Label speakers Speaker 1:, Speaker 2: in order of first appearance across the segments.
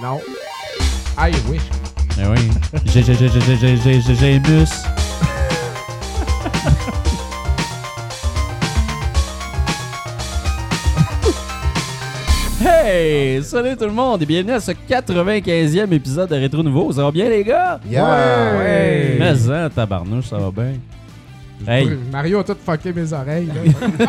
Speaker 1: Non. I wish.
Speaker 2: Mais Eh oui. J'ai, j'ai, j'ai, j'ai, j'ai, j'ai, j'ai, j'ai, j'ai, mus. Hey! Salut tout le monde et bienvenue à ce 95e épisode de Rétro Nouveau. Ça va bien les gars?
Speaker 1: Yeah!
Speaker 2: Mais
Speaker 1: Ouais.
Speaker 2: hein, tabarnouche, ça va bien. Hey!
Speaker 1: Mario a tout fucké mes oreilles. là.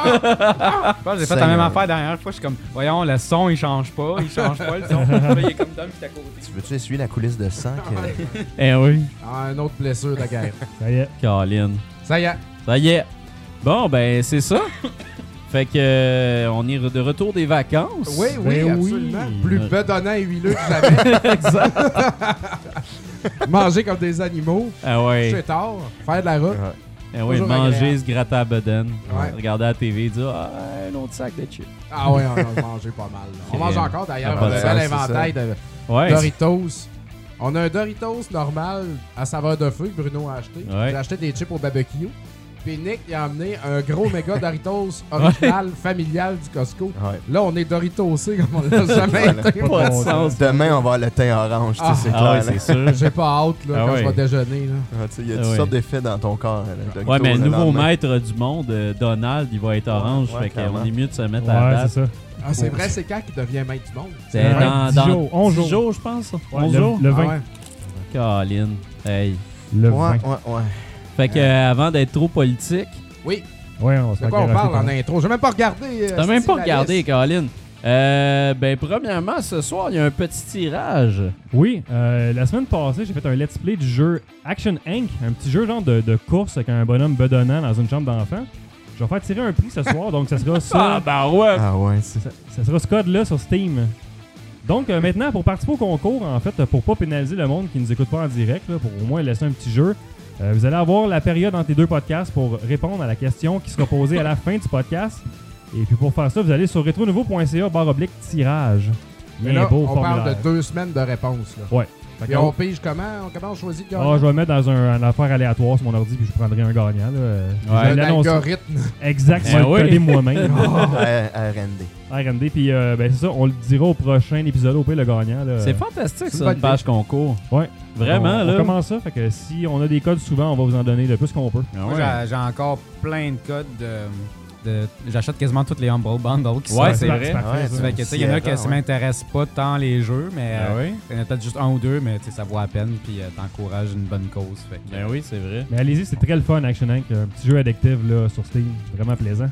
Speaker 1: Ah!
Speaker 3: Je pense que j'ai fait la
Speaker 4: Seigneur.
Speaker 3: même affaire la dernière fois. Je suis comme, voyons, le son, il change pas. Il change pas le son. Là, il est comme Tom qui est à côté.
Speaker 4: Tu veux-tu essuyer la coulisse de sang? que-
Speaker 2: Eh oui!
Speaker 1: Ah, une autre blessure de guerre.
Speaker 5: Ça y est.
Speaker 2: Caroline.
Speaker 1: Ça y est.
Speaker 2: Ça y est. Ben, Bon, ben, c'est ça. fait que, euh, on est re- de retour des vacances.
Speaker 1: Oui, oui, Euh,
Speaker 5: Ben
Speaker 1: absolument.
Speaker 5: oui.
Speaker 1: Plus bedonnant et huileux que jamais.
Speaker 2: exact.
Speaker 1: Manger comme des animaux.
Speaker 2: Ah ouais.
Speaker 1: C'est tard. Faire de la route.
Speaker 2: Ah ouais,
Speaker 1: Toujours
Speaker 2: manger,
Speaker 1: agréable.
Speaker 2: se gratter à la bedaine.
Speaker 1: Ouais.
Speaker 2: Regarder la TV, dire, ah, un autre sac de chips.
Speaker 1: Ah ouais, on a mangé pas mal. là. On
Speaker 2: C'est-
Speaker 1: mange encore d'ailleurs.
Speaker 2: Ah,
Speaker 1: On
Speaker 2: pas de
Speaker 1: a
Speaker 4: sens,
Speaker 1: un
Speaker 4: c'est
Speaker 1: inventaire de
Speaker 2: Ouais.
Speaker 1: Doritos. On a un Doritos normal à saveur de feu que Bruno a acheté.
Speaker 2: Ouais.
Speaker 1: J'ai acheté des chips au barbecue. Puis Nick il a amené un gros méga Doritos original familial du Costco.
Speaker 4: Ouais.
Speaker 1: Là, on est Doritosé comme on l'a jamais été.
Speaker 2: Pas de sens.
Speaker 4: Demain, on va avoir le teint orange, tu sais,
Speaker 1: Ah.
Speaker 4: c'est
Speaker 2: Ah ouais,
Speaker 4: clair. là.
Speaker 2: c'est sûr.
Speaker 1: J'ai pas hâte là,
Speaker 2: Ah
Speaker 1: quand
Speaker 2: ouais.
Speaker 1: je vais déjeuner. Là.
Speaker 4: Ah, tu sais, Il y a
Speaker 2: Ah
Speaker 4: toutes
Speaker 2: ouais.
Speaker 4: sortes d'effets dans ton corps. là, le
Speaker 2: Ouais,
Speaker 4: Doritos,
Speaker 2: mais le nouveau
Speaker 4: lendemain.
Speaker 2: maître du monde, euh, Donald, il va être orange.
Speaker 4: ouais,
Speaker 2: fait qu'on
Speaker 4: clairement.
Speaker 2: est mieux de se mettre à la
Speaker 5: Ouais,
Speaker 2: date.
Speaker 5: c'est ça.
Speaker 1: Ah, c'est vrai, c'est quand qu'il devient maître du monde?
Speaker 2: C'est
Speaker 5: Ouais,
Speaker 2: dans,
Speaker 5: dix
Speaker 2: dans
Speaker 5: jours, onze
Speaker 2: 10
Speaker 5: jours.
Speaker 2: je pense.
Speaker 5: Ouais,
Speaker 2: 11
Speaker 5: le,
Speaker 2: jours.
Speaker 5: le
Speaker 1: Ah
Speaker 5: 20.
Speaker 1: ouais.
Speaker 2: Caroline. Hey.
Speaker 5: Le
Speaker 4: Ouais,
Speaker 5: 20.
Speaker 4: ouais, ouais.
Speaker 2: Fait que, euh, avant d'être trop politique,
Speaker 1: Oui,
Speaker 5: Ouais, on va se
Speaker 1: de
Speaker 5: faire
Speaker 1: quoi on
Speaker 5: garrotter
Speaker 1: parle
Speaker 5: par-
Speaker 1: en intro? J'ai même pas regardé. euh,
Speaker 2: T'as même
Speaker 1: c'est-tu
Speaker 2: pas
Speaker 1: la
Speaker 2: regardé,
Speaker 1: liste?
Speaker 2: Caroline. Euh, ben, premièrement, ce soir, il y a un petit tirage.
Speaker 5: Oui, euh, la semaine passée, j'ai fait un let's play du jeu Action Inc., un petit jeu genre de, de course avec un bonhomme bedonnant dans une chambre d'enfant. Je vais faire tirer un prix ce soir, donc ça sera ça.
Speaker 2: bah ouais!
Speaker 4: Ah ouais, c'est
Speaker 5: ça, ça sera ce code-là sur Steam. Donc euh, maintenant, pour participer au concours, en fait, pour pas pénaliser le monde qui nous écoute pas en direct, là, pour au moins laisser un petit jeu, euh, vous allez avoir la période entre les deux podcasts pour répondre à la question qui sera posée à la fin du podcast. Et puis pour faire ça, vous allez sur retronouveau.ca barre oblique tirage.
Speaker 1: Mais
Speaker 5: Bien
Speaker 1: là,
Speaker 5: beau
Speaker 1: on parle
Speaker 5: formulaire.
Speaker 1: de deux semaines de réponse. Là.
Speaker 5: Fait que-
Speaker 1: Puis on pige comment? Comment on choisit le
Speaker 5: Ah,
Speaker 1: gagnant?
Speaker 5: je vais le mettre dans un, une affaire aléatoire sur mon ordi puis je prendrai un gagnant. Là. Euh, je vais
Speaker 2: Ouais.
Speaker 1: Un
Speaker 5: l'annoncer.
Speaker 1: algorithme.
Speaker 5: Exact, je
Speaker 2: Eh
Speaker 5: vais le
Speaker 2: oui.
Speaker 5: coder moi-même.
Speaker 4: à RND.
Speaker 5: RMD, puis euh, ben, c'est ça, on le dira au prochain épisode, au pire, le gagnant. là.
Speaker 2: C'est fantastique,
Speaker 1: C'est
Speaker 2: ça,
Speaker 1: une
Speaker 2: une
Speaker 1: bonne
Speaker 2: page concours.
Speaker 5: Ouais.
Speaker 2: Vraiment,
Speaker 5: on,
Speaker 2: là.
Speaker 5: On commence ça, fait que si on a des codes souvent, on va vous en donner le plus qu'on peut.
Speaker 2: Ah
Speaker 3: Moi,
Speaker 2: ouais.
Speaker 3: j'ai- j'ai encore plein de codes de. de- J'achète quasiment toutes les Humble Bundles qui
Speaker 2: Ouais,
Speaker 3: sortent.
Speaker 2: c'est
Speaker 5: par-
Speaker 2: vrai.
Speaker 5: parfait,
Speaker 4: Ouais,
Speaker 5: ça.
Speaker 4: c'est
Speaker 3: Fait que, tu sais, il y en a qui
Speaker 4: Sierra,
Speaker 3: ne
Speaker 4: ouais.
Speaker 3: m'intéressent pas tant les jeux, mais
Speaker 2: Ah
Speaker 3: euh,
Speaker 2: oui?
Speaker 3: il y en a peut-être juste un ou deux, mais tu sais, ça vaut à peine, puis euh, t'encourages une bonne cause. Fait que,
Speaker 2: Ben oui, c'est vrai.
Speaker 5: Mais allez-y, c'est très le fun, Action Inc. Un petit jeu addictif là, sur Steam, vraiment plaisant.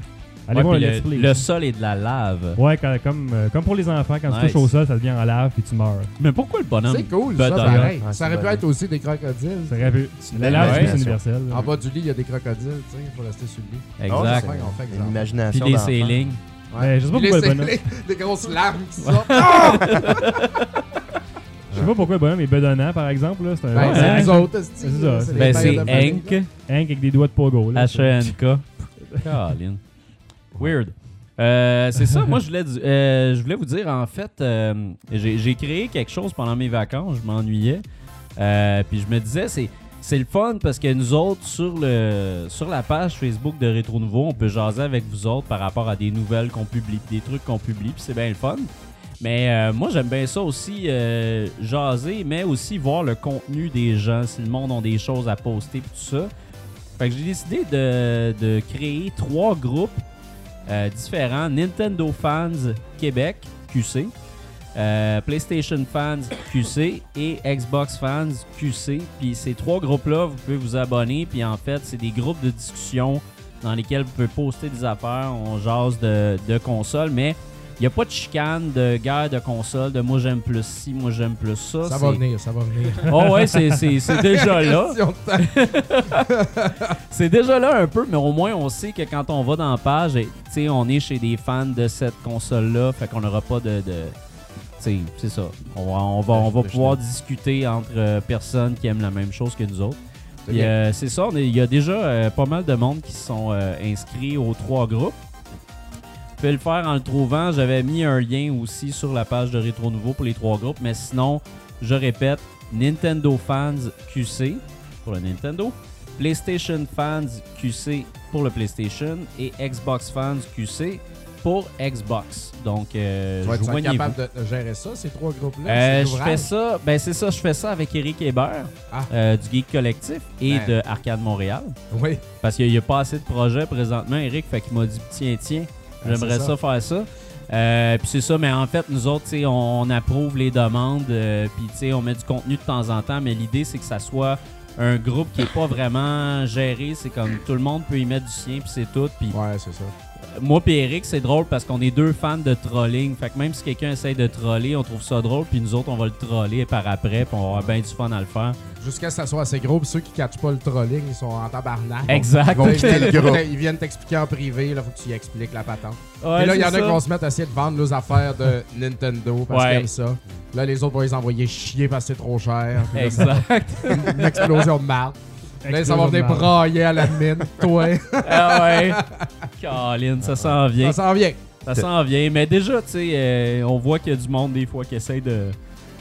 Speaker 5: Allez
Speaker 2: Ouais,
Speaker 5: voir
Speaker 2: puis
Speaker 5: le
Speaker 2: le,
Speaker 5: let's play.
Speaker 2: le sol est de la lave.
Speaker 5: Ouais, quand- comme, euh, comme pour les enfants, quand
Speaker 2: Nice.
Speaker 5: tu touches au sol, ça devient en lave puis tu meurs.
Speaker 2: Mais pourquoi le bonhomme?
Speaker 1: C'est cool, ça,
Speaker 2: Bedonnant.
Speaker 1: pareil. ça
Speaker 4: Ouais, c'est
Speaker 1: aurait pu
Speaker 4: bon.
Speaker 1: être aussi des crocodiles.
Speaker 5: Ça aurait pu-
Speaker 4: une
Speaker 5: La
Speaker 4: belle
Speaker 5: lave, c'est
Speaker 2: imagination.
Speaker 5: universel. là.
Speaker 1: En bas du lit, il y a des crocodiles, tu sais, il faut rester sur le lit.
Speaker 2: Exact.
Speaker 3: Oh,
Speaker 1: Ah, ouais, on fait
Speaker 4: Une
Speaker 1: exemple.
Speaker 2: Puis
Speaker 4: imagination
Speaker 2: les
Speaker 4: d'enfant.
Speaker 2: sailings.
Speaker 5: Mais je sais pas
Speaker 1: Puis
Speaker 5: pourquoi le
Speaker 1: les-
Speaker 5: bonhomme.
Speaker 1: Des grosses larmes qui sortent.
Speaker 5: Je sais pas pourquoi le bonhomme est bedonnant, par exemple. là. C'est un
Speaker 1: Ben,
Speaker 2: Ouais.
Speaker 1: c'est nous
Speaker 5: Hank,
Speaker 1: autres, c'est
Speaker 5: C'est ça, c'est-
Speaker 1: les
Speaker 2: Ben,
Speaker 1: pères
Speaker 2: c'est
Speaker 1: de famille, là.
Speaker 2: Hank,
Speaker 5: avec des doigts de pogo. là.
Speaker 2: H-E-N-K. Caroline. Weird. Euh, c'est ça, moi je voulais, du- euh, je voulais vous dire, en fait, euh, j'ai j'ai créé quelque chose pendant mes vacances, je m'ennuyais. Euh, puis je me disais, c'est c'est le fun parce que nous autres, sur, le, sur la page Facebook de Rétro Nouveau, on peut jaser avec vous autres par rapport à des nouvelles qu'on publie, des trucs qu'on publie, puis c'est bien le fun. Mais euh, moi, j'aime bien ça aussi, euh, jaser, mais aussi voir le contenu des gens, si le monde a des choses à poster, puis tout ça. Fait que j'ai décidé de, de créer trois groupes euh, différents Nintendo Fans Québec, QC, euh, PlayStation Fans QC et Xbox Fans QC. Puis ces trois groupes-là, vous pouvez vous abonner. Puis en fait, c'est des groupes de discussion dans lesquels vous pouvez poster des affaires. On jase de, de consoles, mais il n'y a pas de chicane, de guerre de consoles, de moi j'aime plus ci, moi j'aime plus ça.
Speaker 1: Ça
Speaker 2: C'est-
Speaker 1: va venir, ça va venir.
Speaker 2: Oh ouais, c'est- c'est c'est déjà
Speaker 5: Ah.
Speaker 2: là.
Speaker 1: Question de temps.
Speaker 2: C'est déjà là un peu, mais au moins on sait que quand on va dans la page, et, tu sais, on est chez des fans de cette console-là, fait qu'on n'aura pas de. de- tu sais, c'est ça. On va, on va, on va
Speaker 4: Je- je-
Speaker 2: pouvoir discuter entre euh, personnes qui aiment la même chose que nous autres.
Speaker 1: C'est
Speaker 2: Puis,
Speaker 1: bien.
Speaker 2: euh, c'est ça, on est- il y a déjà euh, pas mal de monde qui se sont euh, inscrits aux trois groupes. Vous pouvez le faire en le trouvant. J'avais mis un lien aussi sur la page de Rétro Nouveau pour les trois groupes, mais sinon, je répète, Nintendo Fans QC pour le Nintendo, PlayStation Fans QC pour le PlayStation et Xbox Fans QC pour Xbox. Donc, euh,
Speaker 1: Tu vas être
Speaker 2: joignez-vous.
Speaker 1: capable de- de gérer ça, ces trois groupes-là?
Speaker 2: Euh,
Speaker 1: ces
Speaker 2: je
Speaker 1: ouvrages?
Speaker 2: fais ça, ben c'est ça, je fais ça avec Eric Hébert
Speaker 1: Ah.
Speaker 2: euh, du Geek Collectif et
Speaker 1: Ben.
Speaker 2: de Arcade Montréal.
Speaker 1: Oui.
Speaker 2: Parce qu'il n'y a pas assez de projets présentement, Eric. Fait qu'il m'a dit tiens, tiens,
Speaker 1: Ben,
Speaker 2: j'aimerais
Speaker 1: c'est
Speaker 2: ça. faire ça. Euh, puis c'est ça, mais en fait, nous autres, tu sais, on, on approuve les demandes, euh, puis tu sais, on met du contenu de temps en temps, mais l'idée, c'est que ça soit un groupe qui n'est pas vraiment géré. C'est comme tout le monde peut y mettre du sien, puis c'est tout. Puis
Speaker 1: Ouais, c'est ça.
Speaker 2: moi et Eric, c'est drôle parce qu'on est deux fans de trolling. Fait que même si quelqu'un essaye de troller, on trouve ça drôle, puis nous autres, on va le troller par après, puis on va avoir bien du fun à le faire.
Speaker 1: Jusqu'à ce que ça soit assez gros, puis ceux qui ne catchent pas le trolling, ils sont en tabarnak.
Speaker 2: Exact.
Speaker 1: Ils, vont-
Speaker 4: Ils vont quitter le groupe.
Speaker 1: ils viennent t'expliquer en privé, là, faut que tu y expliques la patente.
Speaker 2: Ouais,
Speaker 1: Et là, il y en
Speaker 2: c'est
Speaker 1: a qui
Speaker 2: ça.
Speaker 1: vont se mettre à essayer de vendre leurs affaires de Nintendo parce
Speaker 2: Ouais.
Speaker 1: qu'ils aiment ça. Là, les autres vont les envoyer chier parce que c'est trop cher. Puis là,
Speaker 2: Exact.
Speaker 1: Une explosion de marde. Là, ça va venir brailler à la mine. Toi,
Speaker 2: ah ouais. Colin, ça s'en vient.
Speaker 1: ça s'en vient.
Speaker 2: Ça s'en vient. Mais déjà, tu sais, euh, on voit qu'il y a du monde des fois qui essaye de,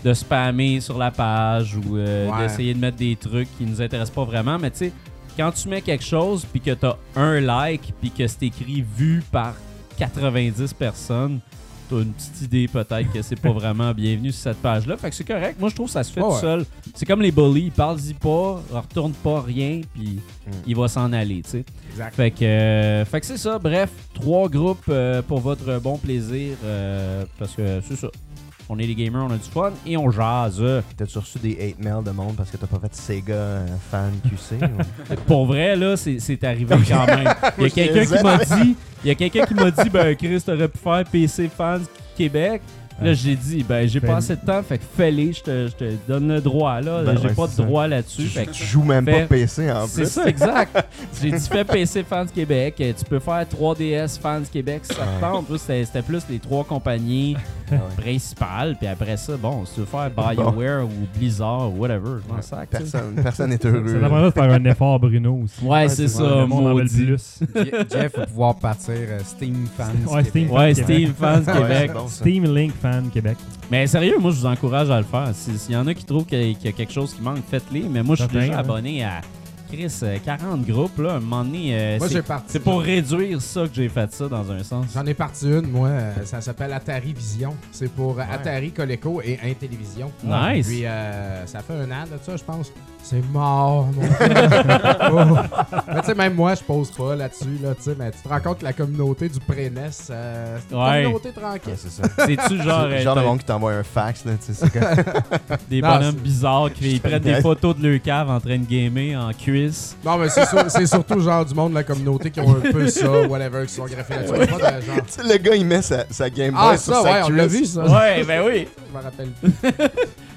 Speaker 2: de spammer sur la page ou euh,
Speaker 1: Ouais.
Speaker 2: d'essayer de mettre des trucs qui nous intéressent pas vraiment. Mais tu sais, quand tu mets quelque chose puis que tu as un like puis que c'est écrit vu par 90 personnes, tu as une petite idée peut-être que c'est pas vraiment bienvenu sur cette page-là. Fait que c'est correct. Moi, je trouve que ça se fait
Speaker 1: Ouais,
Speaker 2: tout
Speaker 1: ouais.
Speaker 2: seul. C'est comme les bullies. Parle-y pas, retourne pas rien puis
Speaker 1: Mm.
Speaker 2: il va s'en aller, tu sais.
Speaker 1: Exact.
Speaker 2: Fait que, euh, fait que c'est ça. Bref, trois groupes euh, pour votre bon plaisir. euh, parce que c'est ça. On est les gamers, on a du fun et on jase.
Speaker 4: T'as-tu reçu des 8 mails de monde parce que t'as pas fait Sega euh, fan QC? ou-
Speaker 2: Pour vrai, là, c'est c'est arrivé quand même. Il y a
Speaker 4: Moi, je
Speaker 2: quelqu'un
Speaker 4: les
Speaker 2: qui m'a dit, il y a quelqu'un qui m'a dit, ben Chris, t'aurais pu faire PC fans Québec. Là, j'ai dit, ben j'ai pas
Speaker 5: Fais-le.
Speaker 2: assez de temps, fait que fais-les, je te, je te donne le droit là.
Speaker 4: Ben
Speaker 2: j'ai
Speaker 4: ouais,
Speaker 2: pas de
Speaker 4: c'est ça.
Speaker 2: droit là-dessus.
Speaker 4: tu,
Speaker 2: Fait que
Speaker 4: tu joues même
Speaker 2: Fait-
Speaker 4: pas PC en
Speaker 2: C'est
Speaker 4: plus.
Speaker 2: ça, exact. J'ai dit fais PC Fans Québec. Euh, Tu peux faire 3DS Fans Québec si ça te tente. Là, C'était c'était plus les trois compagnies
Speaker 4: Ah Ouais.
Speaker 2: principales. Puis après ça, bon, si tu veux faire BioWare ou Blizzard ou whatever, je m'en sac. tu sais.
Speaker 4: Personne, personne n'est
Speaker 5: Ça
Speaker 4: heureux. là.
Speaker 5: t'apprendra de faire un effort, Bruno aussi.
Speaker 2: Ouais, c'est ça,
Speaker 5: le monde en veut le
Speaker 2: Oh, maudit.
Speaker 5: plus.
Speaker 6: Je- Jeff va pouvoir partir euh, Steam Fans.
Speaker 5: Ouais,
Speaker 6: Québec.
Speaker 5: Steam.
Speaker 2: Ouais,
Speaker 5: Québec.
Speaker 2: Steam Fans
Speaker 4: Ah ouais,
Speaker 2: Québec.
Speaker 4: c'est bon, ça.
Speaker 5: Steam Link Fan Québec.
Speaker 2: Mais sérieux, moi, je vous encourage à le faire. Si- S'il y en a qui trouvent qu'il qu'il y a quelque chose qui manque, faites-les. Mais moi, je suis
Speaker 5: Certain,
Speaker 2: déjà
Speaker 5: hein.
Speaker 2: abonné à Chris, euh, 40 groupes. Là, un moment donné, euh,
Speaker 1: Moi,
Speaker 2: c'est-
Speaker 1: j'ai parti.
Speaker 2: c'est pour réduire ça que j'ai fait ça dans un sens.
Speaker 1: J'en ai parti une, moi. euh, Ça s'appelle Atari Vision. C'est pour euh, Atari, Coleco et Intellivision.
Speaker 2: Nice.
Speaker 1: Puis euh, ça fait un an de ça, je pense. C'est mort, mon gars. Oh. Mais tu sais, même moi, je pose pas là-dessus. Là, tu sais, mais tu te rends compte que la communauté du Prénès, euh, c'est une
Speaker 2: Ouais.
Speaker 1: communauté tranquille.
Speaker 4: Ouais, c'est ça.
Speaker 2: C'est-tu genre.
Speaker 4: C'est le genre de
Speaker 2: euh,
Speaker 4: monde qui t'envoie un fax, là, tu sais, c'est comme-
Speaker 2: Des
Speaker 1: Non,
Speaker 2: bonhommes
Speaker 1: c'est-
Speaker 2: bizarres qui ils prennent des
Speaker 4: connais.
Speaker 2: photos de leur cave en train de gamer en cuisse.
Speaker 1: Non, mais c'est sur- c'est surtout genre du monde de la communauté qui ont un peu ça, whatever, qui sont greffés là-dessus.
Speaker 4: Ouais.
Speaker 1: Pas de genre-
Speaker 4: Tu sais, le gars, il met sa, sa Game Boy
Speaker 1: Ah,
Speaker 4: sur
Speaker 1: ça,
Speaker 4: sa
Speaker 1: ouais, on l'a
Speaker 4: cuisse.
Speaker 1: vu, ça.
Speaker 2: Ouais, ben oui.
Speaker 1: Je me rappelle.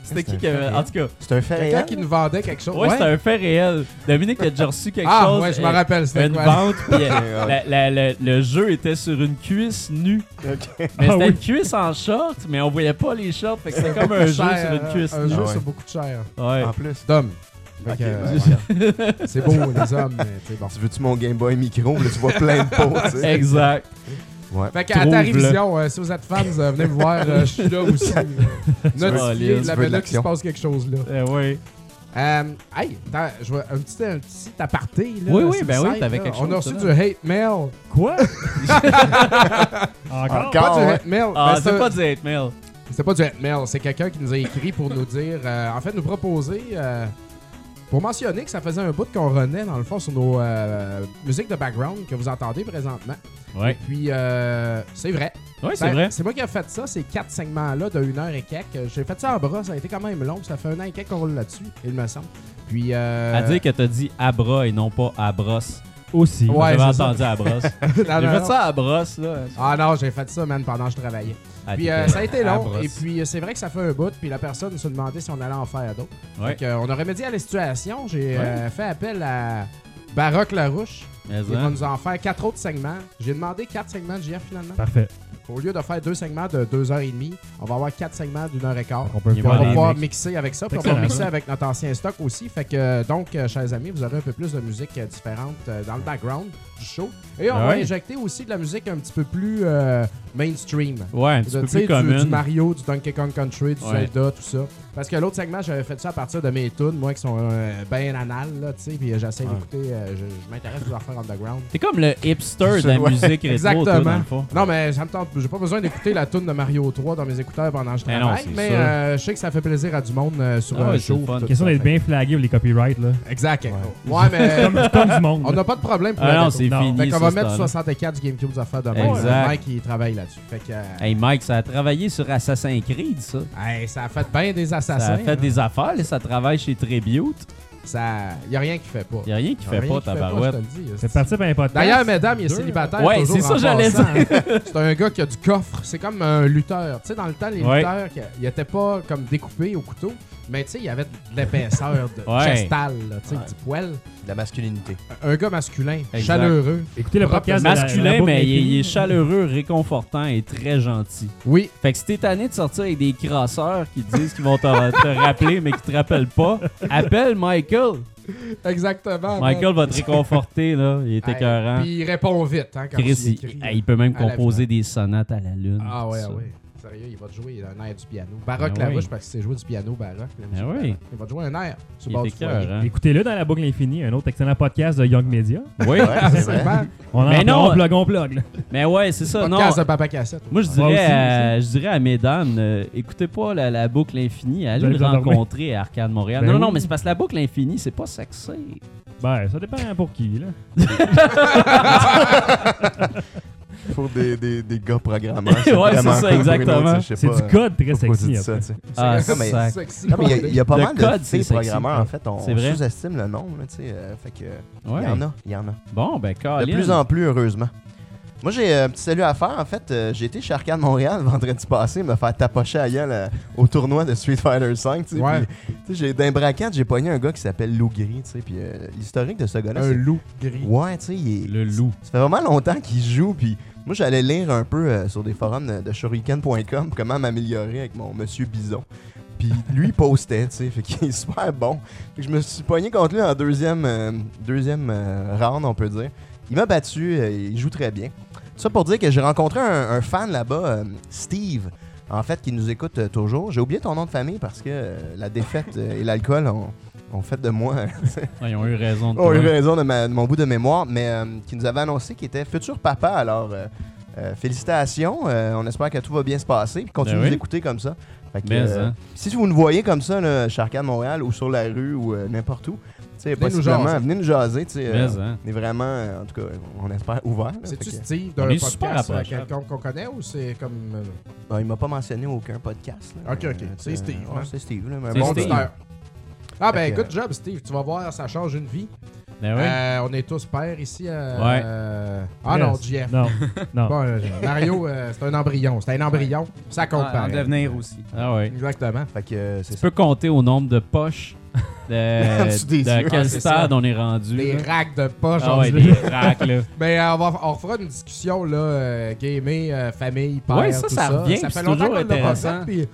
Speaker 2: C'était qui
Speaker 4: C'est
Speaker 2: qui
Speaker 4: un
Speaker 2: avait.
Speaker 4: fait
Speaker 2: En tout cas,
Speaker 4: C'est un hein? fait
Speaker 1: Quelqu'un
Speaker 4: réel?
Speaker 1: qui nous vendait quelque chose.
Speaker 2: ouais,
Speaker 1: Ouais.
Speaker 2: c'était un fait réel. Dominique a déjà reçu quelque
Speaker 1: Ah,
Speaker 2: chose.
Speaker 1: ouais, je me
Speaker 2: euh,
Speaker 1: rappelle. C'était
Speaker 2: Une
Speaker 1: quoi?
Speaker 2: vente, puis euh,
Speaker 4: Ouais, ouais.
Speaker 2: la- la- la- le jeu était sur une cuisse nue.
Speaker 4: Ok.
Speaker 2: Mais
Speaker 5: Ah
Speaker 2: c'était
Speaker 5: oui.
Speaker 2: une cuisse en short, mais on voyait pas les shorts, fait que c'était comme un jeu sur
Speaker 1: Cher, hein.
Speaker 2: une cuisse
Speaker 1: Un
Speaker 2: nue.
Speaker 1: jeu
Speaker 4: Ah ouais.
Speaker 1: sur beaucoup de chair.
Speaker 2: Ouais.
Speaker 4: En plus.
Speaker 1: D'hommes. Fait
Speaker 4: Ok,
Speaker 1: que, euh,
Speaker 4: ben, voilà.
Speaker 1: C'est beau, les hommes, mais c'est bon.
Speaker 4: Tu veux-tu mon Game Boy micro? Là, tu vois plein de pots, tu sais.
Speaker 2: Exact.
Speaker 4: Ouais.
Speaker 1: Fait qu'à
Speaker 2: Trouve-le.
Speaker 1: Atari Vision, euh, si vous êtes fans, euh, venez me voir, euh, je suis là aussi. Euh,
Speaker 2: Colin,
Speaker 1: Notifiez
Speaker 2: tu
Speaker 1: la
Speaker 4: veux de
Speaker 1: là qu'il se
Speaker 4: l'action.
Speaker 1: passe quelque chose là.
Speaker 2: Eh ouais.
Speaker 1: Euh, hey, attends, je vois un petit, un petit aparté là.
Speaker 2: Oui, oui,
Speaker 1: sur
Speaker 2: ben
Speaker 1: le
Speaker 2: oui,
Speaker 1: site,
Speaker 2: t'avais
Speaker 1: là.
Speaker 2: quelque
Speaker 1: On a
Speaker 2: chose,
Speaker 1: reçu du
Speaker 2: là.
Speaker 1: hate mail.
Speaker 5: Quoi?
Speaker 1: Ben,
Speaker 5: Encore?
Speaker 4: Encore?
Speaker 1: pas du
Speaker 4: ouais.
Speaker 1: hate mail.
Speaker 2: Ah,
Speaker 1: ben,
Speaker 2: c'est
Speaker 1: c'est-
Speaker 2: pas du hate mail.
Speaker 1: C'était pas du hate mail, c'est quelqu'un qui nous a écrit pour nous dire, euh, en fait, nous proposer, euh, pour mentionner que ça faisait un bout qu'on renaît, dans le fond, sur nos euh, musiques de background que vous entendez présentement. Et
Speaker 2: Ouais.
Speaker 1: puis, euh, c'est vrai.
Speaker 2: Ouais,
Speaker 1: Ben,
Speaker 2: c'est vrai.
Speaker 1: C'est moi qui ai fait ça, ces quatre segments-là de une heure et quelques. J'ai fait ça en bras, ça a été quand même long, ça fait un an et quelques qu'on roule là-dessus, il me semble. Puis, euh,
Speaker 2: À dire que t'as dit abra et non pas abros.
Speaker 5: Aussi.
Speaker 1: Ouais,
Speaker 2: J'avais
Speaker 1: c'est ça.
Speaker 2: entendu abros.
Speaker 1: Non,
Speaker 2: J'ai
Speaker 1: non,
Speaker 2: fait
Speaker 1: Ah, ben non.
Speaker 2: ça à brosse, là.
Speaker 1: Ah non, j'ai fait ça, man, pendant que je travaillais.
Speaker 2: Ah,
Speaker 1: Puis
Speaker 2: t'étais-
Speaker 1: euh, ça a été
Speaker 2: à
Speaker 1: long.
Speaker 2: brosse.
Speaker 1: Et puis euh, c'est vrai que ça fait un bout. Puis la personne se demandait si on allait en faire d'autres.
Speaker 2: Ouais.
Speaker 1: Fait que, euh, on a remédié à la situation. J'ai
Speaker 2: Ouais.
Speaker 1: euh, fait appel à Baroque Larouche.
Speaker 2: Mais
Speaker 1: Il va
Speaker 2: hein.
Speaker 1: nous en faire quatre autres segments. J'ai demandé quatre segments de JF finalement.
Speaker 5: Parfait.
Speaker 1: Au lieu de faire deux segments de 2h30, on va avoir quatre segments d'une heure et quart.
Speaker 5: On peut
Speaker 2: Il
Speaker 1: Puis on
Speaker 5: faire
Speaker 1: va
Speaker 5: des
Speaker 1: pouvoir
Speaker 5: mix.
Speaker 1: mixer avec ça, puis on va
Speaker 5: Excellent.
Speaker 1: mixer avec notre ancien stock aussi. Fait que donc, euh, chers amis, vous aurez un peu plus de musique euh, différente euh, dans le background du show. Et on
Speaker 5: Ah
Speaker 1: va
Speaker 5: ouais.
Speaker 1: injecter aussi de la musique un petit peu plus euh, mainstream.
Speaker 2: Ouais, un
Speaker 1: Tu
Speaker 2: petit
Speaker 1: sais,
Speaker 2: peu
Speaker 1: du,
Speaker 2: plus
Speaker 1: du
Speaker 2: commune.
Speaker 1: Mario, du Donkey Kong Country, du
Speaker 2: Ouais.
Speaker 1: Zelda, tout ça. Parce que l'autre segment, j'avais fait ça à partir de mes tunes, moi, qui sont euh, ben anal, là, tu sais, puis euh, j'essaie
Speaker 2: Ouais.
Speaker 1: d'écouter, euh, je, je m'intéresse aux affaires underground.
Speaker 2: T'es comme le hipster de la
Speaker 1: Ouais,
Speaker 2: musique rétro, toi, dans
Speaker 1: exactement.
Speaker 2: le fond.
Speaker 1: Non, mais ça me tente, j'ai pas besoin d'écouter la tune de Mario 3 dans mes écouteurs pendant que je
Speaker 2: Mais
Speaker 1: travaille,
Speaker 2: non, c'est
Speaker 1: mais
Speaker 2: sûr.
Speaker 1: euh, je sais que ça fait plaisir à du monde euh, sur
Speaker 2: Ah ouais,
Speaker 1: un
Speaker 2: c'est
Speaker 1: show.
Speaker 2: le fun.
Speaker 1: tout
Speaker 5: Question
Speaker 1: ça,
Speaker 5: d'être
Speaker 1: fait
Speaker 5: bien flagué pour les copyrights, là.
Speaker 1: que- Exact. Ouais,
Speaker 5: Comme,
Speaker 1: mais
Speaker 5: comme du monde.
Speaker 1: on n'a pas de problème pour
Speaker 2: Ah
Speaker 1: la
Speaker 2: non,
Speaker 1: déco.
Speaker 2: c'est
Speaker 5: Non.
Speaker 2: fini.
Speaker 1: Fait qu'on
Speaker 2: ça,
Speaker 1: va
Speaker 2: ce
Speaker 1: mettre
Speaker 2: temps-là.
Speaker 1: 64 du GameCube à faire demain.
Speaker 2: Exact.
Speaker 1: Mike, il travaille là-dessus. Fait que, euh,
Speaker 2: Hey Mike, ça a travaillé sur Assassin's Creed, ça.
Speaker 1: hey, ça a fait bien des assassins.
Speaker 2: Ça a fait
Speaker 1: hein.
Speaker 2: des affaires, là, ça travaille chez Tribute.
Speaker 1: Ça... Y a rien qui fait pas.
Speaker 2: Y a rien qui
Speaker 1: Y a
Speaker 2: fait
Speaker 1: rien
Speaker 2: pas,
Speaker 1: qui fait
Speaker 2: tabarouette.
Speaker 1: je te le dis.
Speaker 5: C'est parti pour un podcast.
Speaker 1: D'ailleurs, mesdames, il est
Speaker 5: Deux.
Speaker 1: célibataire.
Speaker 2: Ouais,
Speaker 1: toujours
Speaker 2: c'est ça,
Speaker 1: en
Speaker 2: j'allais
Speaker 1: passant, hein. C'est un gars qui a du coffre. C'est comme un lutteur. Tu sais, dans le temps, les
Speaker 2: Ouais.
Speaker 1: lutteurs, qui- ils n'étaient pas comme découpés au couteau, mais tu sais, il y avait de l'épaisseur de
Speaker 2: Ouais.
Speaker 1: chestale, là, tu sais, du poil.
Speaker 4: de la masculinité.
Speaker 1: Un gars masculin,
Speaker 2: Exact.
Speaker 1: chaleureux.
Speaker 5: écoutez le
Speaker 1: propre-
Speaker 5: podcast. de la- de la
Speaker 2: Masculin,
Speaker 5: boucle
Speaker 2: mais il est,
Speaker 5: making.
Speaker 2: il est chaleureux, réconfortant et très gentil.
Speaker 1: Oui,
Speaker 2: Fait que si t'es tanné de sortir avec des crasseurs qui disent qu'ils vont te, te rappeler mais qui te rappellent pas, appelle Michael.
Speaker 1: exactement.
Speaker 2: Michael va te réconforter, là. Il est
Speaker 1: Ah, ben. Hey,
Speaker 2: écœurant.
Speaker 1: Puis il répond vite hein, quand
Speaker 2: Chris,
Speaker 1: il
Speaker 2: il,
Speaker 1: écrit.
Speaker 2: hey, il peut même
Speaker 5: euh,
Speaker 1: à la
Speaker 2: composer des sonates à la lune.
Speaker 1: Ah
Speaker 2: tout
Speaker 1: ouais,
Speaker 2: ça.
Speaker 1: ah ouais. Sérieux, il va te jouer un air du piano. Baroque
Speaker 2: Ah
Speaker 1: la
Speaker 2: oui.
Speaker 1: rouge parce que c'est jouer du piano baroque. la musique
Speaker 2: Ah oui.
Speaker 1: baroque. Il va te jouer un air sur le
Speaker 2: Il hein.
Speaker 1: bord
Speaker 2: est
Speaker 1: du foyer.
Speaker 2: écœurant.
Speaker 5: Écoutez-le dans la boucle infinie, un autre excellent podcast de Young Media.
Speaker 2: Oui,
Speaker 4: Ouais, c'est vrai.
Speaker 1: Absolument.
Speaker 5: On en
Speaker 2: Mais
Speaker 5: parle,
Speaker 2: non.
Speaker 5: on plug, on plug. là.
Speaker 2: mais ouais, c'est ça. Non,
Speaker 1: Podcast de Papa Cassette.
Speaker 2: Moi, je
Speaker 5: Moi
Speaker 2: dirais,
Speaker 5: aussi,
Speaker 2: à, je dirais à mesdames, euh, écoutez pas la, la boucle infinie, allez
Speaker 5: allez
Speaker 2: le
Speaker 5: vous endormir.
Speaker 2: rencontrer à Arcade Montréal.
Speaker 5: Ben
Speaker 2: non, non,
Speaker 5: oui.
Speaker 2: mais c'est parce que la boucle infinie, c'est pas sexy.
Speaker 5: Ben, ça dépend pour qui, là.
Speaker 4: Pour des, des, des gars programmeurs. c'est
Speaker 2: Ouais,
Speaker 4: vraiment
Speaker 2: c'est ça,
Speaker 4: cool. Pour une autre,
Speaker 2: exactement.
Speaker 4: je sais
Speaker 5: C'est
Speaker 4: pas,
Speaker 5: du
Speaker 4: euh,
Speaker 5: code très
Speaker 4: pourquoi tu
Speaker 5: sexy. hein.
Speaker 4: dis
Speaker 5: après.
Speaker 4: ça, tu sais.
Speaker 2: Ah,
Speaker 1: C'est
Speaker 2: sac.
Speaker 1: sexy.
Speaker 4: Non, mais il y a- il y, a pas
Speaker 2: Le
Speaker 4: mal
Speaker 2: code,
Speaker 4: de filles
Speaker 2: c'est sexy.
Speaker 4: programmeurs, en fait. On
Speaker 2: C'est vrai.
Speaker 4: sous-estime le nombre, là, tu sais. euh, fait que, euh, il
Speaker 2: Ouais.
Speaker 4: y en a, il y en a.
Speaker 2: Bon, ben,
Speaker 4: De
Speaker 2: Colin.
Speaker 4: plus en plus, heureusement. Moi, j'ai euh, un petit salut à faire. En fait, euh, j'ai été chez Arcade Montréal vendredi passé me faire tapocher à gueule euh, au tournoi de Street Fighter 5. tu sais,
Speaker 1: Ouais.
Speaker 4: puis, tu sais, j'ai d'un braquette, j'ai pogné un gars qui s'appelle Lou Gris, tu sais, puis euh, l'historique de ce gars-là,
Speaker 1: Un
Speaker 4: c'est...
Speaker 1: loup gris.
Speaker 4: Ouais, tu sais, il est-
Speaker 2: Le loup.
Speaker 4: ça fait vraiment longtemps qu'il joue, puis moi, j'allais lire un peu euh, sur des forums de, de shuriken.com comment m'améliorer avec mon monsieur Bison. Puis lui, il postait, tu sais, fait qu'il est super bon. Fait que je me suis pogné contre lui en deuxième, euh, deuxième euh, round, on peut dire. Il m'a battu, euh, il joue très bien. Tout ça pour dire que j'ai rencontré un, un fan là-bas, euh, Steve, en fait, qui nous écoute euh, toujours. J'ai oublié ton nom de famille parce que euh, la défaite euh, et l'alcool ont, ont fait de moi
Speaker 2: Ouais, ils ont eu raison de
Speaker 4: ont
Speaker 2: toi.
Speaker 4: eu raison de, ma- de mon bout de mémoire, mais euh, qui nous avait annoncé qu'il était futur papa. Alors, euh, euh, félicitations. euh, on espère que tout va bien se passer. Puis continue
Speaker 2: Ben
Speaker 4: de nous
Speaker 2: oui.
Speaker 4: écouter comme ça. Fait que,
Speaker 2: Mais,
Speaker 4: euh,
Speaker 2: hein.
Speaker 4: Si vous nous voyez comme ça, là, chez Arcade Montréal ou sur la rue ou euh, n'importe où, tu sais,
Speaker 1: Venez nous
Speaker 4: possiblement,
Speaker 1: jaser.
Speaker 4: venez nous jaser. tu sais,
Speaker 2: Mais,
Speaker 4: euh,
Speaker 2: hein.
Speaker 4: on est vraiment, euh, en tout cas, on espère ouvert. là.
Speaker 1: C'est-tu
Speaker 4: Fait que,
Speaker 1: Steve
Speaker 2: On
Speaker 1: d'un
Speaker 2: est super
Speaker 1: podcast à
Speaker 2: approchable.
Speaker 1: quelqu'un qu'on connaît ou c'est comme. euh,
Speaker 4: ben, il m'a pas mentionné aucun podcast. là.
Speaker 1: Ok, ok. C'est
Speaker 4: euh,
Speaker 1: Steve,
Speaker 4: ouais,
Speaker 1: hein.
Speaker 4: C'est Steve. là, mais
Speaker 2: C'est
Speaker 4: bon, ben,
Speaker 2: Steve.
Speaker 4: tu-
Speaker 1: auditeur? Ah, ben,
Speaker 4: Fait que-
Speaker 1: good job, Steve. Tu vas voir, ça change une vie.
Speaker 2: Ben oui.
Speaker 1: Euh, on est tous pères ici. euh,
Speaker 2: Ouais.
Speaker 1: euh, Ah non,
Speaker 5: Yes.
Speaker 1: JF.
Speaker 5: Non, non.
Speaker 1: Bon, euh, Mario, euh, c'est un embryon. C'est un embryon. Ça compte
Speaker 6: euh,
Speaker 3: Ah,
Speaker 1: pareil.
Speaker 6: Ben,
Speaker 3: en devenir aussi.
Speaker 2: Ah ouais.
Speaker 1: Exactement.
Speaker 4: Fait que euh, c'est
Speaker 2: Tu
Speaker 4: ça.
Speaker 2: peux compter au nombre de poches de,
Speaker 4: Tu dis ça.
Speaker 2: de quel
Speaker 1: c'est ça.
Speaker 2: stade on est rendu.
Speaker 1: Des
Speaker 2: là.
Speaker 1: racks de poche.
Speaker 2: Ah
Speaker 1: on
Speaker 2: ouais,
Speaker 1: dirait.
Speaker 2: des racks, là.
Speaker 1: Mais euh, on, va, on fera une discussion, là, euh, gaming, euh, famille, père,
Speaker 2: Ouais, ça,
Speaker 1: tout ça.
Speaker 2: ça revient,
Speaker 1: Ça
Speaker 2: puis
Speaker 1: fait
Speaker 2: c'est
Speaker 1: longtemps qu'on
Speaker 2: toujours
Speaker 1: l'a pas fait,
Speaker 2: intéressant.
Speaker 1: puis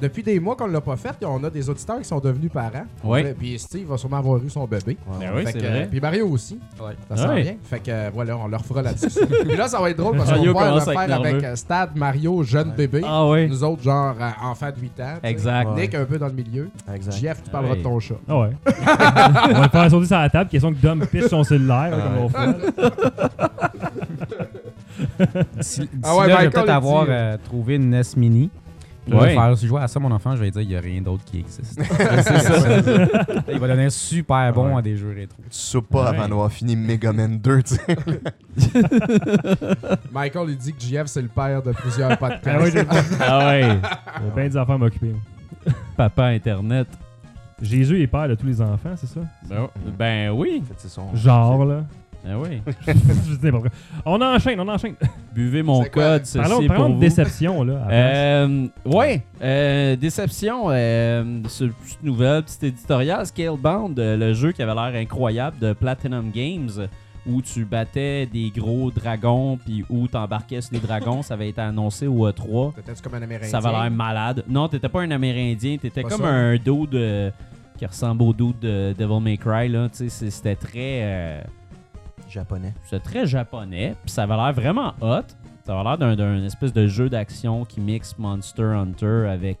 Speaker 1: depuis des mois qu'on l'a pas fait, puis on a des auditeurs qui sont devenus parents.
Speaker 2: Ouais.
Speaker 1: Puis Steve va sûrement avoir eu son bébé.
Speaker 2: Ben oui,
Speaker 1: Fait
Speaker 2: c'est
Speaker 1: que,
Speaker 2: vrai.
Speaker 1: Puis Mario aussi.
Speaker 3: Ouais.
Speaker 1: Ça sent
Speaker 2: Ouais.
Speaker 1: bien. Fait que euh, voilà, on leur fera la discussion. puis là, ça va être drôle parce qu'on va
Speaker 2: Mario
Speaker 1: voir
Speaker 2: commence à
Speaker 1: le
Speaker 2: être
Speaker 1: faire avec
Speaker 2: nerveux.
Speaker 1: euh, Stade, Mario, jeune bébé.
Speaker 2: Ah ouais.
Speaker 1: Nous autres, genre, euh, enfants de 8 ans. tu sais.
Speaker 2: Exact.
Speaker 4: Ouais.
Speaker 1: Nick, un peu dans le milieu.
Speaker 4: Exact.
Speaker 1: Jeff, tu
Speaker 2: Ah
Speaker 1: parleras
Speaker 2: oui.
Speaker 1: de ton chat.
Speaker 5: Ah ouais. on va le faire sauter sur la table, question que Dom piche son cellulaire, là, comme on fait.
Speaker 6: D'ici d'ici
Speaker 1: Ah ouais,
Speaker 6: là,
Speaker 1: Michael,
Speaker 6: je vais peut-être
Speaker 1: il
Speaker 6: avoir
Speaker 1: dit-
Speaker 6: euh, trouvé une NES Mini. Je
Speaker 2: Ouais.
Speaker 6: vais faire, si je vois à ça mon enfant, je vais lui dire il n'y a rien d'autre qui existe. C'est ça. il va devenir super bon
Speaker 4: Ouais.
Speaker 6: à des jeux rétro.
Speaker 4: Tu soupes pas avant d'avoir fini Megaman 2, tu sais.
Speaker 1: Michael, il dit que JF, c'est le père de plusieurs
Speaker 5: Ah ouais,
Speaker 1: podcasts.
Speaker 5: j'ai
Speaker 2: Ah ouais.
Speaker 5: j'ai bien des affaires à m'occuper. moi.
Speaker 2: Papa Internet.
Speaker 5: Jésus est père de tous les enfants, c'est ça?
Speaker 2: Ben, ben oui.
Speaker 4: En fait, c'est son-
Speaker 5: Genre, là.
Speaker 2: Ben oui.
Speaker 5: Je sais pas pourquoi. on enchaîne, on enchaîne.
Speaker 2: Buvez mon
Speaker 1: C'est quoi?
Speaker 2: code, ceci
Speaker 5: Parlons,
Speaker 2: est pour
Speaker 5: parlons de
Speaker 2: vous.
Speaker 5: déception, là. avant.
Speaker 2: Euh, ouais, euh, déception. Euh, ce- petite nouvelle, petit éditorial. Scalebound, euh, le jeu qui avait l'air incroyable de Platinum Games, où tu battais des gros dragons, puis où t'embarquais sur des dragons. ça avait été annoncé au E E3.
Speaker 1: Peut-être comme un Amérindien.
Speaker 2: Ça avait l'air malade. Non, t'étais pas un Amérindien, t'étais
Speaker 1: Pas
Speaker 2: comme
Speaker 1: ça.
Speaker 2: un dude euh, qui ressemble au dude de Devil May Cry. Là. Tu sais, c'est- C'était très... euh,
Speaker 4: Japonais.
Speaker 2: c'est très japonais, puis ça avait l'air vraiment hot. Ça avait l'air d'un- d'un espèce de jeu d'action qui mixe Monster Hunter avec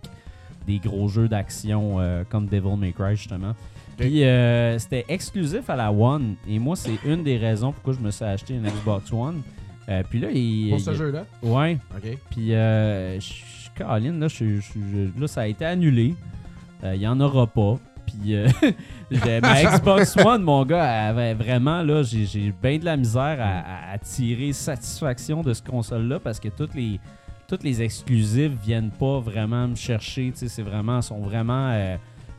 Speaker 2: des gros jeux d'action euh, comme Devil May Cry, justement. Puis euh, c'était exclusif à la One, et moi, c'est une des raisons pourquoi je me suis acheté une Xbox One. Euh, puis là, il.
Speaker 1: Pour ce
Speaker 2: il-
Speaker 1: jeu-là.
Speaker 2: Ouais.
Speaker 1: OK.
Speaker 2: Puis, euh, je- je- Caroline, là, je- je- je- là, ça a été annulé. Euh, Il y en aura pas. Puis, euh, j'ai- ma Xbox One, mon gars, elle avait vraiment, là, j'ai- j'ai bien de la misère à, à- à tirer satisfaction de ce console-là parce que toutes les, toutes les exclusives viennent pas vraiment me chercher. Tu sais, c'est vraiment, sont vraiment euh,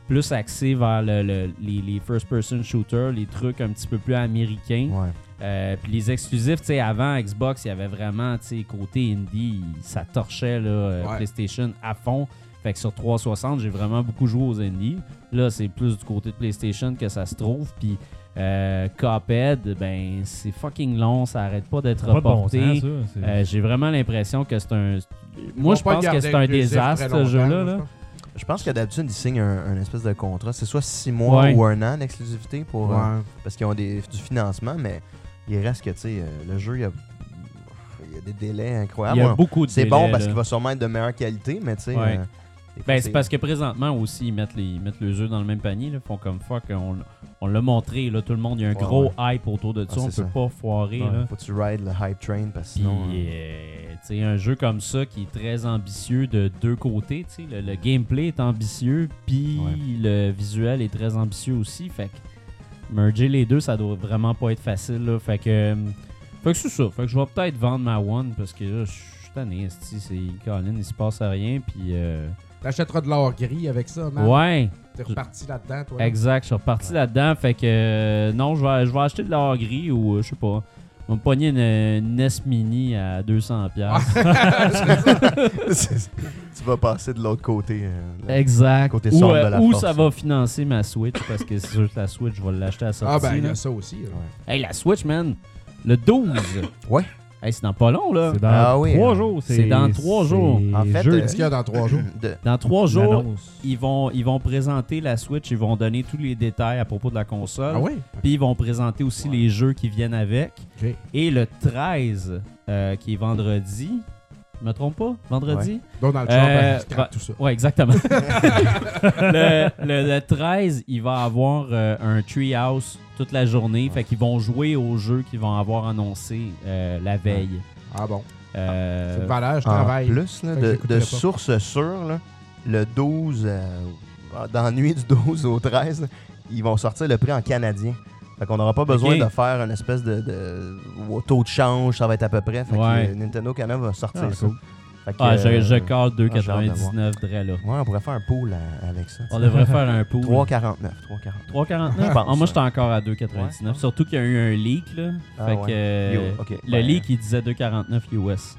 Speaker 2: plus axés vers le- le- les, les first-person shooters, les trucs un petit peu plus américains.
Speaker 4: Ouais.
Speaker 2: Euh, puis les exclusifs, tu sais, avant Xbox, il y avait vraiment, tu sais, côté indie, ça torchait là, euh,
Speaker 1: Ouais.
Speaker 2: PlayStation à fond. Fait que sur 360, j'ai vraiment beaucoup joué aux indies. Là, c'est plus du côté de PlayStation que ça se trouve. Puis euh, Cuphead, ben, c'est fucking long, ça arrête pas d'être
Speaker 5: Pas de bon
Speaker 2: reporté.
Speaker 5: sens, ça. c'est-
Speaker 2: Euh, j'ai vraiment l'impression que c'est un. Moi,
Speaker 1: Ils
Speaker 2: je
Speaker 1: vont pas
Speaker 2: pense que
Speaker 1: garder
Speaker 2: c'est un
Speaker 1: le désir très
Speaker 2: désastre, ce
Speaker 1: longtemps,
Speaker 2: jeu-là.
Speaker 1: je
Speaker 2: là.
Speaker 1: pense.
Speaker 4: Je pense que d'habitude, ils signent un, un espèce de contrat. C'est soit 6 mois
Speaker 2: Ouais.
Speaker 4: ou un an d'exclusivité pour. euh,
Speaker 1: Ouais.
Speaker 4: parce qu'ils ont des- du financement, mais il reste que, tu sais, euh, le jeu, il y a, il y a des délais incroyables.
Speaker 2: Il y a
Speaker 4: Ouais.
Speaker 2: beaucoup de
Speaker 4: C'est
Speaker 2: délais,
Speaker 4: bon parce
Speaker 2: là.
Speaker 4: qu'il va sûrement être de meilleure qualité, mais tu sais.
Speaker 2: Ouais.
Speaker 4: euh, des fois,
Speaker 2: Ben, c'est parce que présentement aussi, ils mettent, les, ils mettent les œufs dans le même panier. Là, Ils font comme fuck, on, on l'a montré, là, tout le monde, il y a un
Speaker 4: Ouais,
Speaker 2: gros
Speaker 4: ouais.
Speaker 2: hype autour de ça,
Speaker 4: Ah,
Speaker 2: on peut
Speaker 4: c'est ça.
Speaker 2: pas foirer.
Speaker 4: Ouais,
Speaker 2: là.
Speaker 4: Faut que tu rides le hype train parce que
Speaker 2: Puis,
Speaker 4: sinon. euh,
Speaker 2: euh, tu sais, un jeu comme ça qui est très ambitieux de deux côtés, tu sais, le, le gameplay est ambitieux, puis le visuel est très ambitieux aussi. Fait que merger les deux, ça doit vraiment pas être facile. là. Fait que, euh, fait que c'est ça. Fait que je vais peut-être vendre ma One parce que là, je suis tanné. esti, C'est Colin, il se passe à rien, puis. euh,
Speaker 1: T'achèteras de l'or gris avec ça, man.
Speaker 2: ouais!
Speaker 1: T'es reparti là-dedans, toi.
Speaker 2: Exact, je suis reparti là-dedans. Fait que euh, non, je vais, je vais acheter de l'or gris ou euh, je sais pas. On va me pogner une, une NES Mini à 200$. piastres.
Speaker 4: euh, c'est- tu vas passer de l'autre côté. euh, là.
Speaker 2: exact.
Speaker 4: Côté
Speaker 2: ou euh,
Speaker 4: sombre de la
Speaker 2: ou
Speaker 4: force,
Speaker 2: ça
Speaker 4: là.
Speaker 2: va financer ma Switch parce que c'est sûr que la Switch, je vais l'acheter à la sortie.
Speaker 1: Ah, ben, il y
Speaker 2: là.
Speaker 1: a ça aussi. là.
Speaker 2: Hey, la Switch, man, le 12.
Speaker 4: Ouais.
Speaker 2: Hey, c'est dans pas long, là.
Speaker 5: C'est dans
Speaker 4: Ah oui,
Speaker 5: trois
Speaker 4: hein.
Speaker 5: jours.
Speaker 2: C'est dans trois jours.
Speaker 5: c'est
Speaker 4: En fait,
Speaker 5: jeudi,
Speaker 1: Qu'est-ce qu'il y a dans trois jours?
Speaker 4: De-
Speaker 2: Dans trois jours,
Speaker 5: l'annonce.
Speaker 2: ils vont, ils vont présenter la Switch, ils vont donner tous les détails à propos de la console.
Speaker 1: Ah oui?
Speaker 2: Puis ils vont présenter aussi les jeux qui viennent avec.
Speaker 1: Ok.
Speaker 2: Et le 13, euh, qui est vendredi, je me trompe pas, vendredi?
Speaker 1: Donald
Speaker 2: Euh,
Speaker 1: Trump, euh, il se
Speaker 2: va-
Speaker 1: craque tout ça.
Speaker 2: Ouais, exactement. le, le- le 13, il va avoir euh, un treehouse toute la journée. Fait qu'ils vont jouer aux jeux qu'ils vont avoir annoncé euh, la veille.
Speaker 1: Ah bon?
Speaker 2: Euh,
Speaker 1: C'est de valeur, je
Speaker 4: En
Speaker 1: travaille.
Speaker 4: plus, là,
Speaker 1: Fait que
Speaker 4: de,
Speaker 1: j'écouterai
Speaker 4: de
Speaker 1: pas.
Speaker 4: sources sûres, là, le 12, euh, dans la nuit du 12 au 13, là, ils vont sortir le prix en canadien. Fait qu'on n'aura pas besoin
Speaker 2: Ok.
Speaker 4: de faire une espèce de, de- au taux de change, ça va être à peu près. Fait que
Speaker 2: Ouais.
Speaker 4: euh, Nintendo Canada va sortir
Speaker 5: Ah,
Speaker 4: ça.
Speaker 5: cool.
Speaker 4: Fait que,
Speaker 2: ah, je,
Speaker 4: euh,
Speaker 2: je cale
Speaker 4: ah, j'ai hâte de voir.
Speaker 2: 2,99 drais là.
Speaker 4: Ouais, on pourrait faire un pool à- avec ça.
Speaker 2: On devrait faire un pool.
Speaker 4: 3,49. 3,49.
Speaker 2: 3,49?
Speaker 4: Je pense,
Speaker 2: Ah, moi,
Speaker 4: ouais.
Speaker 2: j'étais encore à 2,99.
Speaker 4: Ouais.
Speaker 2: Surtout qu'il y a eu un leak, là.
Speaker 4: Ah,
Speaker 2: fait
Speaker 4: ouais.
Speaker 2: que euh,
Speaker 4: Yo, ok.
Speaker 2: le
Speaker 4: Ben,
Speaker 2: leak, il disait 2,49 US.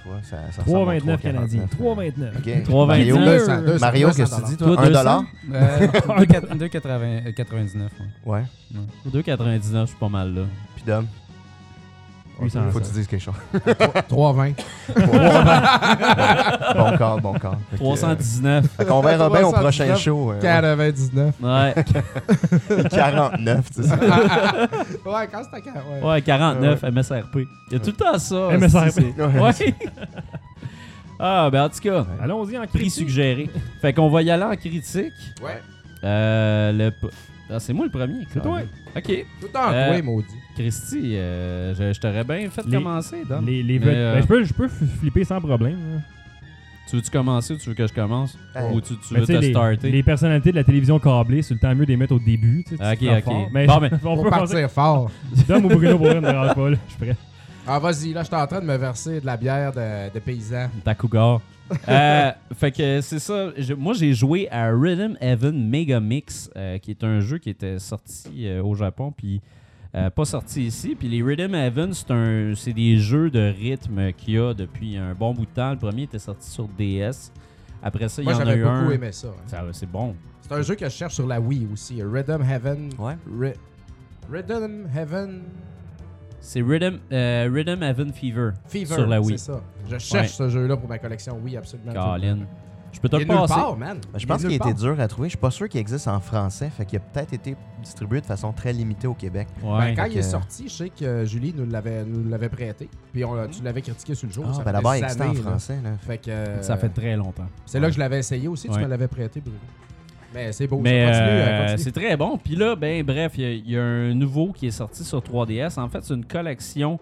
Speaker 4: Tu vois, ça, ça ressemble à
Speaker 5: 3,29 canadiens. 3,29.
Speaker 4: Ok.
Speaker 2: 3,29.
Speaker 4: Mario,
Speaker 2: Deux-
Speaker 1: 200, 200,
Speaker 4: Mario,
Speaker 1: 200
Speaker 4: qu'est-ce que tu dis, toi?
Speaker 2: Toi,
Speaker 4: 1
Speaker 2: 200?
Speaker 4: dollar?
Speaker 6: Euh, 2,99.
Speaker 4: Ouais.
Speaker 2: 2,99, je suis pas mal là.
Speaker 4: Puis Dom,
Speaker 5: Puissant,
Speaker 4: faut que
Speaker 5: ça.
Speaker 4: tu dises quelque chose.
Speaker 1: 3,20.
Speaker 4: bon corps, bon corps. Fait que, euh,
Speaker 2: 319.
Speaker 4: Fait qu'on verra bien au
Speaker 1: 319,
Speaker 4: prochain show. euh,
Speaker 1: 99.
Speaker 2: Ouais,
Speaker 4: ouais. 49, tu sais. ça.
Speaker 1: Ouais, quand c'est à 40. Ouais.
Speaker 2: ouais 49
Speaker 5: Ah
Speaker 2: MSRP. Il y a tout le temps ça. hostie,
Speaker 5: MSRP.
Speaker 2: c'est- Ouais. Ah, ben en tout cas,
Speaker 5: Allons-y en
Speaker 2: prix
Speaker 5: critique.
Speaker 2: suggéré. Fait qu'on va y aller en critique.
Speaker 1: Ouais.
Speaker 2: Euh, le... p- Ah, c'est moi le premier. C'est
Speaker 5: toi.
Speaker 2: OK.
Speaker 1: Tout en
Speaker 2: Euh,
Speaker 1: toi, maudit.
Speaker 2: Christy, euh, je, je t'aurais bien fait
Speaker 5: Les-
Speaker 2: commencer, Dom.
Speaker 5: Les, les
Speaker 2: Mais,
Speaker 5: vet-
Speaker 2: euh,
Speaker 5: ben, je, peux, je peux f- flipper sans problème. hein. là.
Speaker 2: Tu veux-tu commencer ou tu veux que je commence?
Speaker 4: Hey.
Speaker 2: Ou tu, tu
Speaker 5: Mais
Speaker 2: veux
Speaker 5: Ben, tu
Speaker 2: te
Speaker 5: sais, les,
Speaker 2: starter?
Speaker 5: les personnalités de la télévision câblée, c'est le temps mieux de les mettre au début. tu sais, tu
Speaker 2: Ok,
Speaker 5: te prends
Speaker 2: ok.
Speaker 5: fort. Mais
Speaker 2: Bon, ben,
Speaker 5: on
Speaker 1: Pour
Speaker 5: peut partir.
Speaker 1: partir fort.
Speaker 5: Dom ou Bruno pour rien ne me dérange pas, là. Je suis prêt.
Speaker 1: Ah, vas-y, là, je suis en train de me verser de la bière de, de paysan.
Speaker 2: Ta cougar. Euh, fait que c'est ça. Je- moi, j'ai joué à Rhythm Heaven Mega Mix, euh, qui est un jeu qui était sorti euh, au Japon, puis euh, pas sorti ici. Puis les Rhythm Heaven, c'est un- c'est des jeux de rythme qu'il y a depuis un bon bout de temps. Le premier était sorti sur DS. Après ça, il y
Speaker 1: Moi,
Speaker 2: en a
Speaker 1: j'avais
Speaker 2: eu
Speaker 1: beaucoup
Speaker 2: un.
Speaker 1: aimé ça. hein.
Speaker 2: Ça, C'est bon.
Speaker 1: C'est un jeu que je cherche sur la Wii aussi. Rhythm Heaven.
Speaker 4: Ouais.
Speaker 1: Ry- Rhythm Heaven
Speaker 2: C'est Rhythm, euh, Rhythm Heaven Fever.
Speaker 1: Fever,
Speaker 2: Sur la Wii.
Speaker 1: c'est ça. Je cherche
Speaker 2: Ouais.
Speaker 1: ce jeu-là pour ma collection, oui, absolument.
Speaker 2: Colin. Je peux te
Speaker 1: Il est
Speaker 2: le
Speaker 1: nulle
Speaker 2: passer.
Speaker 1: part, man.
Speaker 4: Ben, je
Speaker 1: est
Speaker 4: pense qu'il
Speaker 1: nulle
Speaker 4: était
Speaker 1: part.
Speaker 4: dur à trouver. Je suis pas sûr qu'il existe en français. Fait qu'il a peut-être été distribué de façon très limitée au Québec.
Speaker 2: Ouais.
Speaker 1: Ben, quand il est
Speaker 4: que-
Speaker 1: sorti, je sais que euh, Julie nous l'avait, nous l'avait prêté. Puis on, l'a- tu l'avais critiqué sur le
Speaker 2: Oh,
Speaker 1: jour.
Speaker 4: Ah,
Speaker 1: ça
Speaker 4: ben
Speaker 1: fait
Speaker 4: là-bas,
Speaker 1: des
Speaker 4: il existait en
Speaker 1: années, là.
Speaker 4: français. Là.
Speaker 1: Fait que, euh,
Speaker 2: Ça fait très longtemps.
Speaker 1: c'est là que je l'avais essayé aussi. Tu
Speaker 2: Ouais.
Speaker 1: me l'avais prêté, Bruno. Mais c'est beau.
Speaker 2: Mais
Speaker 1: ça. Continue,
Speaker 2: euh,
Speaker 1: euh, continue.
Speaker 2: c'est très bon. Puis là, ben bref, il y a- il y, a un nouveau qui est sorti sur 3DS. En fait, c'est une collection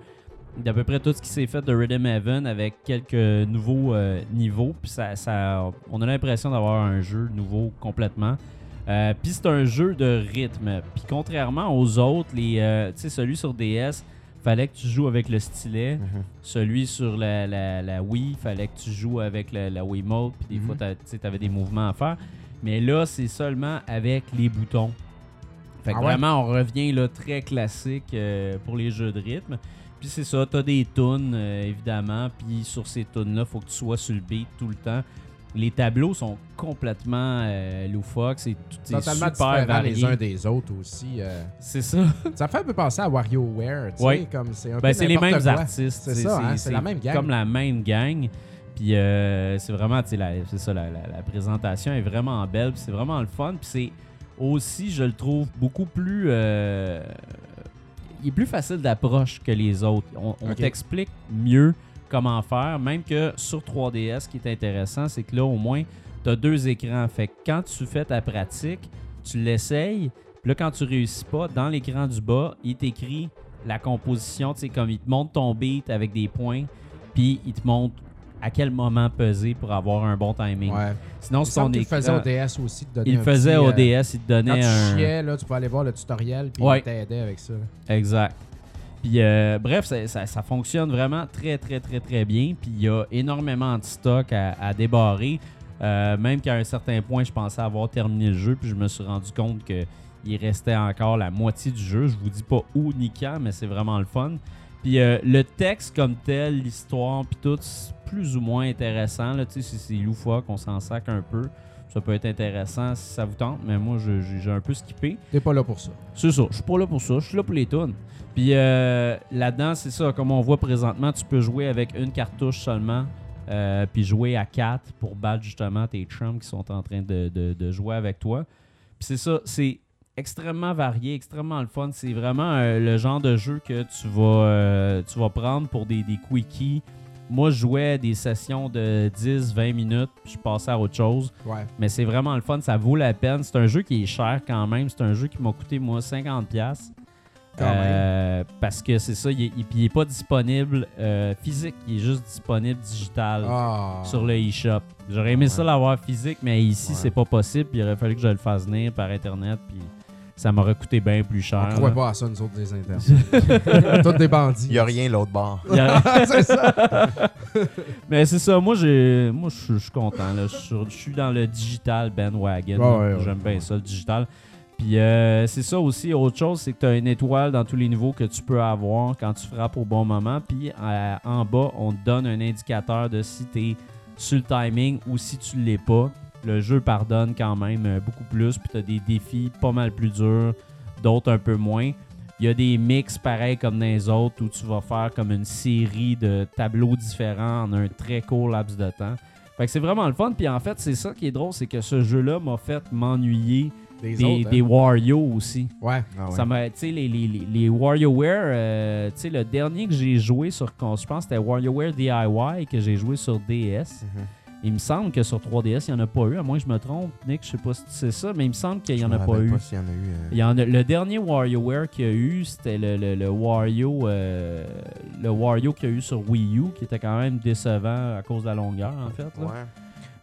Speaker 2: d'à peu près tout ce qui s'est fait de Rhythm Heaven avec quelques nouveaux euh, niveaux. Puis ça, ça- on a l'impression d'avoir un jeu nouveau complètement. Euh, Puis c'est un jeu de rythme. Puis contrairement aux autres, les, euh, tu sais, celui sur DS, fallait que tu joues avec le stylet.
Speaker 4: Mhm.
Speaker 2: Celui sur la, la, la Wii, fallait que tu joues avec la, la Wiimote, puis des
Speaker 4: Mhm.
Speaker 2: fois, t'as- tu avais des mouvements à faire. Mais là, c'est seulement avec les boutons. Fait que
Speaker 1: Ah ouais?
Speaker 2: vraiment, on revient là, très classique euh, pour les jeux de rythme. Puis c'est ça, t'as des tunes, euh, évidemment. Puis sur ces tunes-là, faut que tu sois sur le beat tout le temps. Les tableaux sont complètement euh, loufoques. C'est tout- c'est
Speaker 1: Totalement
Speaker 2: super
Speaker 1: différents les
Speaker 2: varié.
Speaker 1: uns des autres aussi. euh.
Speaker 2: C'est ça.
Speaker 1: Ça fait un peu penser à WarioWare. tu
Speaker 2: Ouais.
Speaker 1: sais, comme c'est un peu
Speaker 2: Ben, c'est les
Speaker 1: n'importe
Speaker 2: mêmes
Speaker 1: quoi.
Speaker 2: artistes.
Speaker 1: C'est ça, hein, c'est la même gang.
Speaker 2: Comme la même gang. Puis euh, c'est vraiment, tu sais, la- c'est ça, la, la- la présentation est vraiment belle. puis c'est vraiment le fun. Puis c'est aussi, je le trouve, beaucoup plus. euh, il est plus facile d'approche que les autres. On, on
Speaker 1: Ok.
Speaker 2: t'explique mieux comment faire. Même que sur 3DS, ce qui est intéressant, c'est que là, au moins, tu as deux écrans. Fait que quand tu fais ta pratique, tu l'essayes. Puis là, quand tu réussis pas, dans l'écran du bas, il t'écrit la composition, tu sais, comme il te montre ton beat avec des points, puis il te montre à quel moment peser pour avoir un bon timing.
Speaker 1: Ouais.
Speaker 2: Sinon,
Speaker 1: Il
Speaker 2: si ton
Speaker 1: semble qu'il le
Speaker 2: écran-
Speaker 1: faisait au DS aussi. de donner
Speaker 2: il
Speaker 1: un
Speaker 2: le faisait
Speaker 1: petit,
Speaker 2: au
Speaker 1: euh,
Speaker 2: DS, il te
Speaker 1: Quand
Speaker 2: donnait
Speaker 1: tu
Speaker 2: un.
Speaker 1: chiais, là, tu pouvais aller voir le tutoriel puis
Speaker 2: Ouais.
Speaker 1: il t'aidait avec ça.
Speaker 2: Exact. Puis, euh, bref, ça, ça- ça fonctionne vraiment très, très, très, très bien. Puis, il y a énormément de stock à, à débarrer. Euh, même qu'à un certain point, je pensais avoir terminé le jeu, puis je me suis rendu compte que il restait encore la moitié du jeu. Je vous dis pas où ni quand, mais c'est vraiment le fun. Puis euh, le texte comme tel, l'histoire, puis tout, c'est plus ou moins intéressant. Là, Tu sais, si c'est loufoque, on s'en sac un peu. Ça peut être intéressant si ça vous tente, mais moi, je- j'ai j'ai un peu skippé.
Speaker 1: T'es pas là pour ça.
Speaker 2: C'est ça. Je suis pas là pour ça. Je suis là pour les tunes. Puis euh, là-dedans, c'est ça. Comme on voit présentement, tu peux jouer avec une cartouche seulement. euh, puis jouer à quatre pour battre justement tes chums qui sont en train de, de- de jouer avec toi. Puis c'est ça. C'est extrêmement varié, extrêmement le fun. C'est vraiment euh, le genre de jeu que tu vas, euh, tu vas prendre pour des, des quickies. Moi, je jouais des sessions de 10-20 minutes. Puis je passais à autre chose.
Speaker 1: Ouais.
Speaker 2: Mais c'est vraiment le fun, ça vaut la peine. C'est un jeu qui est cher quand même. C'est un jeu qui m'a coûté, moi, 50$. piastres.
Speaker 1: Quand même.
Speaker 2: Euh, parce que c'est ça, il est, il- puis il est pas disponible euh, physique, il est juste disponible digital
Speaker 1: Ah.
Speaker 2: Euh, sur le eShop. J'aurais aimé ça l'avoir physique, mais ici,
Speaker 4: Ouais.
Speaker 2: c'est pas possible. puis il aurait fallu que je le fasse venir par Internet, puis ça m'aurait coûté bien plus cher.
Speaker 1: On croit
Speaker 2: là.
Speaker 1: pas à ça, nous autres, des internes. Toutes des bandits.
Speaker 4: Il y a rien l'autre bord.
Speaker 2: Il y aurait-
Speaker 1: c'est ça.
Speaker 2: Mais c'est ça, moi j'ai moi je suis- je suis content là, je suis sur- je suis dans le digital bandwagon.
Speaker 1: Ah ouais, ouais,
Speaker 2: J'aime bien ça le digital. Puis euh, c'est ça aussi autre chose, c'est que tu as une étoile dans tous les niveaux que tu peux avoir quand tu frappes au bon moment, puis euh, en bas, on te donne un indicateur de si tu es sur le timing ou si tu l'es pas. Le jeu pardonne quand même euh, beaucoup plus, puis tu as des défis pas mal plus durs, d'autres un peu moins. Il y a des mix pareils comme dans les autres où tu vas faire comme une série de tableaux différents en un très court laps de temps. Fait que c'est vraiment le fun. Puis en fait, c'est ça qui est drôle, c'est que ce jeu-là m'a fait m'ennuyer
Speaker 1: Des,
Speaker 2: des,
Speaker 1: autres. hein.
Speaker 2: des Wario aussi.
Speaker 1: Ouais.
Speaker 4: Ah ouais.
Speaker 2: Ça m'a, tu sais, les, les, les- les WarioWare, euh, tu sais, le dernier que j'ai joué sur, con- je pense que c'était WarioWare DIY que j'ai joué sur DS.
Speaker 4: Mhm.
Speaker 2: Il me semble que sur 3DS, il n'y en a pas eu, à moins que je me trompe. Nick, je sais pas si c'est ça, mais il me semble qu'il n'y en
Speaker 4: Je
Speaker 2: a
Speaker 4: me
Speaker 2: pas
Speaker 4: rappelle
Speaker 2: eu.
Speaker 4: s'il y en a eu. euh,
Speaker 2: Il y en a- le dernier WarioWare qu'il y a eu, c'était le, le- le Wario euh, le Wario qu'il y a eu sur Wii U, qui était quand même décevant à cause de la longueur, en fait. là.
Speaker 4: Ouais.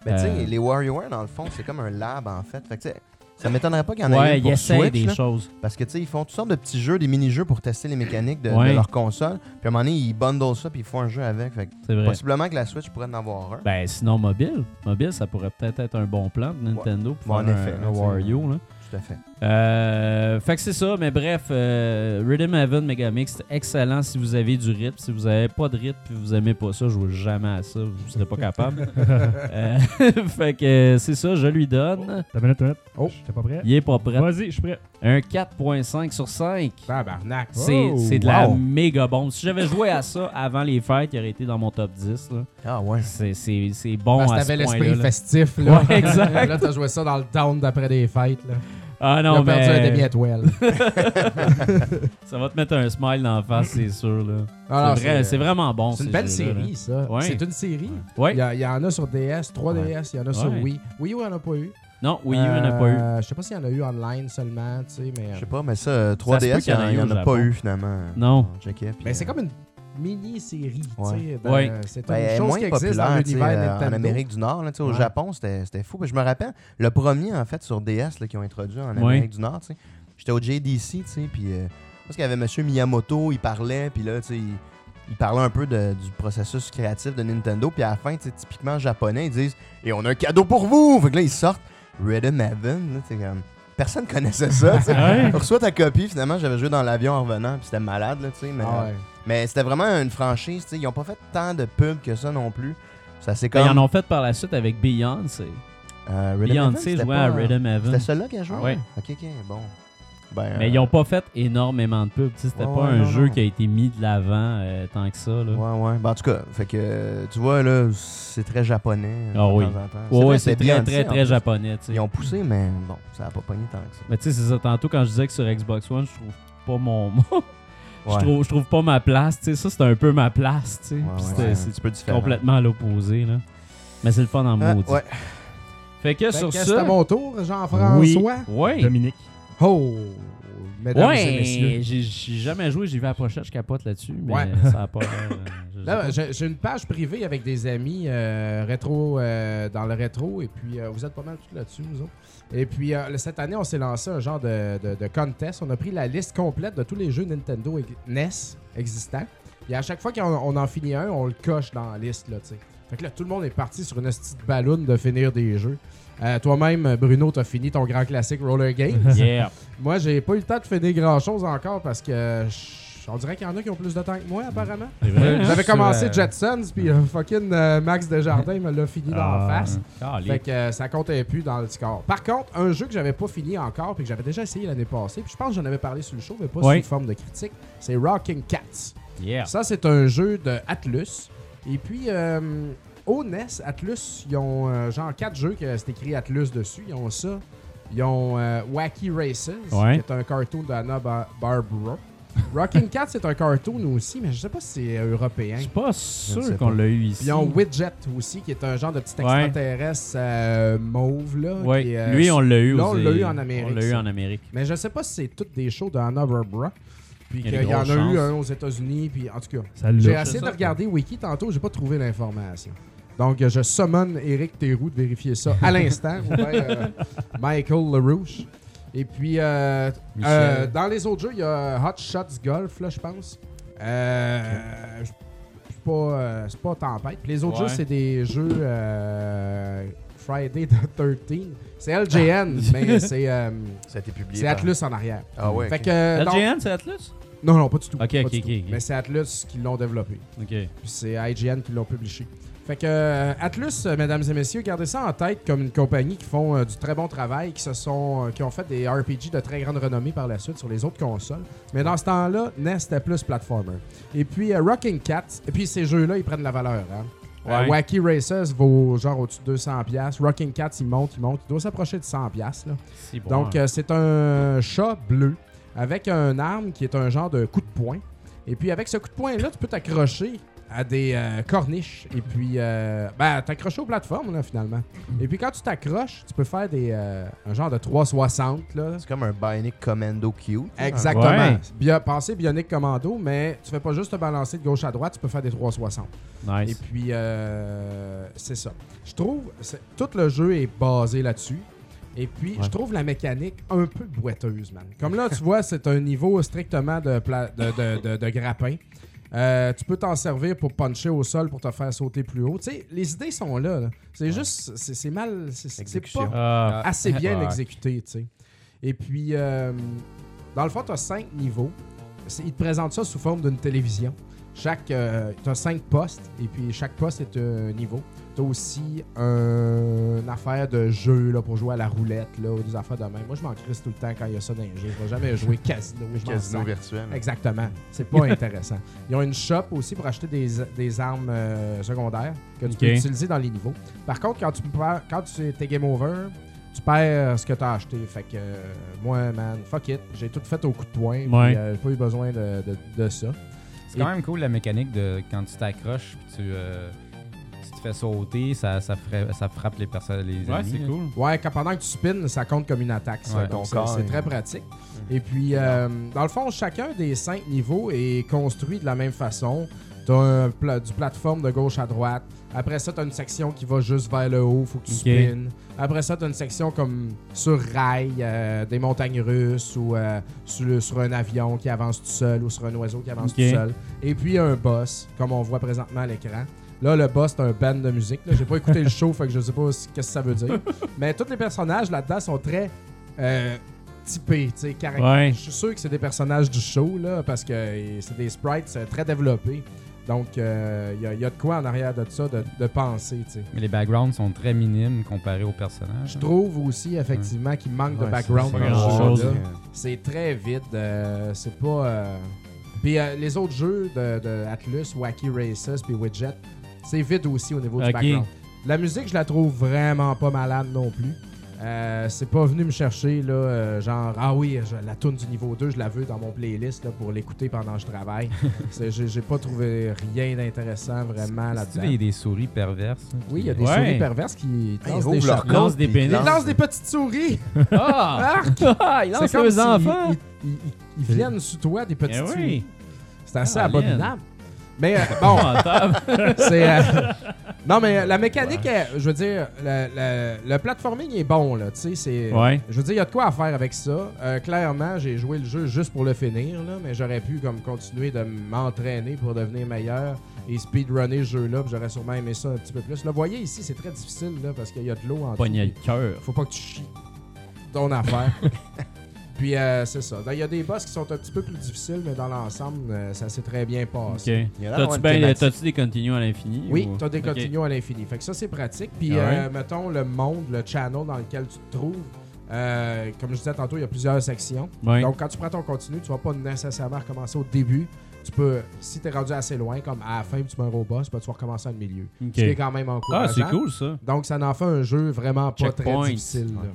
Speaker 4: Ben, tu
Speaker 2: Euh,
Speaker 4: sais, les WarioWare, dans le fond, c'est comme un lab, en fait. Fait que, tu sais, ça m'étonnerait pas qu'il y en ait
Speaker 2: Ouais,
Speaker 4: une
Speaker 2: il
Speaker 4: pour
Speaker 2: essaie
Speaker 4: Switch,
Speaker 2: des
Speaker 4: là,
Speaker 2: choses.
Speaker 4: parce que, tu sais, ils font toutes sortes de petits jeux, des mini-jeux pour tester les mécaniques de, de
Speaker 2: Ouais.
Speaker 4: leur console. Puis à un moment donné, ils bundlent ça, puis ils font un jeu avec. Fait que
Speaker 2: C'est vrai.
Speaker 4: possiblement que la Switch pourrait en avoir un.
Speaker 2: Ben, sinon, mobile. Mobile, ça pourrait peut-être être un bon plan de Nintendo pour
Speaker 4: Ouais, en
Speaker 2: faire un-
Speaker 4: effet,
Speaker 2: un,
Speaker 4: là, tu sais.
Speaker 2: Wario. Là.
Speaker 4: tout à fait.
Speaker 2: Euh, fait que c'est ça, mais bref, euh, Rhythm Heaven Megamix, c'est excellent si vous avez du rythme. Si vous avez pas de rythme puis vous aimez pas ça, jouez jamais à ça, vous serez pas capable. Euh, fait que euh, c'est ça, je lui donne.
Speaker 5: T'as minute, t'as minute.
Speaker 1: Oh.
Speaker 5: J'étais pas prêt.
Speaker 2: Il est pas prêt.
Speaker 5: Vas-y, je suis prêt.
Speaker 2: Un 4.5 sur 5.
Speaker 1: Tabarnak.
Speaker 2: C'est
Speaker 1: Oh,
Speaker 2: c'est de la
Speaker 1: wow.
Speaker 2: méga bombe. Si j'avais joué à ça avant les fêtes, il aurait été dans mon top 10. là.
Speaker 4: Ah ouais.
Speaker 2: C'est- C'est c'est bon
Speaker 1: Parce que
Speaker 2: à ce
Speaker 1: t'avais l'esprit
Speaker 2: point-là. là.
Speaker 1: festif, là.
Speaker 2: Ouais, exact.
Speaker 1: là, t'as joué ça dans le town d'après des fêtes, là.
Speaker 2: Ah
Speaker 1: Non,
Speaker 2: non,
Speaker 1: perdu un
Speaker 2: mais
Speaker 1: demi-étoile.
Speaker 2: ça va te mettre un smile dans la face, c'est sûr. là.
Speaker 1: Ah, non,
Speaker 2: C'est vrai- c'est vraiment bon.
Speaker 1: C'est une
Speaker 2: ces
Speaker 1: belle
Speaker 2: jeux-là, là.
Speaker 1: série, ça.
Speaker 2: Ouais.
Speaker 1: C'est une série.
Speaker 2: Ouais.
Speaker 1: Il y, a- il y en a sur DS, 3DS, il y en a sur
Speaker 2: Ouais.
Speaker 1: Wii. Wii U, on a pas eu.
Speaker 2: Non, Wii U, on n'a pas eu.
Speaker 1: Euh, Je sais pas s'il y en a eu online seulement, tu sais, mais. euh,
Speaker 4: Je sais pas, mais ça, euh,
Speaker 2: peut
Speaker 4: 3DS,
Speaker 2: qu'il y en
Speaker 4: il
Speaker 2: ait
Speaker 4: n'y
Speaker 2: au
Speaker 4: en a
Speaker 2: Japon.
Speaker 4: pas eu finalement.
Speaker 2: Non.
Speaker 4: On checkait, puis,
Speaker 1: Mais Ben, c'est
Speaker 4: euh,
Speaker 1: comme une mini-série, tu
Speaker 4: Ouais.
Speaker 1: sais. dans-
Speaker 2: Ouais.
Speaker 1: C'est une
Speaker 4: ben, elle est
Speaker 1: chose
Speaker 4: moins
Speaker 1: qui existe dans
Speaker 4: populaire tu sais,
Speaker 1: l'univers
Speaker 4: euh,
Speaker 1: Nintendo.
Speaker 4: en Amérique du Nord. Là, tu sais, Au
Speaker 1: Ouais.
Speaker 4: Japon, c'était c'était fou. Je me rappelle, le premier en fait sur DS là, qu'ils ont introduit en
Speaker 2: Ouais.
Speaker 4: Amérique du Nord, tu sais, j'étais au JDC, tu sais, puis euh, parce qu'il y avait Monsieur Miyamoto, il parlait, puis là, tu sais, il, il parlait un peu de- du processus créatif de Nintendo, puis à la fin, tu sais, typiquement japonais, ils disent Et on a un cadeau pour vous Fait que là, ils sortent Rhythm Heaven, là, tu sais, comme. Personne connaissait ça, tu sais.
Speaker 5: Ouais.
Speaker 4: On reçoit ta copie, finalement, j'avais joué dans l'avion en revenant, puis c'était malade, là, tu sais, mais. euh,
Speaker 1: Ah ouais.
Speaker 4: Mais c'était vraiment une franchise, tu sais, ils n'ont pas fait tant de pubs que ça non plus. Ça c'est
Speaker 2: Ben,
Speaker 4: comme
Speaker 2: Ils en ont fait par la suite avec Beyoncé.
Speaker 4: euh, Rhythm Heaven,
Speaker 2: Beyoncé
Speaker 4: c'était
Speaker 2: jouait
Speaker 4: pas-
Speaker 2: à Rhythm Heaven. Ah
Speaker 4: C'était celle-là qu'elle jouait.
Speaker 2: Ouais.
Speaker 4: OK, OK, bon. Ben,
Speaker 2: Mais
Speaker 4: euh,
Speaker 2: ils n'ont pas fait énormément de pubs. tu sais, C'était
Speaker 4: Ouais,
Speaker 2: pas
Speaker 4: ouais,
Speaker 2: un
Speaker 4: non,
Speaker 2: jeu
Speaker 4: non.
Speaker 2: qui a été mis de l'avant euh, tant que ça. Là.
Speaker 4: Ouais, ouais. Ben, en tout cas, fait que euh, tu vois là, c'est très japonais.
Speaker 2: Ah oui.
Speaker 4: De temps en temps.
Speaker 2: Ouais,
Speaker 4: vrai,
Speaker 2: ouais, c'est
Speaker 4: c'était
Speaker 2: très,
Speaker 4: Beyoncé,
Speaker 2: très,
Speaker 4: en
Speaker 2: très
Speaker 4: plus.
Speaker 2: japonais. tu sais.
Speaker 4: Ils ont poussé, mais bon, ça n'a pas pogné tant que ça.
Speaker 2: Mais tu sais, c'est ça. Tantôt, quand je disais que sur Xbox One, je trouve pas mon. mon- je,
Speaker 4: Ouais.
Speaker 2: trouve, je trouve pas ma place. tu sais. Ça, c'était un peu ma place. tu sais.
Speaker 4: Ouais,
Speaker 2: Puis
Speaker 4: ouais,
Speaker 2: c'était-
Speaker 4: c'est un
Speaker 2: c'est
Speaker 4: petit peu différent.
Speaker 2: complètement à l'opposé. là. Mais c'est le fun en
Speaker 4: Ah,
Speaker 2: maudit.
Speaker 4: ouais.
Speaker 2: Fait que
Speaker 1: Fait
Speaker 2: sur
Speaker 1: Ben, que
Speaker 2: ça.
Speaker 1: C'était mon tour, Jean-François.
Speaker 2: Ouais.
Speaker 5: Dominique.
Speaker 1: Oh, mesdames et messieurs.
Speaker 2: Ouais, j'ai j'ai jamais joué, j'ai vu à la pochette, je capote là-dessus, mais
Speaker 1: Ouais.
Speaker 2: ça a pas. l'air, euh, je sais
Speaker 1: Là,
Speaker 2: pas.
Speaker 1: j'ai j'ai une page privée avec des amis euh, rétro euh, dans le rétro et puis euh, vous êtes pas mal tous là-dessus, nous autres. Et puis euh, cette année, on s'est lancé un genre de, de- de contest. On a pris la liste complète de tous les jeux Nintendo ex- NES existants. Et à chaque fois qu'on on en finit un, on le coche dans la liste. Là, tu sais. fait que là, tout le monde est parti sur une petite balloune de finir des jeux. Euh, Toi-même, Bruno, t'as fini ton grand classique Roller Game.
Speaker 2: Yeah.
Speaker 1: Moi, j'ai pas eu le temps de finir grand chose encore parce que euh, je- on dirait qu'il y en a qui ont plus de temps que moi, apparemment.
Speaker 2: vrai,
Speaker 1: J'avais commencé
Speaker 3: Sur, euh,
Speaker 1: Jetsons, puis euh, fucking euh, Max Desjardins me l'a fini dans
Speaker 5: Ah.
Speaker 1: la face.
Speaker 2: Calé.
Speaker 1: Fait que euh, ça comptait plus dans le score. Par contre, un jeu que j'avais pas fini encore, puis que j'avais déjà essayé l'année passée, puis je pense que j'en avais parlé sur le show, mais pas
Speaker 2: Ouais.
Speaker 1: sous forme de critique, c'est Rocking Cats.
Speaker 2: Yeah.
Speaker 1: Ça, c'est un jeu de Atlus. Et puis, euh, au NES, Atlus, ils ont euh, genre quatre jeux que c'est écrit Atlus dessus. Ils ont ça. Ils ont euh, Wacky Races,
Speaker 2: Ouais.
Speaker 1: qui est un cartoon d'Anna Ba- Barbara. Rocking Cat, c'est un cartoon aussi, mais je sais pas si c'est européen.
Speaker 2: Je suis pas
Speaker 4: Je ne sais
Speaker 2: sûr qu'on
Speaker 4: pas.
Speaker 2: l'a eu ici.
Speaker 1: Puis ils ont Widget aussi, qui est un genre de petit
Speaker 2: Ouais.
Speaker 1: extraterrestre euh, mauve. Là,
Speaker 2: Ouais.
Speaker 1: qui, euh,
Speaker 2: Lui, on l'a eu.
Speaker 1: là,
Speaker 2: aux-
Speaker 1: on l'a eu en Amérique,
Speaker 2: On l'a eu
Speaker 1: ça.
Speaker 2: en Amérique.
Speaker 1: Mais je sais pas si c'est toutes des shows d'Anna Barbara. Puis
Speaker 2: Il y a
Speaker 1: qu'il
Speaker 2: des
Speaker 1: y en a
Speaker 2: grosses
Speaker 1: eu
Speaker 2: chances.
Speaker 1: un aux États-Unis. Puis en tout cas,
Speaker 5: Ça
Speaker 1: j'ai
Speaker 5: l'a.
Speaker 2: assez-
Speaker 1: essayé
Speaker 2: c'est
Speaker 1: de
Speaker 2: ça.
Speaker 1: regarder Wiki tantôt, j'ai pas trouvé l'information. Donc, euh, je summon Eric Théroux de vérifier ça à l'instant, ou bien euh, Michael LaRouche. Et puis, euh,
Speaker 6: Michel.
Speaker 1: euh, dans les autres jeux, il y a Hot Shots Golf, là, je pense. Euh, je- je suis pas, euh, c'est pas Tempête. Puis les autres
Speaker 3: Ouais.
Speaker 1: jeux, c'est des jeux euh, Friday the 13. C'est LGN,
Speaker 2: Ah.
Speaker 1: mais c'est euh,
Speaker 4: Ça a été publié.
Speaker 1: c'est
Speaker 4: par-
Speaker 1: Atlus en arrière.
Speaker 4: Ah ouais.
Speaker 1: Fait
Speaker 4: ok.
Speaker 1: que, euh, non-
Speaker 2: LGN, c'est Atlus
Speaker 1: Non, non, pas du tout.
Speaker 2: Ok,
Speaker 1: pas
Speaker 2: ok,
Speaker 1: du
Speaker 2: ok,
Speaker 1: tout.
Speaker 2: ok.
Speaker 1: Mais c'est Atlus qui l'ont développé.
Speaker 2: Ok.
Speaker 1: Puis c'est IGN qui l'ont publié. Fait que euh, Atlus, euh, mesdames et messieurs, gardez ça en tête comme une compagnie qui font euh, du très bon travail, qui se sont, euh, qui ont fait des RPG de très grande renommée par la suite sur les autres consoles. Mais dans ce temps-là, NES était plus platformer. Et puis euh, Rocking Cat, et puis ces jeux-là, ils prennent la valeur. Hein? Euh,
Speaker 3: Ouais.
Speaker 1: Wacky Races vaut genre au-dessus de 200 pièces. Rocking Cat, il monte, il monte, il doit s'approcher de 100 pièces.
Speaker 2: C'est bon. hein.
Speaker 1: Donc, euh, c'est un chat bleu avec un arme qui est un genre de coup de poing. Et puis, avec ce coup de poing-là, tu peux t'accrocher à des euh, corniches. Et puis, euh, ben, t'accrocher aux plateformes, là, finalement. Et puis, quand tu t'accroches, tu peux faire des, euh, un genre de 360, là.
Speaker 4: c'est comme un Bionic Commando cute. là,
Speaker 1: Exactement.
Speaker 5: Ouais.
Speaker 1: Bio- pensez Bionic Commando, mais tu fais pas juste te balancer de gauche à droite, tu peux faire des 360. Et
Speaker 2: nice.
Speaker 1: puis, euh, c'est ça. Je trouve, c'est- tout le jeu est basé là-dessus. Et puis, je trouve la mécanique un peu boiteuse, man. Comme là, tu vois, c'est un niveau strictement de, pla- de, de- de- de grappin. Euh, tu peux t'en servir pour puncher au sol pour te faire sauter plus haut. Tu sais, les idées sont là. là. C'est juste, c'est c'est mal, c'est- c'est
Speaker 4: Exécution.
Speaker 1: pas
Speaker 2: Ah,
Speaker 1: assez bien
Speaker 2: Ouais.
Speaker 1: exécuté, tu sais. Et puis, euh, dans le fond, tu as cinq niveaux. C'est- Ils te présentent ça sous forme d'une télévision. Chaque, tu as cinq postes, et puis chaque poste est un niveau. Tu as aussi un- une affaire de jeu là, pour jouer à la roulette, là, ou des affaires de même. Moi, je m'en crisse tout le temps quand il y a ça dans les jeux. Je vais jamais jouer casino. je m'en
Speaker 4: Casino
Speaker 1: sac.
Speaker 4: virtuel.
Speaker 1: Exactement. C'est pas intéressant. Ils ont une shop aussi pour acheter des, des armes euh, secondaires que tu
Speaker 5: Ok.
Speaker 1: peux utiliser dans les niveaux. Par contre, quand tu perds, quand tu t'es game over, tu perds euh, ce que tu as acheté. Fait que euh, moi, man, fuck it. J'ai tout fait au coup de poing. puis,
Speaker 5: Ouais.
Speaker 1: euh, J'ai pas eu besoin de, de- de ça.
Speaker 6: C'est quand même cool la mécanique de quand tu t'accroches puis tu, euh, tu te fais sauter, ça, ça, fra- ça frappe les personnes, les
Speaker 2: Ouais,
Speaker 6: ennemis, hein.
Speaker 2: c'est
Speaker 6: là.
Speaker 2: cool.
Speaker 1: Ouais, quand pendant que tu spins, ça compte comme une attaque. ça.
Speaker 6: Ouais,
Speaker 1: Donc,
Speaker 4: ton
Speaker 1: c'est-
Speaker 4: corps,
Speaker 1: c'est
Speaker 4: il-
Speaker 1: très pratique. Et puis, euh, dans le fond, chacun des cinq niveaux est construit de la même façon. Tu as du plateforme de gauche à droite. Après ça, tu as une section qui va juste vers le haut, faut que tu
Speaker 5: Ok.
Speaker 1: spins. Après ça, tu as une section comme sur rail, euh, des montagnes russes ou euh, sur, sur un avion qui avance tout seul ou sur un oiseau qui avance
Speaker 5: Ok.
Speaker 1: tout seul. Et puis, un boss, comme on voit présentement à l'écran. Là, le boss, c'est un band de musique. là. J'ai pas écouté le show, fait que je sais pas ce qu'est-ce que ça veut dire. Mais tous les personnages là-dedans sont très euh, typés, tu sais, caract-
Speaker 5: Ouais.
Speaker 1: Je suis sûr que c'est des personnages du show, là, parce que euh, c'est des sprites euh, très développés. Donc, euh, il y, a- y a de quoi en arrière de ça, de, de penser, tu sais.
Speaker 6: Mais les backgrounds sont très minimes comparés aux personnages.
Speaker 1: Je trouve aussi, effectivement, qu'il manque de
Speaker 4: Ouais,
Speaker 1: background
Speaker 4: c'est-
Speaker 1: dans
Speaker 4: c'est
Speaker 1: le jeu.
Speaker 5: grand chose,
Speaker 1: là.
Speaker 4: Euh,
Speaker 1: C'est très vide. euh, c'est pas. euh, Puis euh, les autres jeux de, de Atlus, Wacky Races, puis Widget, c'est vide aussi au niveau du
Speaker 5: Ok.
Speaker 1: background. La musique, je la trouve vraiment pas malade non plus. Euh, c'est pas venu me chercher, là, euh, genre, ah oui, je- la tune du niveau 2, je la veux dans mon playlist là, pour l'écouter pendant que je travaille. C'est- J'ai j'ai pas trouvé rien d'intéressant vraiment
Speaker 6: C'est-tu
Speaker 1: là-dedans.
Speaker 6: des, des souris perverses. hein?
Speaker 1: Oui, il y a des
Speaker 5: Ouais.
Speaker 1: souris perverses qui
Speaker 4: Hey,
Speaker 1: lancent
Speaker 4: ouvre
Speaker 1: des
Speaker 4: Ah, leur
Speaker 1: chapeaux.
Speaker 4: corps,
Speaker 5: lance des
Speaker 4: puis
Speaker 5: pénis.
Speaker 1: Ils lancent des petites souris!
Speaker 2: Ah!
Speaker 1: Arc!
Speaker 2: il
Speaker 1: C'est
Speaker 2: lance
Speaker 1: comme
Speaker 2: deux
Speaker 1: si
Speaker 2: enfants!
Speaker 1: Ils, ils- ils- ils viennent sur toi des petites
Speaker 5: Eh oui.
Speaker 1: souris. C'est assez
Speaker 2: Ah,
Speaker 1: abominable. Mais euh, bon, c'est. euh, non, mais euh, la mécanique, est- je veux dire, le, le- le platforming est bon, là. Tu sais, c'est.
Speaker 5: Ouais.
Speaker 1: Je veux dire, il y a de quoi à faire avec ça. Euh, clairement, j'ai joué le jeu juste pour le finir, là, mais j'aurais pu comme continuer de m'entraîner pour devenir meilleur et speedrunner ce jeu-là, puis j'aurais sûrement aimé ça un petit peu plus. Là, voyez ici, c'est très difficile, là, parce qu'il y a de l'eau en dessous.
Speaker 2: Pogné le cœur.
Speaker 1: Faut pas que tu chies ton affaire. Puis euh, c'est ça. Il y a des boss qui sont un petit peu plus difficiles, mais dans l'ensemble, euh, ça s'est très bien passé.
Speaker 5: Ok.
Speaker 4: il y a l'air d'avoir
Speaker 2: T'as-tu
Speaker 4: une
Speaker 2: ben-
Speaker 4: thématique.
Speaker 2: t'as-tu des continues à l'infini?
Speaker 1: Oui,
Speaker 2: ou-
Speaker 1: t'as des
Speaker 2: Ok.
Speaker 1: continues à l'infini. Fait que ça, c'est pratique. Puis,
Speaker 5: Ah
Speaker 1: euh,
Speaker 5: ouais?
Speaker 1: mettons, le monde, le channel dans lequel tu te trouves, euh, comme je disais tantôt, il y a plusieurs sections.
Speaker 5: Ouais.
Speaker 1: Donc, quand tu prends ton continu, tu vas pas nécessairement recommencer au début. Tu peux, si t'es rendu assez loin, comme à la fin, puis tu meurs au boss, ben, tu vas recommencer dans le milieu.
Speaker 5: Ok.
Speaker 1: Ce qui est quand même encourageant.
Speaker 2: Ah, c'est cool ça.
Speaker 1: Donc, ça en fait un jeu vraiment pas
Speaker 2: Checkpoints.
Speaker 1: très difficile. là.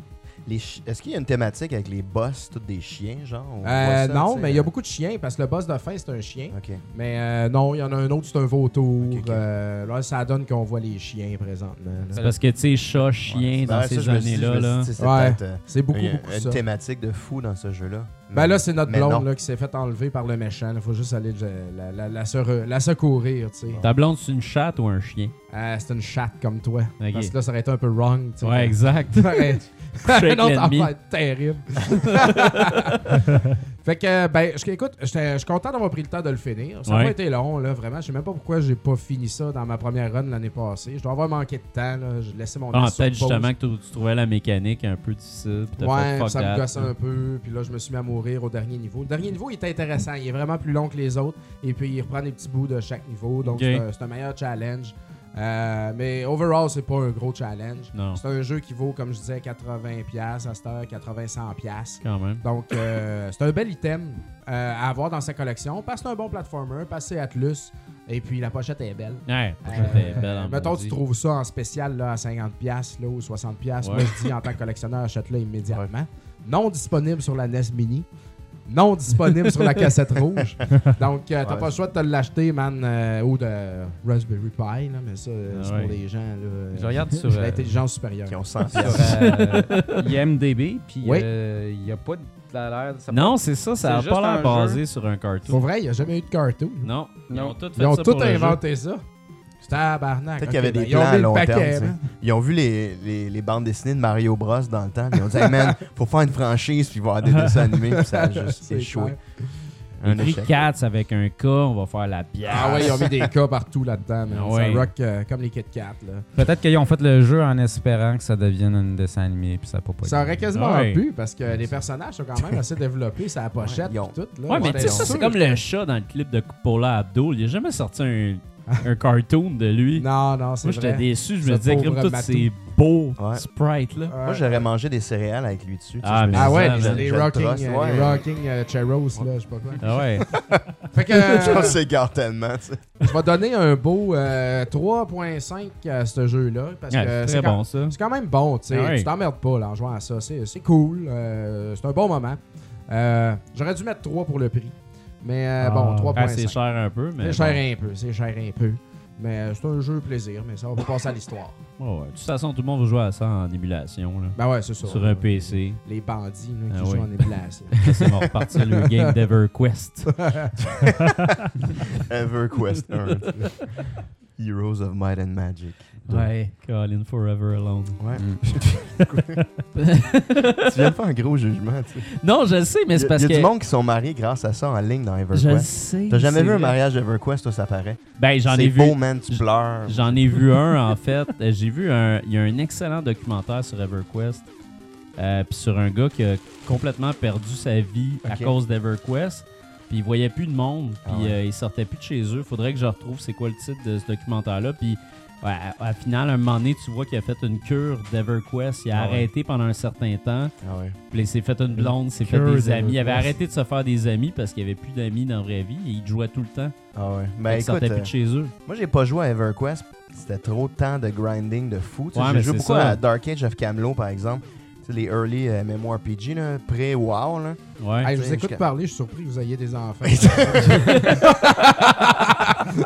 Speaker 4: Les chi- Est-ce qu'il y a une thématique avec les boss, tous des chiens, genre on
Speaker 1: Euh,
Speaker 4: voit ça, tu
Speaker 1: non,
Speaker 4: sais,
Speaker 1: mais il y a
Speaker 4: euh,
Speaker 1: beaucoup de chiens parce que le boss de fin, c'est un chien.
Speaker 4: Ok.
Speaker 1: Mais euh, non, il y en a un autre, c'est un vautour.
Speaker 4: Ok, ok.
Speaker 1: Euh, là, ça donne qu'on voit les chiens présentement. là.
Speaker 2: C'est parce que, tu sais, chat, chien,
Speaker 4: Ben, Ouais,
Speaker 2: dans
Speaker 4: ça,
Speaker 2: ces
Speaker 4: je me suis dit, je
Speaker 2: années-là,
Speaker 4: me suis
Speaker 2: là.
Speaker 4: dit, c'est
Speaker 1: Ouais.
Speaker 4: peut-être, euh,
Speaker 1: C'est beaucoup,
Speaker 4: il y a
Speaker 1: beaucoup
Speaker 4: une
Speaker 1: ça.
Speaker 4: thématique de fou dans ce jeu-là.
Speaker 1: Ben là, c'est notre
Speaker 4: Mais non.
Speaker 1: blonde là, qui s'est fait enlever par le méchant. Il faut juste aller euh, la, la- la se- la secourir, tu sais.
Speaker 2: Ta blonde, c'est une chatte ou un chien?
Speaker 1: Euh, c'est une chatte comme toi.
Speaker 2: Ok.
Speaker 1: Parce que là, ça aurait été un peu wrong, tu sais.
Speaker 2: Ouais, exact.
Speaker 1: T'aurais-
Speaker 2: avec
Speaker 1: Un autre
Speaker 2: l'ennemi.
Speaker 1: affaire terrible. fait que, ben, je, écoute, j'étais- je suis content d'avoir pris le temps de le finir. Ça n'a
Speaker 5: Ouais.
Speaker 1: pas été long, là, vraiment. Je sais même pas pourquoi j'ai pas fini ça dans ma première run l'année passée. Je dois avoir manqué de temps, là. J'ai laissé mon
Speaker 2: Ah,
Speaker 1: ass sur
Speaker 2: peut-être
Speaker 1: pause.
Speaker 2: justement que tu, tu trouvais la mécanique un peu difficile. Puis t'as fait
Speaker 1: Ouais,
Speaker 2: fuck
Speaker 1: ça me
Speaker 2: that.
Speaker 1: gossait un peu. Puis là, je me suis mis à mourir au dernier niveau. Le dernier niveau, il est intéressant. Il est vraiment plus long que les autres. Et puis, il reprend des petits bouts de chaque niveau. Donc,
Speaker 2: Ok.
Speaker 1: c'est un- c'est un, meilleur challenge. Euh, mais overall, c'est pas un gros challenge.
Speaker 2: Non,
Speaker 1: C'est un jeu qui vaut, comme je disais, 80$ à cette heure, 80-100$.
Speaker 2: quand même.
Speaker 1: Donc, euh, c'est un bel item euh, à avoir dans sa collection. Parce que c'est un bon platformer, parce que c'est Atlus. Et puis, la pochette est belle.
Speaker 2: Ouais,
Speaker 1: Euh,
Speaker 2: j'étais belle en
Speaker 1: mettons,
Speaker 2: maudit.
Speaker 1: tu trouves ça en spécial là, à 50$ là, ou 60$. Moi,
Speaker 2: Ouais.
Speaker 1: je dis en tant que collectionneur, achète-le immédiatement. Non disponible sur la NES Mini. Non disponible sur la cassette rouge. Donc, euh, t'as
Speaker 4: Ouais.
Speaker 1: pas le choix de te l'acheter, man, euh, ou de Raspberry Pi, là, mais ça, euh, c'est
Speaker 2: Ah ouais.
Speaker 1: pour les gens. Là, euh,
Speaker 6: Je regarde sur,
Speaker 1: j'ai
Speaker 6: euh,
Speaker 1: l'intelligence supérieure.
Speaker 4: Qui ont 100
Speaker 6: Sur
Speaker 4: piastres.
Speaker 6: euh, IMDB, puis il
Speaker 1: Oui.
Speaker 6: n'y a pas de ça a l'air. ça-
Speaker 2: Non, c'est ça, ça a
Speaker 6: C'est
Speaker 2: pas
Speaker 6: juste
Speaker 2: l'air
Speaker 6: un
Speaker 2: basé sur un cartoon.
Speaker 1: Pour vrai, il n'y a jamais eu de cartoon.
Speaker 2: Non, ils
Speaker 6: Non.
Speaker 2: ont tout fait
Speaker 1: Ils ont
Speaker 2: ça
Speaker 1: tout
Speaker 2: pour le jeu.
Speaker 1: inventé ça. C'était un barnac.
Speaker 4: Peut-être qu'il y avait des
Speaker 1: ben, ils ont
Speaker 4: plans
Speaker 1: mis
Speaker 4: à
Speaker 1: le
Speaker 4: long
Speaker 1: paquet,
Speaker 4: terme, tu sais.
Speaker 1: hein.
Speaker 4: Ils ont vu les, les, les bandes dessinées de Mario Bros dans le temps. puis Ils ont dit, hey man, faut faire une franchise, puis voir des dessins animés, puis ça a juste
Speaker 1: C'est
Speaker 4: échoué.
Speaker 1: clair.
Speaker 2: Un
Speaker 4: échec.
Speaker 2: écrit Cats avec un K, on va faire la bière.
Speaker 1: Ah ouais, ils ont mis des cas partout là-dedans. man.
Speaker 2: Ah ouais.
Speaker 1: Ça rock euh, comme les Kit Kat. Là.
Speaker 6: Peut-être qu'ils ont fait le jeu en espérant que ça devienne un dessin animé, puis ça n'a pas pogné.
Speaker 1: Ça aurait quasiment
Speaker 2: Ouais.
Speaker 1: un but parce que les personnages sont quand même assez développés, ça la pochette
Speaker 4: Ouais, ils ont-
Speaker 1: pis tout. Là.
Speaker 2: Ouais, mais
Speaker 1: J'étais
Speaker 2: tu sais, ça, c'est
Speaker 1: sûr.
Speaker 2: comme le chat dans le clip de Paula Abdul. Il a jamais sorti un, un cartoon de lui.
Speaker 1: Non, non, c'est
Speaker 2: Moi, j'étais
Speaker 1: vrai.
Speaker 2: déçu. Je
Speaker 1: Ce
Speaker 2: me disais, crime,
Speaker 1: pauvre
Speaker 2: tous
Speaker 1: matou.
Speaker 2: ces beaux
Speaker 4: Ouais.
Speaker 2: sprites-là.
Speaker 1: Ouais.
Speaker 4: Moi, j'aurais mangé des céréales avec lui dessus. tu sais,
Speaker 2: Ah,
Speaker 4: je me
Speaker 2: mais
Speaker 4: disais,
Speaker 1: Ah ouais,
Speaker 2: ça,
Speaker 1: les,
Speaker 2: man.
Speaker 1: les
Speaker 4: Je le
Speaker 1: rocking,
Speaker 4: trust,
Speaker 1: euh,
Speaker 4: ouais.
Speaker 1: les rocking euh, Cheros, là, je sais pas quoi.
Speaker 2: Ah ouais.
Speaker 1: Fait que
Speaker 4: Je
Speaker 1: euh,
Speaker 4: pense que c'est écart tellement, tu sais.
Speaker 1: je vais donner un beau euh, 3.5 à euh, ce jeu-là parce
Speaker 2: Ouais,
Speaker 1: que
Speaker 2: c'est
Speaker 1: c'est quand,
Speaker 2: bon, ça.
Speaker 1: c'est quand même bon, tu sais.
Speaker 2: Ouais.
Speaker 1: Tu t'emmerdes pas là, en jouant à ça. C'est c'est cool, euh, c'est un bon moment. Euh, J'aurais dû mettre 3 pour le prix, mais euh,
Speaker 5: Ah.
Speaker 1: bon,
Speaker 2: Ah, c'est
Speaker 1: 3.5.
Speaker 2: cher un peu, mais.
Speaker 1: C'est cher un peu, c'est cher un peu. Mais euh, c'est un jeu plaisir, mais ça, on va passer à l'histoire.
Speaker 2: bon. Ouais, ouais. De toute façon, tout le monde va jouer à ça en émulation, là.
Speaker 1: Ben ouais, c'est ça.
Speaker 2: Sur un PC.
Speaker 1: Les bandits là, qui
Speaker 2: Ah
Speaker 1: jouent
Speaker 2: oui.
Speaker 1: en émulation.
Speaker 2: C'est mon reparti le game d'EverQuest.
Speaker 4: EverQuest 1. Heroes of Might and Magic.
Speaker 2: Ouais. Colin Forever Alone.
Speaker 4: Ouais.
Speaker 6: Mm.
Speaker 4: tu viens de faire un gros jugement, tu sais.
Speaker 2: Non, je le sais, mais
Speaker 4: Il y
Speaker 2: c'est
Speaker 4: a,
Speaker 2: parce
Speaker 4: il y a
Speaker 2: que.
Speaker 4: du monde qui sont mariés grâce à ça en ligne dans
Speaker 2: Je le
Speaker 4: EverQuest.
Speaker 2: sais.
Speaker 4: T'as jamais
Speaker 2: c'est
Speaker 4: vu un
Speaker 2: vrai.
Speaker 4: mariage EverQuest, toi, ça paraît.
Speaker 2: Ben, j'en ai
Speaker 4: C'est
Speaker 2: vu.
Speaker 4: beau, man, tu
Speaker 2: J-
Speaker 4: pleures.
Speaker 2: J'en ai vu un, en fait. Euh, J'ai vu un. Il y a un excellent documentaire sur EverQuest. euh, Puis sur un gars qui a complètement perdu sa vie à
Speaker 1: Ok.
Speaker 2: cause d'EverQuest. Puis il voyait plus de monde. Puis
Speaker 4: Ah ouais.
Speaker 2: euh, il sortait plus de chez eux. Faudrait que je retrouve c'est quoi le titre de ce documentaire-là. Puis. ouais, à- à la finale, un moment donné, tu vois qu'il a fait une cure d'EverQuest. Il a
Speaker 4: Ah ouais.
Speaker 2: arrêté pendant un certain temps.
Speaker 4: Ah ouais.
Speaker 2: Puis là, il s'est fait une blonde, s'est fait
Speaker 5: cure
Speaker 2: des
Speaker 5: de
Speaker 2: amis. Il avait
Speaker 5: Everquest.
Speaker 2: arrêté de se faire des amis parce qu'il n'y avait plus d'amis dans la vraie vie. Et il jouait tout le temps.
Speaker 4: Ah ouais. Ben
Speaker 2: il
Speaker 4: écoute,
Speaker 2: sortait plus de
Speaker 4: euh,
Speaker 2: chez eux.
Speaker 4: moi, j'ai pas joué à EverQuest. C'était trop de temps de grinding de fou. Tu sais,
Speaker 2: Ouais, mais
Speaker 4: j'ai joué
Speaker 2: c'est
Speaker 4: beaucoup
Speaker 2: ça.
Speaker 4: à Dark Age of Camelot, par exemple. Tu sais, les early euh, MMORPG, là, pré-WoW, là.
Speaker 2: Ouais.
Speaker 1: Hey, je vous
Speaker 4: Jusqu'à-
Speaker 1: écoute parler, je suis surpris que vous ayez des enfants.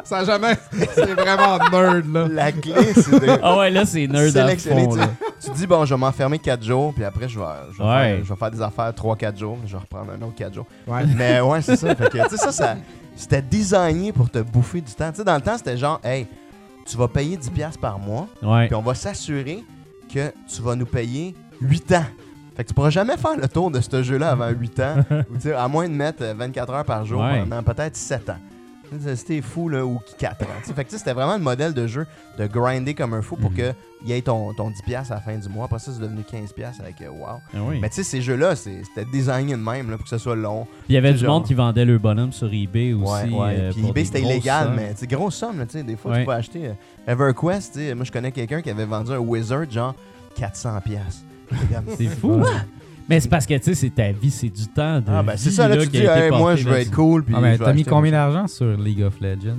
Speaker 1: ça a jamais. C'est vraiment nerd, là.
Speaker 4: La clé, c'est de...
Speaker 2: Ah ouais, là, c'est nerd à
Speaker 4: sélectionner.
Speaker 2: fond.
Speaker 4: tu
Speaker 2: là.
Speaker 4: sais. Tu dis, bon, je vais m'enfermer 4 jours, puis après, je vais, je vais
Speaker 2: Ouais.
Speaker 4: faire, je vais faire des affaires 3-4 jours, je vais reprendre un autre 4 jours.
Speaker 1: Ouais.
Speaker 4: Mais ouais, c'est ça. Fait que, tu sais, ça, ça c'était designé pour te bouffer du temps. Tu sais, dans le temps, c'était genre, hey, tu vas payer 10$ piastres par mois,
Speaker 2: Ouais.
Speaker 4: puis on va s'assurer que tu vas nous payer 8 ans. Fait que tu pourras jamais faire le tour de ce jeu-là avant 8 ans, ou tu sais, à moins de mettre euh, 24 heures par jour
Speaker 2: Ouais.
Speaker 4: pendant peut-être 7 ans. Tu sais, C'était fou, là, ou 4 ans. tu sais. Fait que tu sais, c'était vraiment le modèle de jeu de grinder comme un fou pour
Speaker 2: Mhm.
Speaker 4: que y ait ton, ton 10$ piastres à la fin du mois. Après ça, c'est devenu 15$ piastres avec euh, WoW.
Speaker 2: Ah oui.
Speaker 4: Mais tu sais, ces jeux-là, c'est- c'était designé de même là, pour que ce soit long.
Speaker 2: Puis il y avait
Speaker 4: c'est
Speaker 2: du
Speaker 4: genre-
Speaker 2: monde qui vendait le bonhomme sur eBay aussi.
Speaker 4: ouais, ouais.
Speaker 2: euh,
Speaker 4: Puis
Speaker 2: pour
Speaker 4: eBay,
Speaker 2: des
Speaker 4: c'était
Speaker 2: grosses
Speaker 4: illégal,
Speaker 2: sommes.
Speaker 4: mais c'est grosse somme. Là, tu sais, des fois,
Speaker 2: Ouais.
Speaker 4: tu peux acheter euh, EverQuest. tu sais, Moi, je connais quelqu'un qui avait vendu un Wizard, genre 400$. piastres. Regarde.
Speaker 2: C'est fou. Mais c'est parce que, tu sais, c'est ta vie, c'est du temps. De
Speaker 4: Ah, ben c'est
Speaker 2: vie,
Speaker 4: ça, là, tu
Speaker 2: qui a
Speaker 4: dis,
Speaker 2: été
Speaker 4: Hey, moi,
Speaker 2: porté
Speaker 4: je veux
Speaker 2: là-dessus. ben,
Speaker 4: être cool. Puis
Speaker 6: Ah, mais
Speaker 4: je vais
Speaker 6: t'as mis
Speaker 4: acheter-
Speaker 6: combien d'argent sur League of Legends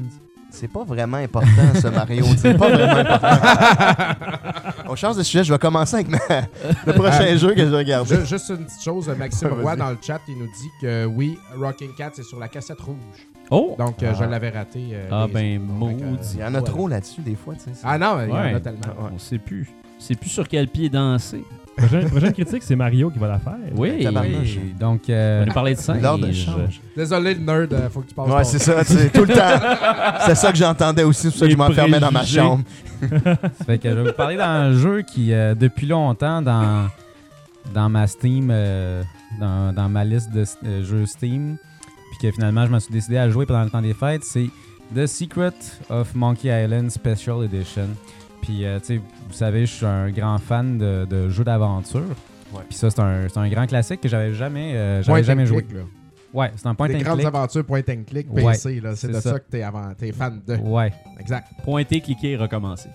Speaker 4: C'est pas vraiment important, ce Mario. C'est pas vraiment important. On change de sujet. Je vais commencer avec ma- le prochain jeu que je vais regarder.
Speaker 1: Ju- Juste une petite chose, Maxime
Speaker 4: Ouais, vas-y.
Speaker 1: Roy dans le chat, il nous dit que oui, Rocking Cat, c'est sur la cassette rouge.
Speaker 2: Oh!
Speaker 1: Donc, euh,
Speaker 4: Ah.
Speaker 1: je l'avais raté. euh,
Speaker 2: Ah,
Speaker 1: des-
Speaker 2: ben,
Speaker 1: donc, euh,
Speaker 2: maudit.
Speaker 4: Il y en a
Speaker 1: voilà.
Speaker 4: trop là-dessus, des fois. tu sais, c'est-
Speaker 1: Ah non, il y en a
Speaker 2: Ouais.
Speaker 1: tellement.
Speaker 4: Ouais.
Speaker 2: On sait plus. C'est plus sur quel pied danser.
Speaker 5: Prochaine, prochaine critique, c'est Mario qui va la faire.
Speaker 2: Oui.
Speaker 4: Tabarnouche.
Speaker 6: Oui, Donc,
Speaker 2: On
Speaker 6: euh,
Speaker 2: a parlé de singe.
Speaker 4: L'ordre de change.
Speaker 1: Désolé, le nerd, euh, faut que tu passes.
Speaker 4: Ouais,
Speaker 1: ton-
Speaker 4: c'est ça, tu sais, tout le temps. C'est ça que j'entendais aussi, c'est pour ça que
Speaker 2: Les
Speaker 4: je m'enfermais dans ma
Speaker 2: préjugés.
Speaker 4: chambre.
Speaker 6: fait que je vais vous parler d'un jeu qui, euh, depuis longtemps, dans, dans ma Steam, euh, dans, dans ma liste de euh, jeux Steam, puis que finalement, je me suis décidé à jouer pendant le temps des fêtes, c'est The Secret of Monkey Island Special Edition. Puis, euh, tu sais, vous savez, je suis un grand fan de, de jeux d'aventure.
Speaker 4: Ouais.
Speaker 6: Puis ça, c'est un, c'est un grand classique que j'avais jamais, euh,
Speaker 1: Point
Speaker 6: j'avais jamais
Speaker 1: and
Speaker 6: joué.
Speaker 1: click, là.
Speaker 6: Ouais, c'est un point
Speaker 1: Des
Speaker 6: and
Speaker 1: grandes
Speaker 6: click.
Speaker 1: aventures point and click,
Speaker 6: Ouais,
Speaker 1: PC, là. C'est
Speaker 6: c'est
Speaker 1: de
Speaker 6: ça.
Speaker 1: ça que t'es avant- t'es fan de.
Speaker 6: Ouais.
Speaker 1: Exact.
Speaker 2: Pointer, cliquer et recommencer.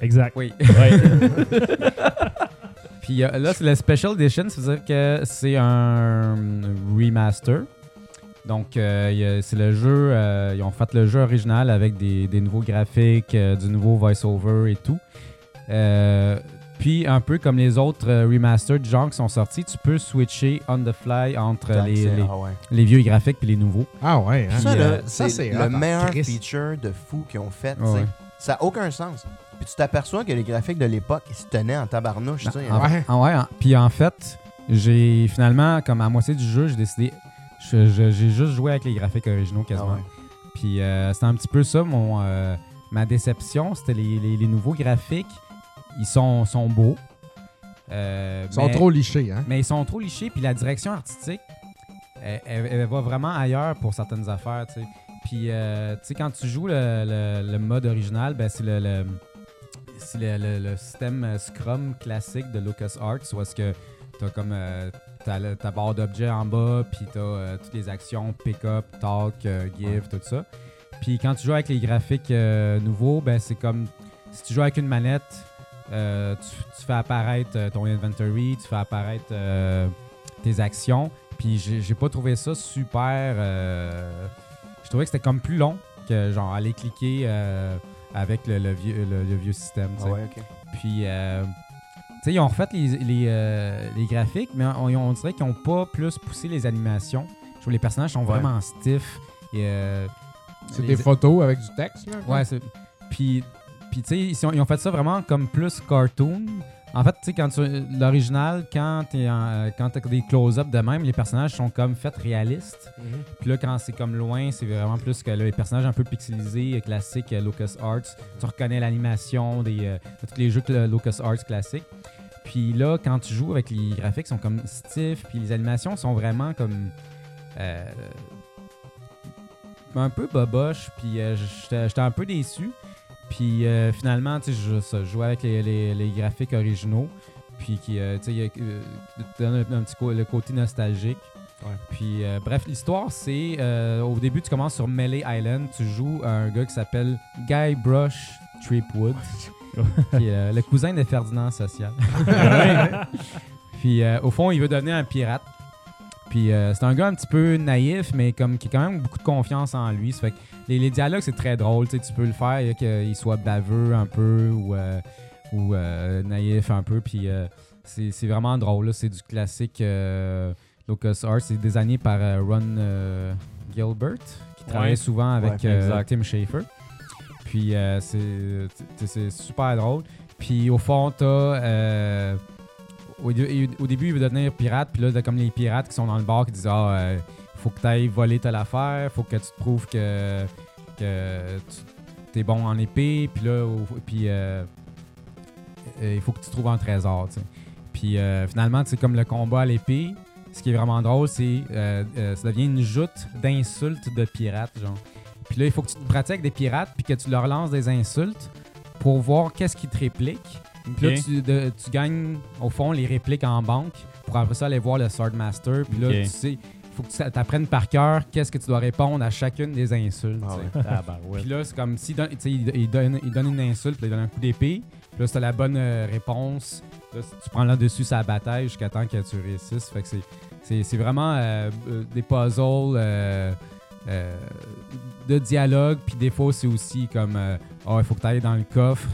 Speaker 5: Exact.
Speaker 6: Oui.
Speaker 5: Ouais.
Speaker 6: Puis euh, là, c'est la Special Edition, c'est-à-dire que c'est un remaster. Donc, euh, il y a- c'est le jeu, euh, ils ont fait le jeu original avec des, des nouveaux graphiques, euh, du nouveau voice-over et tout. Euh, puis, un peu comme les autres euh, remasters du genre qui sont sortis, tu peux switcher on the fly entre
Speaker 4: Tant que
Speaker 6: les,
Speaker 4: c'est-
Speaker 6: les-
Speaker 4: ah ouais.
Speaker 6: les vieux graphiques puis les nouveaux.
Speaker 1: Ah ouais, hein?
Speaker 4: Ça,
Speaker 6: Puis,
Speaker 4: là,
Speaker 6: euh,
Speaker 1: ça, c'est
Speaker 4: c'est le
Speaker 1: hot en
Speaker 4: meilleur
Speaker 1: Christ.
Speaker 4: feature de fou qu'ils ont fait. tu
Speaker 6: Ouais.
Speaker 4: sais. Ça n'a aucun sens. Puis tu t'aperçois que les graphiques de l'époque, ils se tenaient en tabarnouche. tu sais. hein.
Speaker 6: Ah,
Speaker 1: Ouais.
Speaker 6: ah ouais, en- puis en fait, j'ai finalement, comme à moitié du jeu, j'ai décidé, je- je- j'ai juste joué avec les graphiques originaux
Speaker 4: Ah
Speaker 6: quasiment.
Speaker 4: ouais.
Speaker 6: Puis euh, c'était un petit peu ça, mon, euh, ma déception. C'était les, les- les nouveaux graphiques. Ils sont, sont beaux. Euh,
Speaker 1: Ils sont
Speaker 6: mais,
Speaker 1: trop lichés, hein?
Speaker 6: Mais ils sont trop lichés. Puis la direction artistique, elle, elle- elle va vraiment ailleurs pour certaines affaires, tu sais. Puis, euh, tu sais, quand tu joues le, le- le mode original, ben, c'est le, le- c'est le- le- le système euh, Scrum classique de LucasArts, où est-ce que t'as comme euh, t'as le- ta barre d'objets en bas, puis t'as euh, toutes les actions, pick-up, talk, euh, give, tout ça. Puis quand tu joues avec les graphiques euh, nouveaux, ben c'est comme si tu joues avec une manette, euh, tu, tu fais apparaître euh, ton inventory, tu fais apparaître euh, tes actions. Puis j'ai j'ai pas trouvé ça super. euh, je trouvais que c'était comme plus long que genre aller cliquer euh, avec le, le vieux, le, le vieux système. tu sais.
Speaker 4: Ah ok.
Speaker 6: Puis, euh, tu sais, ils ont refait les, les, euh, les graphiques, mais on, on dirait qu'ils n'ont pas plus poussé les animations. Je trouve que les personnages sont
Speaker 4: Ouais.
Speaker 6: vraiment stiffs. Et, euh,
Speaker 1: C'est
Speaker 6: les-
Speaker 1: des photos avec du texte, là.
Speaker 6: Ouais, c'est. Puis, puis tu sais, ils sont- ils ont fait ça vraiment comme plus cartoon. En fait, tu sais, quand tu. L'original, quand t'es en- euh, quand t'as des close-up de même, les personnages sont comme faits réalistes.
Speaker 1: Mhm.
Speaker 6: Puis là, quand c'est comme loin, c'est vraiment plus que là, les personnages un peu pixelisés, euh, classiques, euh, LucasArts. Tu reconnais l'animation des, euh, de tous les jeux que le LucasArts classique. Puis là, quand tu joues avec les graphiques, ils sont comme stiff, puis les animations sont vraiment comme. euh, un peu boboche, puis euh, j'étais j'étais un peu déçu. Puis euh, finalement, tu sais, je, ça, je jouais avec les, les- les graphiques originaux, puis qui, euh, tu sais, il y a, euh, te donne un, un petit co- le côté nostalgique.
Speaker 1: Ouais.
Speaker 6: Puis euh, bref, l'histoire, c'est euh, au début, tu commences sur Melee Island, tu joues à un gars qui s'appelle Guy Brush Tripwood, qui est euh, le cousin de Ferdinand Social. Puis euh, au fond, il veut donner un pirate. Puis euh, c'est un gars un petit peu naïf, mais comme qui a quand même beaucoup de confiance en lui. Ça fait que les, les dialogues, c'est très drôle. Tu sais, tu peux le faire, il y a qu'il soit baveux un peu ou, euh, ou euh, naïf un peu. Puis euh, c'est c'est vraiment drôle. là. C'est du classique euh, LucasArts. C'est désigné par euh, Ron euh, Gilbert, qui travaille
Speaker 3: Ouais.
Speaker 6: souvent avec
Speaker 4: Ouais,
Speaker 6: euh,
Speaker 2: exact.
Speaker 6: Tim Schafer. Puis euh, c'est tu sais, c'est super drôle. Puis au fond, t'as. euh, au, dé- au début, il veut devenir pirate, puis là, t'as comme les pirates qui sont dans le bar qui disent Ah, euh, faut que t'ailles voler telle affaire, faut que tu te prouves que, que tu- t'es bon en épée, puis là, au- puis euh, euh, il faut que tu trouves un trésor, tu sais. Puis euh, finalement, c'est comme le combat à l'épée. Ce qui est vraiment drôle, c'est euh, euh, ça devient une joute d'insultes de pirates, genre. Puis là, il faut que tu te pratiques avec des pirates, puis que tu leur lances des insultes pour voir qu'est-ce qui te réplique. Puis là,
Speaker 3: Ok.
Speaker 6: tu, de- tu gagnes, au fond, les répliques en banque pour après ça aller voir le Swordmaster. Puis là,
Speaker 2: Ok.
Speaker 6: tu sais, il faut que tu apprennes par cœur qu'est-ce que tu dois répondre à chacune des insultes.
Speaker 1: Ah
Speaker 6: tu sais.
Speaker 2: Tabarouette.
Speaker 6: Puis là, c'est comme si don- tu sais, il, il donne, il donne une insulte, puis il donne un coup d'épée. Puis là, si t'as la bonne euh, réponse, là, si tu prends là-dessus sa bataille jusqu'à temps que tu réussisses. Fait que c'est- c'est c'est vraiment euh, euh, des puzzles euh, euh, de dialogue. Puis des fois, c'est aussi comme euh, Ah, il faut que tu ailles dans le coffre.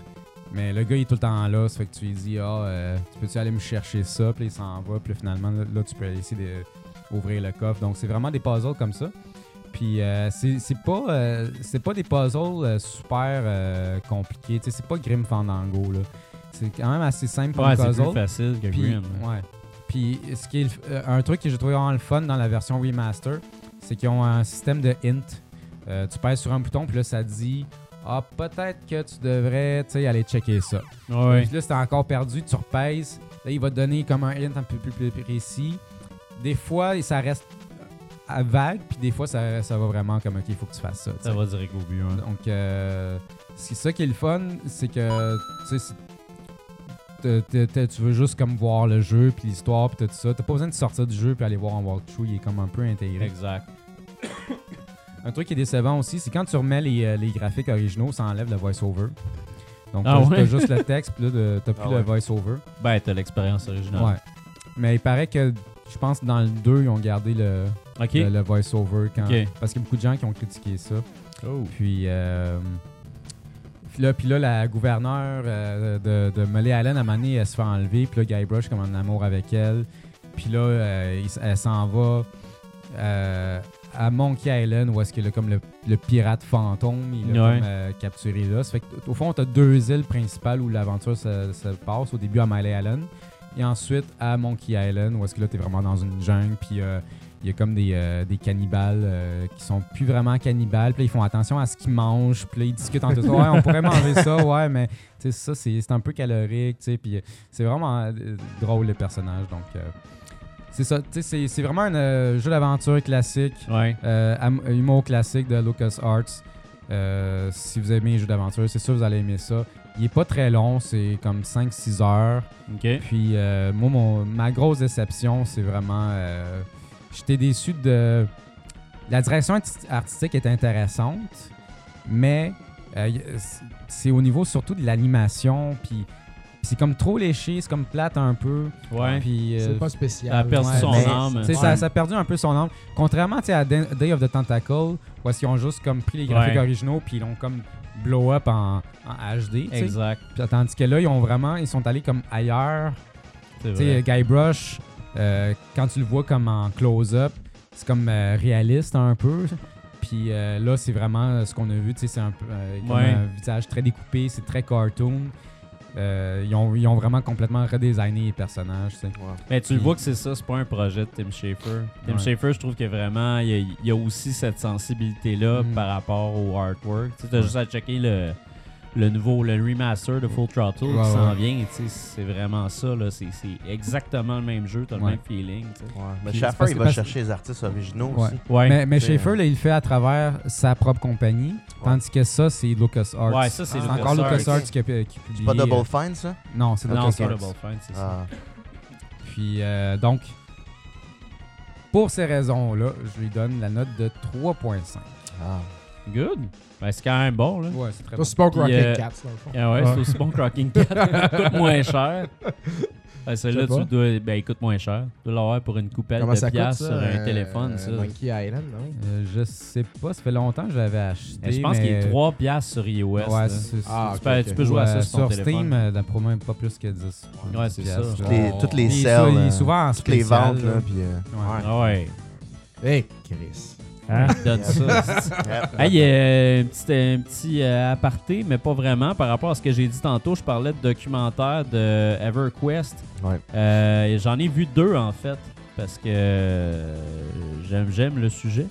Speaker 6: Mais le gars, il est tout le temps là. Ça fait que tu lui dis Ah, euh, tu peux-tu aller me chercher ça Puis là, il s'en va. Puis là, finalement, là, là, tu peux aller essayer d'ouvrir le coffre. Donc, c'est vraiment des puzzles comme ça. Puis euh, c'est c'est pas euh, c'est pas des puzzles euh, super euh, compliqués, tu sais c'est pas Grim Fandango là. C'est quand même assez simple comme
Speaker 2: Ouais, c'est
Speaker 6: puzzle.
Speaker 2: plus facile que
Speaker 6: Puis,
Speaker 2: Grim.
Speaker 6: ouais. Puis ce qui est le- euh, un truc que j'ai trouvé vraiment le fun dans la version remaster, c'est qu'ils ont un système de hint. Euh, tu pèses sur un bouton, puis là, ça dit Ah, peut-être que tu devrais tu sais, aller checker ça.
Speaker 2: Ouais.
Speaker 6: Puis là, si t'es encore perdu, tu repèses. Là, il va te donner comme un hint un peu plus, plus précis. Des fois, ça reste euh, vague, puis des fois, ça, ça va vraiment comme OK, il faut que tu fasses ça. tu sais.
Speaker 2: Ça va direct au but. hein.
Speaker 6: Donc, euh, c'est ça qui est le fun, c'est que tu sais, c'est- t'as- t'as- t'as- tu veux juste comme voir le jeu, puis l'histoire, puis tout ça. T'as pas besoin de sortir du jeu puis aller voir un walkthrough, il est comme un peu intégré.
Speaker 2: Exact.
Speaker 6: Un truc qui est décevant aussi, c'est quand tu remets les, euh, les graphiques originaux, ça enlève le voice-over. Donc,
Speaker 2: Ah
Speaker 6: t'as-
Speaker 2: ouais?
Speaker 6: t'as juste le texte, puis là, de- t'as plus
Speaker 4: Ah
Speaker 6: le
Speaker 4: ouais.
Speaker 6: voice-over.
Speaker 2: Ben, t'as l'expérience originale.
Speaker 6: Ouais. Mais il paraît que, je pense, dans le 2, ils ont gardé le,
Speaker 2: Ok.
Speaker 6: le, le voice-over. Quand,
Speaker 2: Ok.
Speaker 6: Parce qu'il y a beaucoup de gens qui ont critiqué ça.
Speaker 2: Oh.
Speaker 6: Puis, euh, puis là, puis là, la gouverneure euh, de, de Molly Allen, à un moment donné, elle se fait enlever. Puis là, Guybrush, comme en amour avec elle. Puis là, euh, il s- elle s'en va euh, à Monkey Island, où est-ce que comme le, le pirate fantôme, il l'a
Speaker 2: Ouais.
Speaker 6: comme, euh, capturé là. Ça fait que, au fond, t'as deux îles principales où l'aventure se, se passe. Au début, à Molly Allen. Et ensuite, à Monkey Island, où est-ce que là, t'es vraiment dans une jungle. Puis... euh, il y a comme des, euh, des cannibales euh, qui sont plus vraiment cannibales. Puis là, ils font attention à ce qu'ils mangent. Puis là, ils discutent entre eux. Ouais, on pourrait manger ça, ouais, mais tu sais, ça, c'est c'est un peu calorique. tu sais. Puis euh, c'est vraiment euh, drôle, les personnages. Donc, euh, c'est ça. Tu sais, c'est- c'est vraiment un euh, jeu d'aventure classique.
Speaker 2: Ouais.
Speaker 6: Euh, am- humour classique de LucasArts. Euh, si vous aimez les jeux d'aventure, c'est sûr que vous allez aimer ça. Il est pas très long, c'est comme 5-6 heures.
Speaker 2: Ok.
Speaker 6: Puis euh, moi, mon- ma grosse déception, c'est vraiment... euh, J'étais déçu de... La direction arti- artistique est intéressante, mais euh, y- c'est- c'est au niveau surtout de l'animation, puis c'est comme trop léché, c'est comme plate un peu.
Speaker 2: Ouais.
Speaker 6: Puis, euh,
Speaker 1: C'est pas spécial.
Speaker 2: Ça a perdu
Speaker 6: Ouais,
Speaker 2: son
Speaker 6: mais-
Speaker 2: âme.
Speaker 6: tu sais,
Speaker 2: Ouais.
Speaker 6: ça, ça a perdu un peu son âme. Contrairement tu sais, à Day Day of the Tentacle, où est-ce qu'ils ont juste comme pris les graphiques
Speaker 2: Ouais.
Speaker 6: originaux puis ils l'ont comme blow up en, en HD. tu sais.
Speaker 2: Exact.
Speaker 6: Puis, tandis que là, ils ont vraiment, ils sont allés comme ailleurs.
Speaker 2: C'est
Speaker 6: Tu sais,
Speaker 2: vrai.
Speaker 6: Guybrush, euh, quand tu le vois comme en close-up, c'est comme euh, réaliste un peu. Puis euh, là, c'est vraiment euh, ce qu'on a vu. tu sais, C'est un, peu, euh, comme
Speaker 2: Ouais.
Speaker 6: un visage très découpé, c'est très cartoon. Euh, ils, ont, ils ont vraiment complètement redesigné les personnages. tu sais.
Speaker 2: Mais tu le vois que c'est ça, c'est pas un projet de Tim Schafer. Tim
Speaker 6: Ouais.
Speaker 2: Schafer, je trouve que vraiment, il y a, il y a aussi cette sensibilité-là
Speaker 6: Mm.
Speaker 2: par rapport au artwork. Tu sais, t'as juste à checker le, le nouveau, le remaster de Full Throttle
Speaker 6: Ouais,
Speaker 2: qui s'en
Speaker 6: ouais.
Speaker 2: vient. tu sais, C'est vraiment ça, là. C'est c'est exactement le même jeu, t'as le
Speaker 6: Ouais.
Speaker 2: même feeling. tu sais.
Speaker 4: Mais
Speaker 6: Puis c'est
Speaker 4: Schaeffer,
Speaker 6: parce
Speaker 4: il
Speaker 6: que-
Speaker 4: va
Speaker 6: parce-
Speaker 4: chercher les artistes originaux
Speaker 6: Ouais.
Speaker 4: aussi.
Speaker 2: Ouais.
Speaker 6: Mais, mais
Speaker 4: C'est-
Speaker 6: Schaefer, là, il le fait à travers sa propre compagnie, tandis que ça, c'est LucasArts.
Speaker 2: Ouais, ça, c'est
Speaker 6: C'est
Speaker 4: Ah,
Speaker 6: encore
Speaker 4: LucasArts.
Speaker 6: LucasArts qui, a- qui publie.
Speaker 4: C'est pas
Speaker 6: euh,
Speaker 4: Double Fine, ça?
Speaker 6: Non, c'est
Speaker 2: Non, c'est
Speaker 6: LucasArts.
Speaker 2: Double Fine, c'est ça.
Speaker 4: Ah.
Speaker 6: Puis euh, donc, pour ces raisons-là, je lui donne la note de 3.5.
Speaker 4: Ah.
Speaker 2: Good. Ben, c'est quand même bon, là.
Speaker 6: Ouais, c'est très
Speaker 1: Ça,
Speaker 6: bon.
Speaker 1: c'est pas
Speaker 2: Puis,
Speaker 1: Rocket
Speaker 2: euh,
Speaker 1: Cats, dans le fond.
Speaker 2: Ah ouais, c'est aussi bon que Rocking Cat. coûte moins cher. Ben, Celui-là,
Speaker 1: Je sais
Speaker 2: tu
Speaker 1: pas.
Speaker 2: dois. Ben, il coûte moins cher. Tu dois l'avoir pour une coupelle
Speaker 1: Comment
Speaker 2: de
Speaker 1: ça coûte,
Speaker 2: piastres
Speaker 1: ça?
Speaker 2: sur un
Speaker 1: euh,
Speaker 2: téléphone, ça.
Speaker 1: Monkey Island, non?
Speaker 6: Euh, je sais pas, ça fait longtemps que je l'avais acheté.
Speaker 2: Ben, je pense
Speaker 6: mais-
Speaker 2: qu'il est 3 piastres sur iOS. là.
Speaker 6: Ouais, c'est
Speaker 1: Ah,
Speaker 2: tu,
Speaker 1: ok,
Speaker 2: peux,
Speaker 1: ok.
Speaker 2: tu peux jouer à ça
Speaker 6: ouais,
Speaker 2: sur ton téléphone.
Speaker 6: Steam, euh, la promo est pas plus que 10.
Speaker 2: Ouais, c'est ça.
Speaker 6: piastres, là.
Speaker 4: Les- toutes les
Speaker 6: Ah. Il est
Speaker 4: sales,
Speaker 6: sou- il est
Speaker 4: euh,
Speaker 6: souvent en
Speaker 4: Toutes les
Speaker 6: spécial,
Speaker 4: ventes, là, puis... euh,
Speaker 6: Ouais.
Speaker 2: Ah ouais,
Speaker 1: Hey, Chris.
Speaker 5: Hein?
Speaker 2: donne ça.
Speaker 4: yep.
Speaker 2: Hey, euh, un petit, un petit, euh, aparté, mais pas vraiment. Par rapport à ce que j'ai dit tantôt, je parlais de documentaire de EverQuest.
Speaker 4: Ouais.
Speaker 2: Euh, et J'en ai vu deux, en fait, parce que euh, j'aime j'aime le sujet.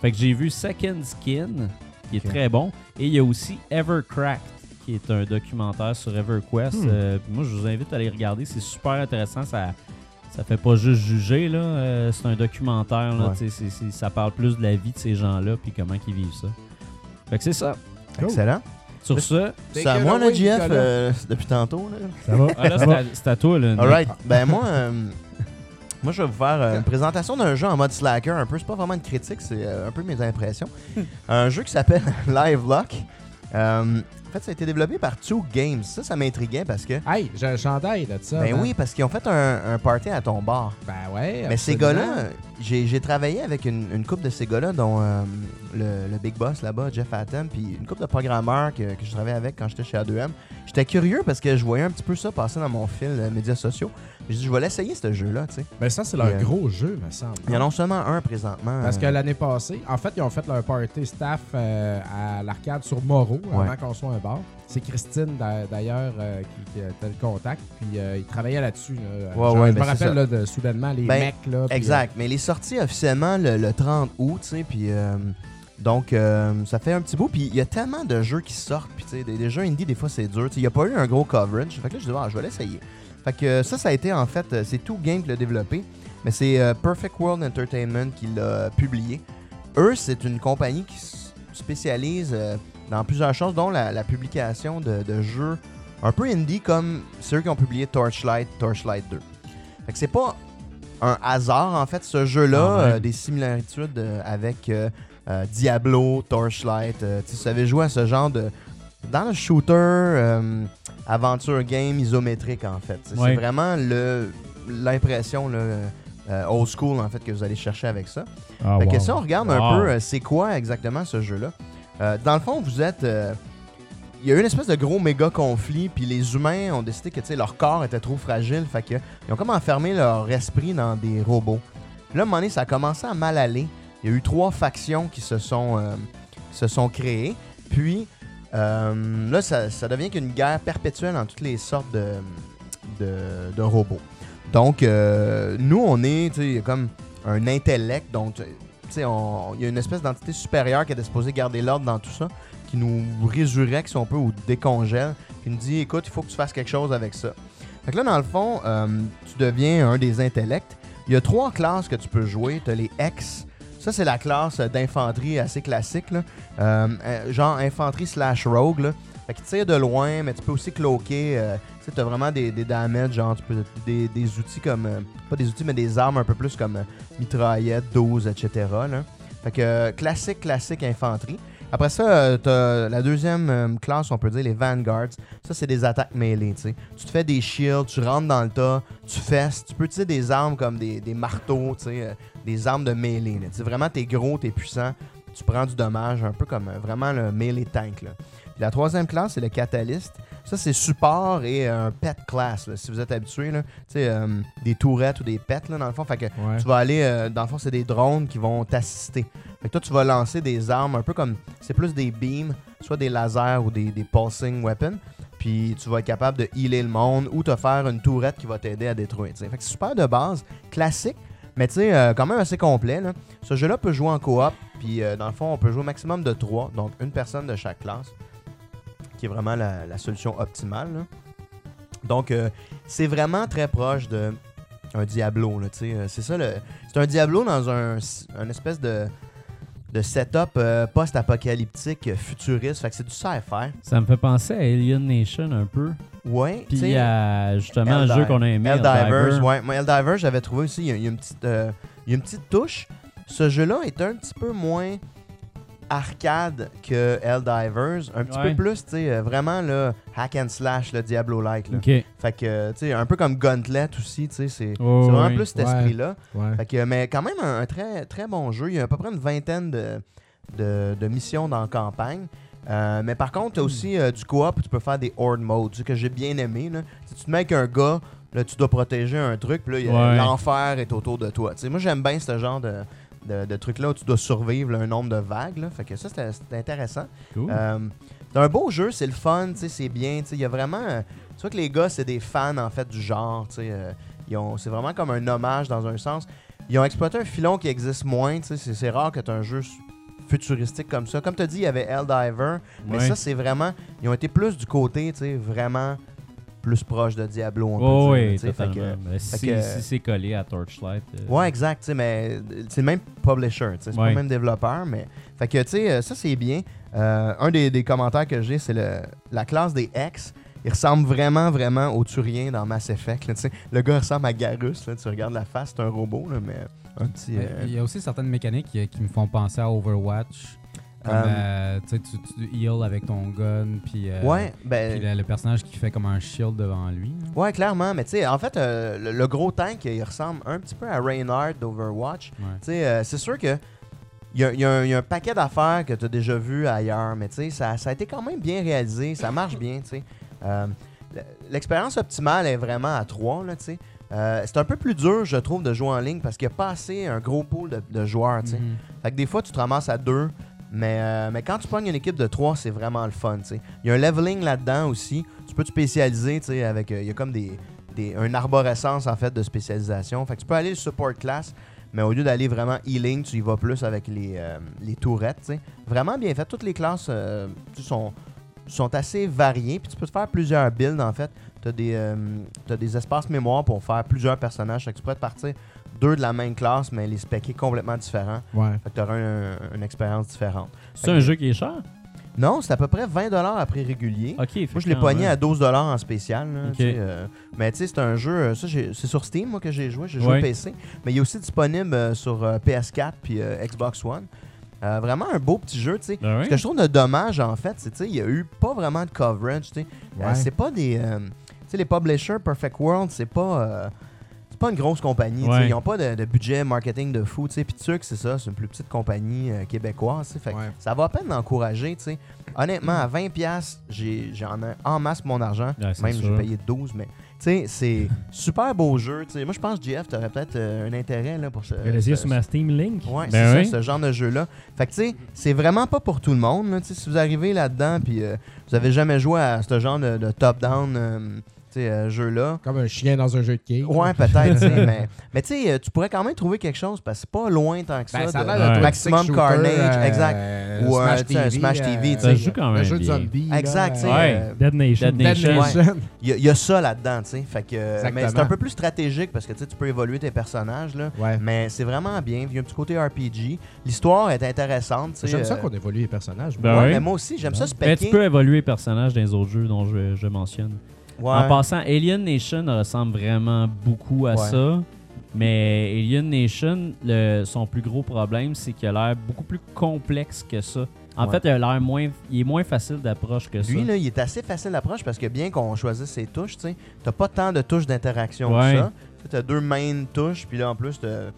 Speaker 2: Fait que j'ai vu Second Skin, qui est
Speaker 4: Ok.
Speaker 2: très bon. Et il y a aussi Evercracked, qui est un documentaire sur EverQuest.
Speaker 5: Hmm.
Speaker 2: Euh, puis moi, je vous invite à aller regarder. C'est super intéressant. Ça, ça fait pas juste juger, là. Euh, c'est un documentaire, là.
Speaker 4: Ouais.
Speaker 2: Tu sais, c'est- c'est- ça parle plus de la vie de ces gens-là, puis comment ils vivent ça. Fait que c'est ça.
Speaker 4: Excellent.
Speaker 2: Sur ce,
Speaker 4: C'est à moi,
Speaker 1: Take
Speaker 4: là,
Speaker 1: it away,
Speaker 4: GF,
Speaker 1: Nicolas.
Speaker 4: euh, depuis tantôt. Là.
Speaker 5: Ça va?
Speaker 2: ah, là,
Speaker 5: ça
Speaker 2: c'est
Speaker 5: va?
Speaker 2: à- c'est à, toi, là. Nick.
Speaker 4: Alright. Ben moi, euh, moi, je vais vous faire euh, une présentation d'un jeu en mode slacker un peu. C'est pas vraiment une critique, c'est euh, un peu mes impressions. un jeu qui s'appelle Livelock. Euh, en fait, ça a été développé par Two Games. Ça, ça m'intriguait parce que.
Speaker 1: Hey, j'ai un chandail là, de ça.
Speaker 4: Ben
Speaker 1: hein?
Speaker 4: oui, parce qu'ils ont fait un, un party à ton bar.
Speaker 1: Ben ouais.
Speaker 4: Mais ces
Speaker 1: absolument.
Speaker 4: gars-là, j'ai j'ai travaillé avec une, une couple de ces gars-là, dont euh, le, le big boss là-bas, Jeff Hatton, puis une couple de programmeurs que, que je travaillais avec quand j'étais chez A2M. J'étais curieux parce que je voyais un petit peu ça passer dans mon fil euh, médias sociaux. J'ai dit, je vais l'essayer, ce jeu-là, tu sais.
Speaker 1: Ben ça, c'est leur
Speaker 4: Yeah.
Speaker 1: gros jeu, me semble.
Speaker 4: Il y en a seulement un présentement.
Speaker 1: Ah. Parce que
Speaker 4: euh,
Speaker 1: l'année passée, en fait, ils ont fait leur party staff euh, à l'arcade sur Moreau, avant
Speaker 4: Ouais.
Speaker 1: qu'on soit un bar. C'est Christine, d'a- d'ailleurs, euh, qui, qui était le contact. Puis euh, ils travaillaient là-dessus. là.
Speaker 4: Ouais,
Speaker 1: Je-
Speaker 4: ouais,
Speaker 1: je
Speaker 4: ben,
Speaker 1: me
Speaker 4: c'est
Speaker 1: rappelle,
Speaker 4: ça.
Speaker 1: là, de soudainement, les
Speaker 4: Ben,
Speaker 1: mecs, là. puis,
Speaker 4: Exact. Mais les sorties officiellement le, le 30 août, tu sais, puis euh, donc euh, ça fait un petit bout. Puis il y a tellement de jeux qui sortent, puis tu sais, des, des jeux indie, des fois c'est dur. Tu sais, Il n'y a pas eu un gros coverage. Fait que là, je dis, ah, je vais l'essayer. Fait que euh, ça, ça a été en fait, euh, c'est tout Game qui l'a développé, mais c'est euh, Perfect World Entertainment qui l'a publié. Eux, c'est une compagnie qui s- spécialise euh, dans plusieurs choses, dont la, la publication de, de jeux un peu indie comme ceux qui ont publié Torchlight, Torchlight 2. Fait que c'est pas un hasard, en fait, ce jeu-là,
Speaker 2: Quand même.
Speaker 4: euh, des similitudes euh, avec euh, euh, Diablo, Torchlight. euh, tu sais, si vous avez joué à ce genre de. Dans le shooter, euh, aventure game isométrique, en fait. C'est
Speaker 2: Ouais.
Speaker 4: c'est vraiment le l'impression là, euh, old school, en fait, que vous allez chercher avec ça.
Speaker 5: Ah,
Speaker 4: Fait que
Speaker 5: wow.
Speaker 4: si on regarde un
Speaker 2: Wow.
Speaker 4: peu, euh, c'est quoi exactement ce jeu-là? Euh, dans le fond, vous êtes... euh, il y a eu une espèce de gros méga conflit, puis les humains ont décidé que tu sais, leur corps était trop fragile, fait que ils ont comme enfermé leur esprit dans des robots. Puis là, à un moment donné, ça a commencé à mal aller. Il y a eu trois factions qui se sont, euh, qui se sont créées. Puis euh, là, ça, ça devient qu'une guerre perpétuelle en toutes les sortes de, de, de robots. Donc, euh, nous, on est tu sais, il y a comme un intellect, donc tu sais, on- il y a une espèce d'entité supérieure qui est supposée garder l'ordre dans tout ça, qui nous résurrecte, si on peut, ou décongèle, qui nous dit écoute, il faut que tu fasses quelque chose avec ça. Fait que là, dans le fond, euh, tu deviens un des intellects. Il y a trois classes que tu peux jouer. Tu as les ex. Ça, c'est la classe euh, d'infanterie assez classique. là. Euh, euh, genre infanterie slash rogue. Là. Fait qu'ils tirent de loin, mais tu peux aussi cloquer. euh, tu sais, t'as vraiment des, des damages, genre tu peux, des, des outils comme. euh, pas des outils, mais des armes un peu plus comme euh, mitraillette, 12, etc. là. Fait que euh, classique, classique infanterie. Après ça, euh, t'as la deuxième euh, classe, on peut dire les Vanguards. Ça, c'est des attaques mêlées, tu sais. Tu te fais des shields, tu rentres dans le tas, tu fesses. Tu peux utiliser des armes comme des, des marteaux, tu sais, euh, des armes de mêlée. là. Tu sais, vraiment, t'es gros, t'es puissant, tu prends du dommage, un peu comme euh, vraiment le mêlée tank, là. Puis la troisième classe, c'est le catalyste. Ça, c'est support et euh, un pet class, là, si vous êtes habitué. là. Tu sais, euh, des tourettes ou des pets, là, dans le fond. Fait que
Speaker 1: Ouais.
Speaker 4: tu vas aller, euh, dans le fond, c'est des drones qui vont t'assister. Fait que toi, tu vas lancer des armes un peu comme. C'est plus des beams, soit des lasers ou des, des pulsing weapons. Puis tu vas être capable de healer le monde ou te faire une tourette qui va t'aider à détruire. tu sais. Fait que c'est super de base, classique, mais tu sais, euh, quand même assez complet. Là. Ce jeu-là peut jouer en coop, puis euh, dans le fond, on peut jouer au maximum de 3, donc une personne de chaque classe, qui est vraiment la, la solution optimale. là. Donc, euh, c'est vraiment très proche de un Diablo. Là, tu sais, euh, c'est ça, le, c'est un Diablo dans un, un espèce de, de setup euh, post-apocalyptique euh, futuriste. Fait que c'est du sci-fi.
Speaker 2: Ça me fait penser à Alien Nation un peu.
Speaker 4: Ouais, tu
Speaker 2: Puis
Speaker 4: sais,
Speaker 2: à justement un jeu qu'on a aimé.
Speaker 4: Helldivers,
Speaker 2: Helldivers.
Speaker 4: ouais. Moi, Helldivers, j'avais trouvé aussi, il y a- il y, a une petite, euh, il y a une petite touche. Ce jeu-là est un petit peu moins arcade que Helldivers. Un petit
Speaker 2: Ouais.
Speaker 4: peu plus, tu sais, euh, vraiment, là, hack and slash, le Diablo-like, là.
Speaker 2: Ok.
Speaker 4: Fait que, euh, tu sais, un peu comme Gauntlet aussi, tu sais, c'est
Speaker 2: Oh,
Speaker 4: c'est vraiment
Speaker 2: oui.
Speaker 4: plus cet
Speaker 1: Ouais.
Speaker 4: esprit-là.
Speaker 1: euh, Ouais.
Speaker 4: Fait que, euh, mais quand même, un, un très, très bon jeu. Il y a à peu près une vingtaine de, de, de missions dans la campagne. Euh, mais par contre, tu as aussi euh, du coop, tu peux faire des horde modes, ce que j'ai bien aimé. Là. Si tu te mets avec un gars, là, tu dois protéger un truc, puis là, il y a-
Speaker 2: Ouais.
Speaker 4: l'enfer est autour de toi. Tu sais, moi, j'aime bien ce genre de, de, de truc-là où tu dois survivre là, un nombre de vagues. là. Fait que ça, c'était c'était intéressant.
Speaker 2: Cool.
Speaker 4: Euh, c'est un beau jeu, c'est le fun, tu sais, c'est bien. tu sais, Il y a vraiment. euh, Tu vois que les gars, c'est des fans en fait du genre. tu sais, euh, ils ont- c'est vraiment comme un hommage dans un sens. Ils ont exploité un filon qui existe moins. tu sais, C'est c'est rare que tu un jeu s- futuristique comme ça. Comme tu as dit, il y avait Helldiver. Mais
Speaker 2: Ouais.
Speaker 4: ça, c'est vraiment. Ils ont été plus du côté, tu sais, vraiment plus proche de Diablo. On peut
Speaker 2: Oh,
Speaker 4: dire,
Speaker 2: oui,
Speaker 4: tu sais, fait que-
Speaker 2: totalement. Mais si
Speaker 4: que-
Speaker 2: si c'est collé à Torchlight. euh,
Speaker 4: Ouais, exact, tu sais, mais euh, c'est le même publisher, tu sais, c'est pas
Speaker 2: Ouais.
Speaker 4: le même développeur, mais... Fait que, tu sais, euh, ça, c'est bien. Euh, un des, des commentaires que j'ai, c'est le- la classe des ex. Il ressemble vraiment, vraiment au Turien dans Mass Effect, là, tu sais. Le gars ressemble à Garus, là, tu regardes la face, c'est un robot, là, mais un petit...
Speaker 6: Mais
Speaker 4: euh,
Speaker 6: Il y a aussi certaines mécaniques qui, qui me font penser à Overwatch. Comme,
Speaker 4: Euh,
Speaker 6: euh, tu sais, tu, tu heal avec ton gun, puis, euh,
Speaker 4: ouais, ben...
Speaker 6: puis le, le personnage qui fait comme un shield devant lui. là.
Speaker 4: Ouais, clairement, mais tu sais, en fait, euh, le, le gros tank, il ressemble un petit peu à Reinhardt d'Overwatch.
Speaker 6: Ouais.
Speaker 4: Tu sais, euh, c'est sûr que il y a, il y a un- il y a un paquet d'affaires que tu as déjà vu ailleurs, mais tu sais, ça, ça a été quand même bien réalisé, ça marche bien, tu sais. Euh, l- L'expérience optimale est vraiment à 3, là, tu sais. Euh, c'est un peu plus dur, je trouve, de jouer en ligne parce qu'il n'y a pas assez un gros pool de, de joueurs, tu sais.
Speaker 6: Mhm.
Speaker 4: Fait que des fois, tu te ramasses à deux. Mais, euh, mais quand tu pognes une équipe de trois, c'est vraiment le fun. tu sais. Il y a un leveling là-dedans aussi. Tu peux te spécialiser tu sais, avec. euh, Il y a comme des, des- un arborescence en fait de spécialisation. Fait que tu peux aller le support class, mais au lieu d'aller vraiment healing, tu y vas plus avec les, euh, les tourettes. tu sais. Vraiment bien fait. Toutes les classes euh, tu sais, sont, sont assez variées. Puis tu peux te faire plusieurs builds en fait. Tu as, des espaces mémoire pour faire plusieurs personnages. Fait que tu pourrais te partir deux de la même classe, mais les specquer complètement différents.
Speaker 1: Ouais.
Speaker 4: Fait que t'auras un- une expérience différente.
Speaker 2: C'est un jeu qui est cher.
Speaker 4: Non, c'est à peu près 20$ à prix régulier.
Speaker 2: Ok. fait
Speaker 4: Moi, je l'ai
Speaker 2: quand
Speaker 4: pogné
Speaker 2: même.
Speaker 4: à 12$ en spécial. là,
Speaker 2: Ok.
Speaker 4: tu sais, euh, mais tu sais, c'est un jeu. euh, ça, j'ai- c'est sur Steam, moi, que j'ai joué. J'ai joué
Speaker 2: Ouais.
Speaker 4: PC. Mais il est aussi disponible euh, sur euh, PS4 puis euh, Xbox One. Euh, vraiment un beau petit jeu, tu sais.
Speaker 2: Ah ouais?
Speaker 4: Ce que je trouve de dommage, en fait, c'est tu sais, il y a eu pas vraiment de coverage. tu sais. Euh,
Speaker 1: Ouais.
Speaker 4: c'est pas des. euh, tu sais, les publishers, Perfect World, c'est pas. euh, c'est pas une grosse compagnie. tu sais.
Speaker 2: Ouais.
Speaker 4: Ils n'ont pas de, de budget marketing de fou. tu sais. Puis Turc, c'est ça, c'est une plus petite compagnie euh, québécoise. tu sais. Fait que
Speaker 1: Ouais.
Speaker 4: Ça va à peine d'encourager. tu sais. Honnêtement, à 20$, j'ai- j'en ai en masse mon argent.
Speaker 2: Ouais, c'est
Speaker 4: Même,
Speaker 2: sûr.
Speaker 4: j'ai payé 12$, mais. Tu sais, c'est super beau jeu. tu sais. Moi, je pense, JF, tu aurais peut-être euh, un intérêt là, pour ce.
Speaker 5: Je vais l'essayer
Speaker 4: ce-
Speaker 5: sur ma Steam Link.
Speaker 4: Ouais,
Speaker 2: Ben
Speaker 4: c'est
Speaker 2: oui.
Speaker 4: ça, ce genre de jeu-là. Fait que, tu sais, c'est vraiment pas pour tout le monde. là. Tu sais, Si vous arrivez là-dedans puis euh, vous avez jamais joué à ce genre de, de top-down, euh, tu sais, tu sais, euh, jeu-là.
Speaker 1: Comme un chien dans un jeu de quilles. Ben,
Speaker 4: Ouais, peut-être, tu sais, mais, mais tu sais, euh, tu pourrais quand même trouver quelque chose parce que c'est pas loin tant que ça.
Speaker 1: Ben, ça a
Speaker 4: de-
Speaker 1: l'air d'un
Speaker 5: Ouais.
Speaker 1: truc
Speaker 4: Maximum
Speaker 1: six-shooter,
Speaker 4: Carnage, exact.
Speaker 1: euh,
Speaker 4: Ou un,
Speaker 1: Smash
Speaker 4: tu sais, un
Speaker 1: TV.
Speaker 4: Smash TV,
Speaker 1: euh,
Speaker 4: Ça
Speaker 2: se joue quand
Speaker 1: un
Speaker 2: même
Speaker 1: jeu de
Speaker 2: bien.
Speaker 1: zombies. là,
Speaker 4: Exact, tu sais.
Speaker 1: euh,
Speaker 2: Ouais.
Speaker 4: euh,
Speaker 5: Dead Nation.
Speaker 2: Dead
Speaker 1: Dead
Speaker 2: Nation.
Speaker 1: Nation.
Speaker 4: Il y, a- il y a ça là-dedans, tu sais. Fait que, euh, mais c'est
Speaker 1: Exactement.
Speaker 4: un peu plus stratégique parce que tu sais, tu peux évoluer tes personnages, là.
Speaker 1: Ouais.
Speaker 4: Mais c'est vraiment bien. Il y a un petit côté RPG. L'histoire est intéressante, tu sais.
Speaker 1: J'aime ça
Speaker 4: euh,
Speaker 1: qu'on évolue les personnages.
Speaker 2: Ben
Speaker 4: ouais,
Speaker 2: oui.
Speaker 4: mais moi aussi, j'aime ça se
Speaker 2: Mais Ben, tu
Speaker 4: péter.
Speaker 2: peux évoluer personnage dans les autres jeux dont je, je mentionne.
Speaker 4: Ouais.
Speaker 2: En passant, Alien Nation ressemble vraiment beaucoup à
Speaker 4: Ouais.
Speaker 2: ça. Mais Alien Nation, le- son plus gros problème, c'est qu'il a l'air beaucoup plus complexe que ça. En
Speaker 4: Ouais.
Speaker 2: fait, il a l'air moins, il est moins facile d'approche que ça.
Speaker 4: Lui, là, il est assez facile d'approche parce que bien qu'on choisisse ses touches, tu sais, t'as pas tant de touches d'interaction
Speaker 2: Ouais.
Speaker 4: que ça. Tu sais, T'as deux main touches, puis là, en plus, t'as-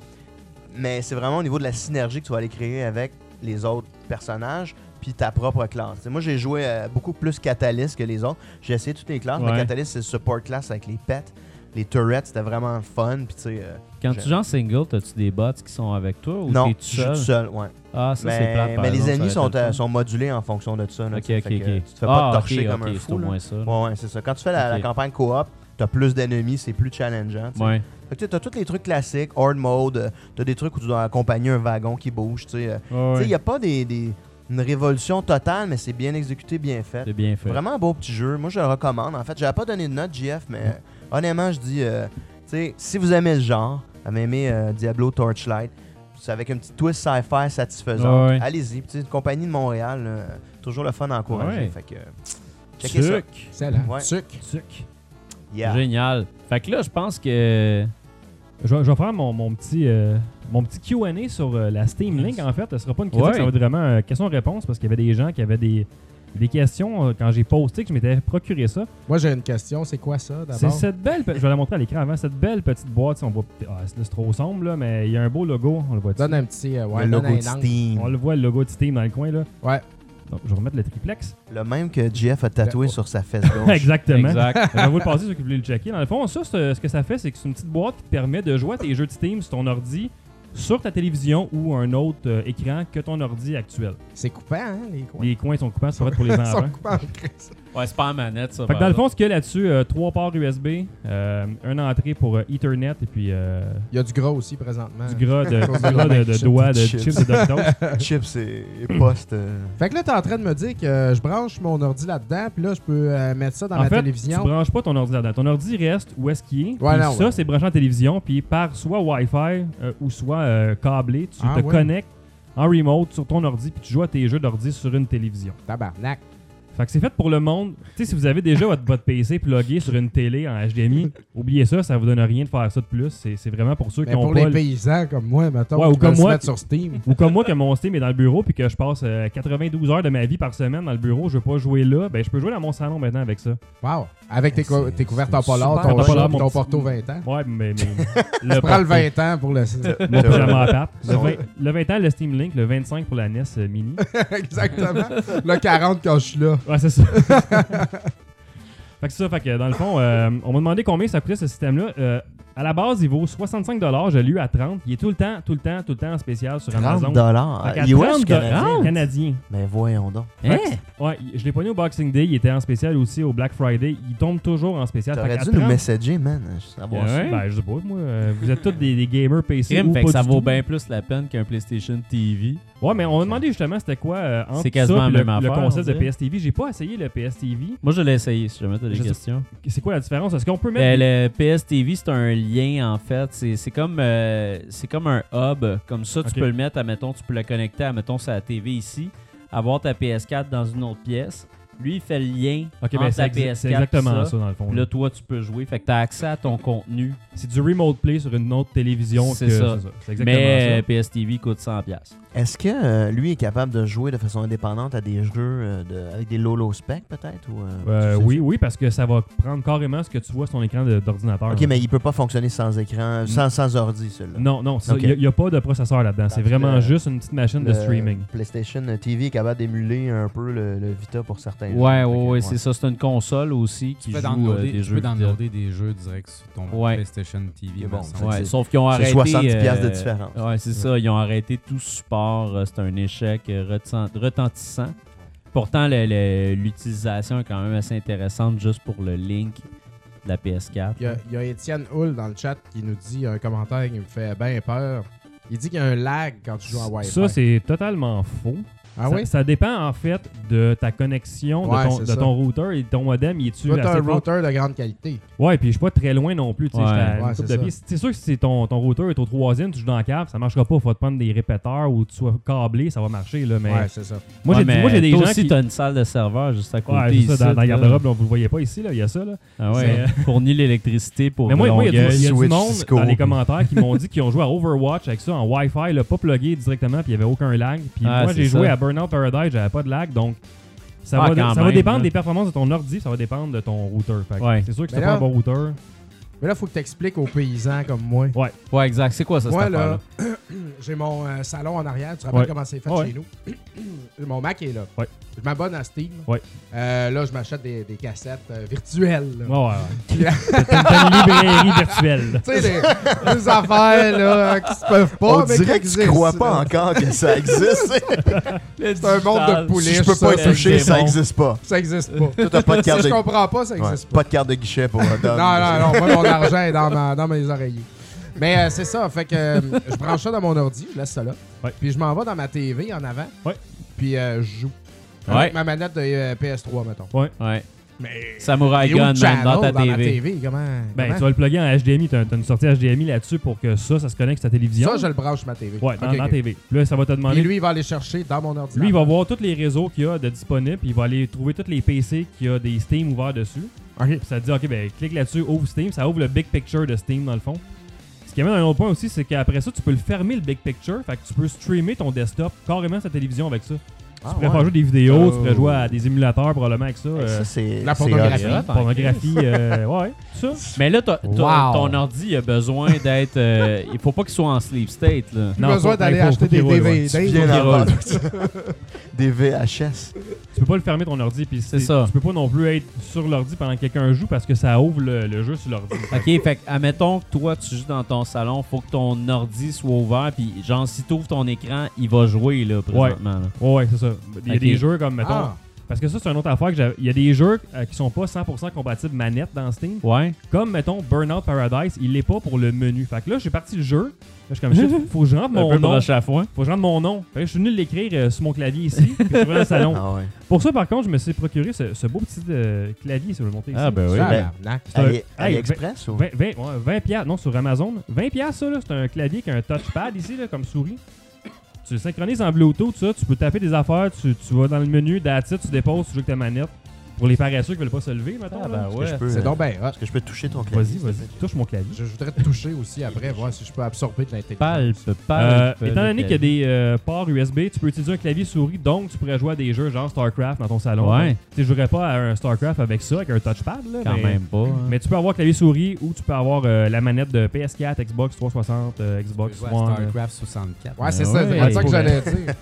Speaker 4: Mais c'est vraiment au niveau de la synergie que tu vas aller créer avec les autres personnages, puis ta propre classe. Tu sais, moi, j'ai joué euh, beaucoup plus Catalyst que les autres. J'ai essayé toutes les classes,
Speaker 2: Ouais.
Speaker 4: mais Catalyst, c'est le support class avec les pets. Les turrets, c'était vraiment fun, puis tu sais... euh,
Speaker 2: Quand tu
Speaker 4: je-
Speaker 2: joues en single, as-tu des bots qui sont avec toi ou
Speaker 4: non,
Speaker 2: Oh, t'es tout
Speaker 4: tu joues
Speaker 2: seul?
Speaker 4: tout seul, ouais.
Speaker 2: Ah, ça, c'est
Speaker 4: mais
Speaker 2: plate. par
Speaker 4: mais les
Speaker 2: exemple,
Speaker 4: ennemis
Speaker 2: ça
Speaker 4: sont,
Speaker 2: aurait été
Speaker 4: euh,
Speaker 2: le fun.
Speaker 4: sont modulés en fonction de ça. là,
Speaker 2: Ok,
Speaker 4: tu sais,
Speaker 2: ok,
Speaker 4: fait que,
Speaker 2: ok.
Speaker 4: euh, Tu te fais pas
Speaker 2: Ah,
Speaker 4: torcher
Speaker 2: ok,
Speaker 4: comme
Speaker 2: ok,
Speaker 4: un
Speaker 2: c'est au
Speaker 4: fou. là.
Speaker 2: moins ça.
Speaker 4: Ouais, ouais, c'est ça. Quand tu fais la,
Speaker 2: Ok.
Speaker 4: la campagne coop, t'as plus d'ennemis, c'est plus challengeant. tu sais.
Speaker 2: Ouais.
Speaker 4: Fait que tu sais, t'as tous les trucs classiques, hard mode, euh, t'as des trucs où tu dois accompagner un wagon qui bouge. Tu sais, euh. Tu sais, il n'y a pas des, des- une révolution totale, mais c'est bien exécuté, bien fait.
Speaker 2: C'est bien fait.
Speaker 4: Vraiment un beau petit jeu. Moi, je le recommande. En fait, j'avais pas donné de note, JF, mais euh, honnêtement, je dis, euh, tu sais, si vous aimez le genre, vous aimez euh, Diablo Torchlight, c'est avec un petit twist sci-fi satisfaisant.
Speaker 5: Ouais, ouais.
Speaker 4: Allez-y. Puis, tu sais, une compagnie de Montréal, euh, toujours le fun à encourager.
Speaker 2: Ouais.
Speaker 4: Fait que, euh, checkez ça.
Speaker 2: Tuc.
Speaker 1: Excellent.
Speaker 4: Ouais.
Speaker 1: Suc.
Speaker 4: Yeah.
Speaker 2: Génial. Fait que là, je pense que.
Speaker 5: Je, vais- je vais faire mon, mon petit, euh, mon petit Q&A sur euh, la Steam Link, en fait. Ce sera pas une question,
Speaker 2: Ouais.
Speaker 5: ça va être vraiment euh, question-réponse, parce qu'il y avait des gens qui avaient des, des questions euh, quand j'ai posté, que je m'étais procuré ça.
Speaker 1: Moi, j'ai une question. C'est quoi ça,
Speaker 5: C'est
Speaker 1: d'abord?
Speaker 5: cette belle... pe- Je vais la montrer à l'écran avant. Cette belle petite boîte, si on voit... Ah, c'est c'est trop sombre, là, mais il y a un beau logo, on le voit
Speaker 1: Donne un petit... euh, ouais,
Speaker 4: le
Speaker 1: donne
Speaker 4: logo
Speaker 1: un
Speaker 4: de
Speaker 1: angle.
Speaker 4: Steam.
Speaker 5: On le voit, le logo de Steam dans le coin, là.
Speaker 1: Ouais.
Speaker 5: Donc, je vais remettre le triplex.
Speaker 4: Le même que JF a tatoué
Speaker 1: Ben,
Speaker 4: sur sa fesse gauche.
Speaker 5: Exactement.
Speaker 2: Exact.
Speaker 5: Je vais vous le passer, ceux qui voulaient le checker. Dans le fond, ça, c'est- ce que ça fait, c'est que c'est une petite boîte qui te permet de jouer à tes jeux de Steam sur ton ordi, sur ta télévision ou un autre euh, écran que ton ordi actuel.
Speaker 1: C'est coupant, hein, les coins?
Speaker 5: Les coins sont coupants, c'est pas fait pour les
Speaker 1: Ils sont
Speaker 5: enfants.
Speaker 1: coupants en crise.
Speaker 2: Ouais, c'est pas en manette, ça.
Speaker 5: Fait que
Speaker 2: par
Speaker 5: dans le
Speaker 2: exemple.
Speaker 5: fond, ce qu'il y a là-dessus, euh, trois ports USB, euh, une entrée pour euh, Ethernet et puis euh,
Speaker 1: Il y a du gras aussi, présentement.
Speaker 5: du gras de,
Speaker 1: Cause
Speaker 5: du
Speaker 1: de
Speaker 5: gras de, de
Speaker 1: chips,
Speaker 5: doigts, de
Speaker 4: chips.
Speaker 5: chips, de Doritos.
Speaker 4: Chips et, et poste. euh,
Speaker 1: Fait que là, t'es en train de me dire que euh, je branche mon ordi là-dedans, puis là, je peux euh, mettre ça dans
Speaker 5: en
Speaker 1: ma
Speaker 5: fait,
Speaker 1: télévision.
Speaker 5: tu branches pas ton ordi là-dedans. Ton ordi reste où est-ce qu'il est.
Speaker 1: Ouais,
Speaker 5: Puis
Speaker 1: non,
Speaker 5: ça,
Speaker 1: ouais.
Speaker 5: c'est branché en télévision. Puis par soit Wi-Fi euh, ou soit euh, câblé, tu
Speaker 1: Ah,
Speaker 5: te
Speaker 1: ouais.
Speaker 5: connectes en remote sur ton ordi puis tu joues à tes jeux d'ordi sur une télévision.
Speaker 1: Tabarnak.
Speaker 5: Fait que c'est fait pour le monde. Tu sais, si vous avez déjà votre, votre PC plugué sur une télé en HDMI, oubliez ça, ça vous donne rien de faire ça de plus. C'est c'est vraiment pour ceux
Speaker 1: Mais
Speaker 5: qui ont
Speaker 1: pour
Speaker 5: pas
Speaker 1: les
Speaker 5: le-
Speaker 1: paysans comme moi, mettons,
Speaker 5: Ouais, ou
Speaker 1: qui
Speaker 5: comme
Speaker 1: veulent se
Speaker 5: moi,
Speaker 1: mettre
Speaker 5: qui-
Speaker 1: sur Steam.
Speaker 5: ou comme moi que mon Steam est dans le bureau puis que je passe euh, 92 heures de ma vie par semaine dans le bureau, je veux pas jouer là, ben je peux jouer dans mon salon maintenant avec ça.
Speaker 1: Wow. Avec tes, cou-
Speaker 4: c'est-
Speaker 1: tes couvertes
Speaker 4: c'est
Speaker 1: en polar,
Speaker 4: super
Speaker 1: ton
Speaker 5: bon.
Speaker 1: short,
Speaker 5: Mon
Speaker 1: ton
Speaker 5: petit-
Speaker 1: porto 20 ans.
Speaker 5: Ouais, mais, mais le
Speaker 1: Tu prends
Speaker 5: porto-
Speaker 1: le 20 ans pour le...
Speaker 5: Mon
Speaker 4: Le-
Speaker 5: pyjama à pape. Le
Speaker 4: Son-
Speaker 5: 20, le 20 ans, le Steam Link. Le 25 pour la NES euh, mini.
Speaker 1: Exactement. Le 40 quand je suis là.
Speaker 5: Ouais, c'est ça. fait que c'est ça. Fait que dans le fond, euh, on m'a demandé combien ça coûtait ce système-là. Euh, à la base, il vaut 65 Je l'ai eu à 30 Il est tout le temps, tout le temps, tout le temps en spécial sur
Speaker 4: 30
Speaker 5: Amazon.
Speaker 4: dollars.
Speaker 5: Fait qu'à
Speaker 4: US ou
Speaker 5: 30
Speaker 4: canadien?
Speaker 5: canadien.
Speaker 4: Mais voyons donc.
Speaker 5: Fait que- Ouais, je l'ai pogné au Boxing Day. Il était en spécial aussi au Black Friday. Il tombe toujours en spécial. Fait
Speaker 4: T'aurais
Speaker 5: qu'à
Speaker 4: dû nous
Speaker 5: 30
Speaker 4: messager, man. je veux savoir ça.
Speaker 2: Ouais.
Speaker 5: Ben, je sais pas, moi. euh, vous êtes tous des, des gamers PC.
Speaker 2: Crime,
Speaker 5: ou
Speaker 2: fait
Speaker 5: pas
Speaker 2: que ça
Speaker 5: du
Speaker 2: vaut
Speaker 5: tout.
Speaker 2: bien plus la peine qu'un PlayStation TV.
Speaker 5: Ouais, mais on m'a demandé justement c'était quoi euh, entre
Speaker 2: C'est quasiment
Speaker 5: ça
Speaker 2: la
Speaker 5: puis le,
Speaker 2: même
Speaker 5: le
Speaker 2: affaire,
Speaker 5: concept
Speaker 2: on
Speaker 5: de
Speaker 2: dirait.
Speaker 5: PSTV. J'ai pas essayé le PSTV.
Speaker 2: Moi, je l'ai essayé, si jamais t'as des
Speaker 5: Je sais-
Speaker 2: questions.
Speaker 5: C'est quoi la différence? Est-ce qu'on peut
Speaker 2: Ben,
Speaker 5: mettre
Speaker 2: le PS TV, c'est un lien, en fait. C'est c'est comme, euh, c'est comme un hub. Comme ça, tu
Speaker 5: Ok.
Speaker 2: peux le mettre, admettons, tu peux le connecter, admettons, sur la TV ici, avoir ta PS4 dans une autre pièce. Lui, il fait le lien
Speaker 5: Ok, ben,
Speaker 2: entre ta
Speaker 5: c'est exa-
Speaker 2: PS4
Speaker 5: c'est exactement ça.
Speaker 2: pis ça.
Speaker 5: dans le fond.
Speaker 2: Puis
Speaker 5: là.
Speaker 2: Là, toi, tu peux jouer. Fait que t'as accès à ton contenu.
Speaker 5: C'est du remote play sur une autre télévision.
Speaker 2: C'est
Speaker 5: que-
Speaker 2: ça.
Speaker 5: C'est exactement
Speaker 2: Mais euh, PS TV coûte 100$.
Speaker 4: Est-ce que euh, lui est capable de jouer de façon indépendante à des jeux euh, de- avec des low-low specs, peut-être ou,
Speaker 2: ben,
Speaker 5: ça.
Speaker 4: tu
Speaker 5: Euh,
Speaker 4: sais
Speaker 5: oui,
Speaker 4: ça?
Speaker 5: oui, parce que ça va prendre carrément ce que tu vois sur ton écran de- d'ordinateur.
Speaker 4: Ok,
Speaker 5: là.
Speaker 4: mais il peut pas fonctionner sans écran,
Speaker 5: Mm.
Speaker 4: sans, sans ordi, celui-là.
Speaker 5: Non, non,
Speaker 4: Ok.
Speaker 5: il n'y a, pas de processeur là-dedans. C'est
Speaker 4: Parce
Speaker 5: vraiment
Speaker 4: que-
Speaker 5: juste une petite machine de
Speaker 4: Le
Speaker 5: streaming.
Speaker 4: PlayStation TV est capable d'émuler un peu le, le Vita pour certains jeux.
Speaker 2: Ouais, ouais,
Speaker 4: Fait que,
Speaker 2: ouais, c'est ça. C'est une console aussi qui
Speaker 6: Tu peux
Speaker 2: joue euh, des
Speaker 6: downloader, tu
Speaker 2: jeux.
Speaker 6: peux
Speaker 2: vidéo.
Speaker 6: downloader des jeux direct sur ton
Speaker 2: Ouais.
Speaker 6: PlayStation TV.
Speaker 4: Et
Speaker 6: me
Speaker 4: bon,
Speaker 6: semble.
Speaker 4: fait que
Speaker 2: Ouais,
Speaker 4: c'est-
Speaker 2: sauf qu'ils ont
Speaker 4: c'est
Speaker 2: arrêté. euh,
Speaker 4: 70$ de différence.
Speaker 2: Ouais, c'est ça. Ils ont arrêté tout support. euh, C'est un échec euh, retent- retentissant. Pourtant, le- le- l'utilisation est quand même assez intéressante juste pour le link. de la PS4.
Speaker 1: Il y a- il y a Étienne Hull dans le chat qui nous dit un commentaire qui me fait bien peur. Il dit qu'il y a un lag quand tu joues en Wi-Fi.
Speaker 5: Ça, c'est totalement faux.
Speaker 1: Ah
Speaker 5: ça,
Speaker 1: oui?
Speaker 5: ça dépend en fait de ta connexion,
Speaker 1: Ouais,
Speaker 5: de, ton,
Speaker 1: c'est
Speaker 5: de
Speaker 1: ça.
Speaker 5: ton routeur et de ton modem. Il est-tu
Speaker 1: Toi, t'as
Speaker 5: assez
Speaker 1: un
Speaker 5: fort?
Speaker 1: routeur de grande qualité.
Speaker 5: Ouais, puis je suis pas très loin non plus. tu sais,
Speaker 2: Ouais.
Speaker 5: j'étais à une
Speaker 1: Ouais,
Speaker 5: couple
Speaker 1: c'est
Speaker 5: de
Speaker 1: ça.
Speaker 5: pieds. C'est sûr que si ton, ton routeur est au troisième, tu joues dans la cave, ça marchera pas. Faut te prendre des répéteurs ou que tu sois câblé, ça va marcher. Là, mais
Speaker 1: Ouais, c'est ça.
Speaker 5: moi, j'ai
Speaker 2: Ouais,
Speaker 5: dit-
Speaker 2: mais
Speaker 5: moi, j'ai des
Speaker 2: toi
Speaker 5: gens
Speaker 2: aussi,
Speaker 5: qui.
Speaker 2: t'as une salle de serveur juste à côté.
Speaker 5: Ouais, c'est ça,
Speaker 2: ici,
Speaker 5: dans, dans
Speaker 2: là.
Speaker 5: la garde-robe, là, vous le voyez pas ici, là, il y a ça. Là.
Speaker 2: Ah
Speaker 5: Mais,
Speaker 2: ouais,
Speaker 5: euh,
Speaker 2: fournit l'électricité pour
Speaker 5: Mais moi, moi, il y a, du- il y a du
Speaker 4: Switch,
Speaker 5: monde
Speaker 4: Cisco.
Speaker 5: dans les commentaires qui m'ont dit qu'ils ont joué à Overwatch avec ça en Wi-Fi, là, pas plugué directement, puis il n'y avait aucun lag. Puis
Speaker 2: Ah,
Speaker 5: moi,
Speaker 2: c'est
Speaker 5: j'ai joué
Speaker 2: ça.
Speaker 5: à Burnout Paradise, j'avais pas de lag, donc ça,
Speaker 2: Ah,
Speaker 5: va,
Speaker 2: quand
Speaker 5: ça va
Speaker 2: même,
Speaker 5: dépendre
Speaker 2: là.
Speaker 5: des performances de ton ordi, ça va dépendre de ton routeur. Fait que
Speaker 2: Ouais.
Speaker 5: C'est sûr que
Speaker 1: Mais
Speaker 5: c'est pas
Speaker 1: là-
Speaker 5: un bon routeur.
Speaker 1: Mais là, faut que t'expliques aux paysans comme moi.
Speaker 2: Ouais, exact. C'est quoi ça,
Speaker 1: Moi,
Speaker 2: cette affaire-là?
Speaker 1: là, j'ai mon euh, salon en arrière. Tu te rappelles
Speaker 5: Ouais.
Speaker 1: comment c'est fait
Speaker 5: Ouais.
Speaker 1: chez nous? mon Mac est là.
Speaker 5: Ouais.
Speaker 1: Je m'abonne à Steam.
Speaker 5: Ouais.
Speaker 1: Euh, là, je m'achète des, des cassettes euh, virtuelles. là.
Speaker 5: Ouais, ouais, ouais. T'as une bonne librairie virtuelle.
Speaker 1: Tu sais, des, des affaires là, euh, qui se peuvent pas.
Speaker 4: On
Speaker 1: mais
Speaker 4: dirait
Speaker 1: qui
Speaker 4: que tu crois
Speaker 1: existent,
Speaker 4: pas
Speaker 1: là.
Speaker 4: encore que ça existe.
Speaker 1: C'est un monde de
Speaker 4: si
Speaker 1: pouliches.
Speaker 4: je peux
Speaker 1: ça,
Speaker 4: pas y
Speaker 1: ça
Speaker 4: toucher,
Speaker 1: existe-
Speaker 4: ça existe pas.
Speaker 1: Ça existe pas.
Speaker 4: Toi, t'as pas de
Speaker 1: Si
Speaker 4: carte
Speaker 1: je
Speaker 4: de,
Speaker 1: comprends pas, ça
Speaker 4: Ouais,
Speaker 1: existe pas.
Speaker 4: pas de carte de guichet pour un
Speaker 5: Euh,
Speaker 4: dog.
Speaker 1: Non, non, non, moi, mon argent est dans, ma- dans mes oreillers. Mais euh, c'est ça, fait que euh, je branche ça dans mon ordi, je laisse ça là.
Speaker 5: Ouais.
Speaker 1: Puis je m'en vais dans ma TV en avant.
Speaker 5: Ouais.
Speaker 1: Puis euh, je joue.
Speaker 2: Ouais.
Speaker 1: Avec ma manette de euh, PS3, mettons.
Speaker 2: Ouais.
Speaker 1: Mais.
Speaker 2: Samurai
Speaker 1: il est où le
Speaker 2: Gun, même,
Speaker 1: channel
Speaker 2: dans ta
Speaker 1: ma
Speaker 2: TV.
Speaker 1: TV, comment.
Speaker 5: Ben,
Speaker 1: comment?
Speaker 5: tu vas le plugger en HDMI. T'as t'as une sortie HDMI là-dessus pour que ça, ça se connecte sur ta télévision.
Speaker 1: Ça, je le branche sur ma TV.
Speaker 5: Ouais, dans,
Speaker 1: Ok,
Speaker 5: dans
Speaker 1: ok.
Speaker 5: TV. Puis Là, ça va te
Speaker 1: Puis
Speaker 5: demander.
Speaker 1: lui, il va aller chercher dans mon ordinateur.
Speaker 5: Lui, il va voir tous les réseaux qu'il y a de disponibles, puis il va aller trouver tous les PC qui a des Steam ouverts dessus. Puis ça te dit, OK, ben, clique là-dessus, ouvre Steam. Ça ouvre le big picture de Steam, dans le fond. Ce qui amène à un autre point aussi, c'est qu'après ça, tu peux le fermer, le big picture. Fait que tu peux streamer ton desktop carrément sur ta télévision avec ça.
Speaker 1: Ah,
Speaker 5: tu pourrais
Speaker 1: ouais.
Speaker 5: faire jouer des vidéos, tu
Speaker 1: Oh.
Speaker 5: pourrais jouer à des émulateurs probablement avec ça. euh,
Speaker 4: Ça, c'est.
Speaker 1: La
Speaker 4: c'est
Speaker 1: pornographie.
Speaker 5: Ah
Speaker 4: horrible.
Speaker 5: pornographie, euh, ouais, tout ça.
Speaker 2: Mais là, t'as- t'as-
Speaker 1: Wow.
Speaker 2: ton ordi, il a besoin d'être. euh, il faut pas qu'il soit en sleep state. Là.
Speaker 1: Plus besoin
Speaker 5: faut-
Speaker 1: d'aller
Speaker 5: faut- faut
Speaker 1: acheter
Speaker 5: qu'il
Speaker 1: des
Speaker 5: roule, ouais.
Speaker 1: DVD.
Speaker 4: Bien
Speaker 1: faut qu'il
Speaker 4: avant
Speaker 1: roule.
Speaker 4: tout ça. Des VHS.
Speaker 5: Tu peux pas le fermer ton ordi, puis
Speaker 2: C'est ça.
Speaker 5: Tu peux pas non plus être sur l'ordi pendant que quelqu'un joue parce que ça ouvre le, le jeu sur l'ordi.
Speaker 2: OK, fait que, admettons que toi, tu joues dans ton salon, faut que ton ordi soit ouvert, puis genre, si t'ouvres ton écran, il va jouer, là, présentement. là.
Speaker 5: Ouais, ouais, c'est ça. Il y a
Speaker 2: Ok.
Speaker 5: des jeux comme, mettons.
Speaker 1: Ah,
Speaker 5: Parce que ça, c'est une autre affaire que j'avais. Il y a des jeux euh, qui sont pas 100% compatibles manette dans Steam.
Speaker 2: Ouais.
Speaker 5: Comme, mettons, Burnout Paradise, il l'est pas pour le menu. Fait que là, j'ai parti le jeu. Là, je suis comme, shit, faut que je rentre
Speaker 2: Un
Speaker 5: mon
Speaker 2: peu
Speaker 5: nom.
Speaker 2: broche à foin.
Speaker 5: Faut que je rentre mon nom. Fait que je suis venu l'écrire euh, sur mon clavier ici, puis je suis dans le salon.
Speaker 4: Ah ouais.
Speaker 5: Pour ça, par contre, je me suis procuré ce, ce beau petit euh, clavier, si je veux le montrer ici.
Speaker 2: Ah, ben oui.
Speaker 1: tabarnak.
Speaker 5: un-
Speaker 4: Ali-
Speaker 5: Hey, ben,
Speaker 4: AliExpress ou.
Speaker 5: 20, 20, ouais, 20 piastres, non, sur Amazon. 20 piastres, ça, là, c'est un clavier qui a un touchpad ici, là, comme souris. Tu le synchronises en Bluetooth, ça, tu peux taper des affaires, tu, tu vas dans le menu, d'attitude, tu déposes, tu joues avec ta manette. Pour les paresseux qui veulent pas se lever, maintenant.
Speaker 2: Ah, ben
Speaker 4: Est-ce que je
Speaker 2: ouais.
Speaker 4: peux,
Speaker 1: C'est
Speaker 4: euh,
Speaker 1: donc ben hot.
Speaker 4: Est-ce que je peux toucher ton clavier?
Speaker 5: Vas-y, vas-y, touche mon clavier.
Speaker 1: Je voudrais te toucher aussi après, voir si je peux absorber de l'intelligence.
Speaker 2: Palpe,
Speaker 5: Euh,
Speaker 2: palpe.
Speaker 5: étant donné
Speaker 2: le
Speaker 5: qu'il y a des euh, ports USB, tu peux utiliser un clavier souris, donc tu pourrais jouer à des jeux genre StarCraft dans ton salon.
Speaker 2: Ouais.
Speaker 5: Tu ne jouerais pas à un StarCraft avec ça, avec un touchpad, là,
Speaker 2: Quand
Speaker 5: mais-
Speaker 2: même pas. hein.
Speaker 5: Mais tu peux avoir clavier souris ou tu peux avoir euh, la manette de PS4, Xbox 360, euh, Xbox One. euh,
Speaker 7: StarCraft 64.
Speaker 1: Ouais, c'est
Speaker 2: Ben
Speaker 1: ça,
Speaker 2: ouais.
Speaker 1: c'est pas ça que
Speaker 5: Ouais.
Speaker 1: j'allais dire.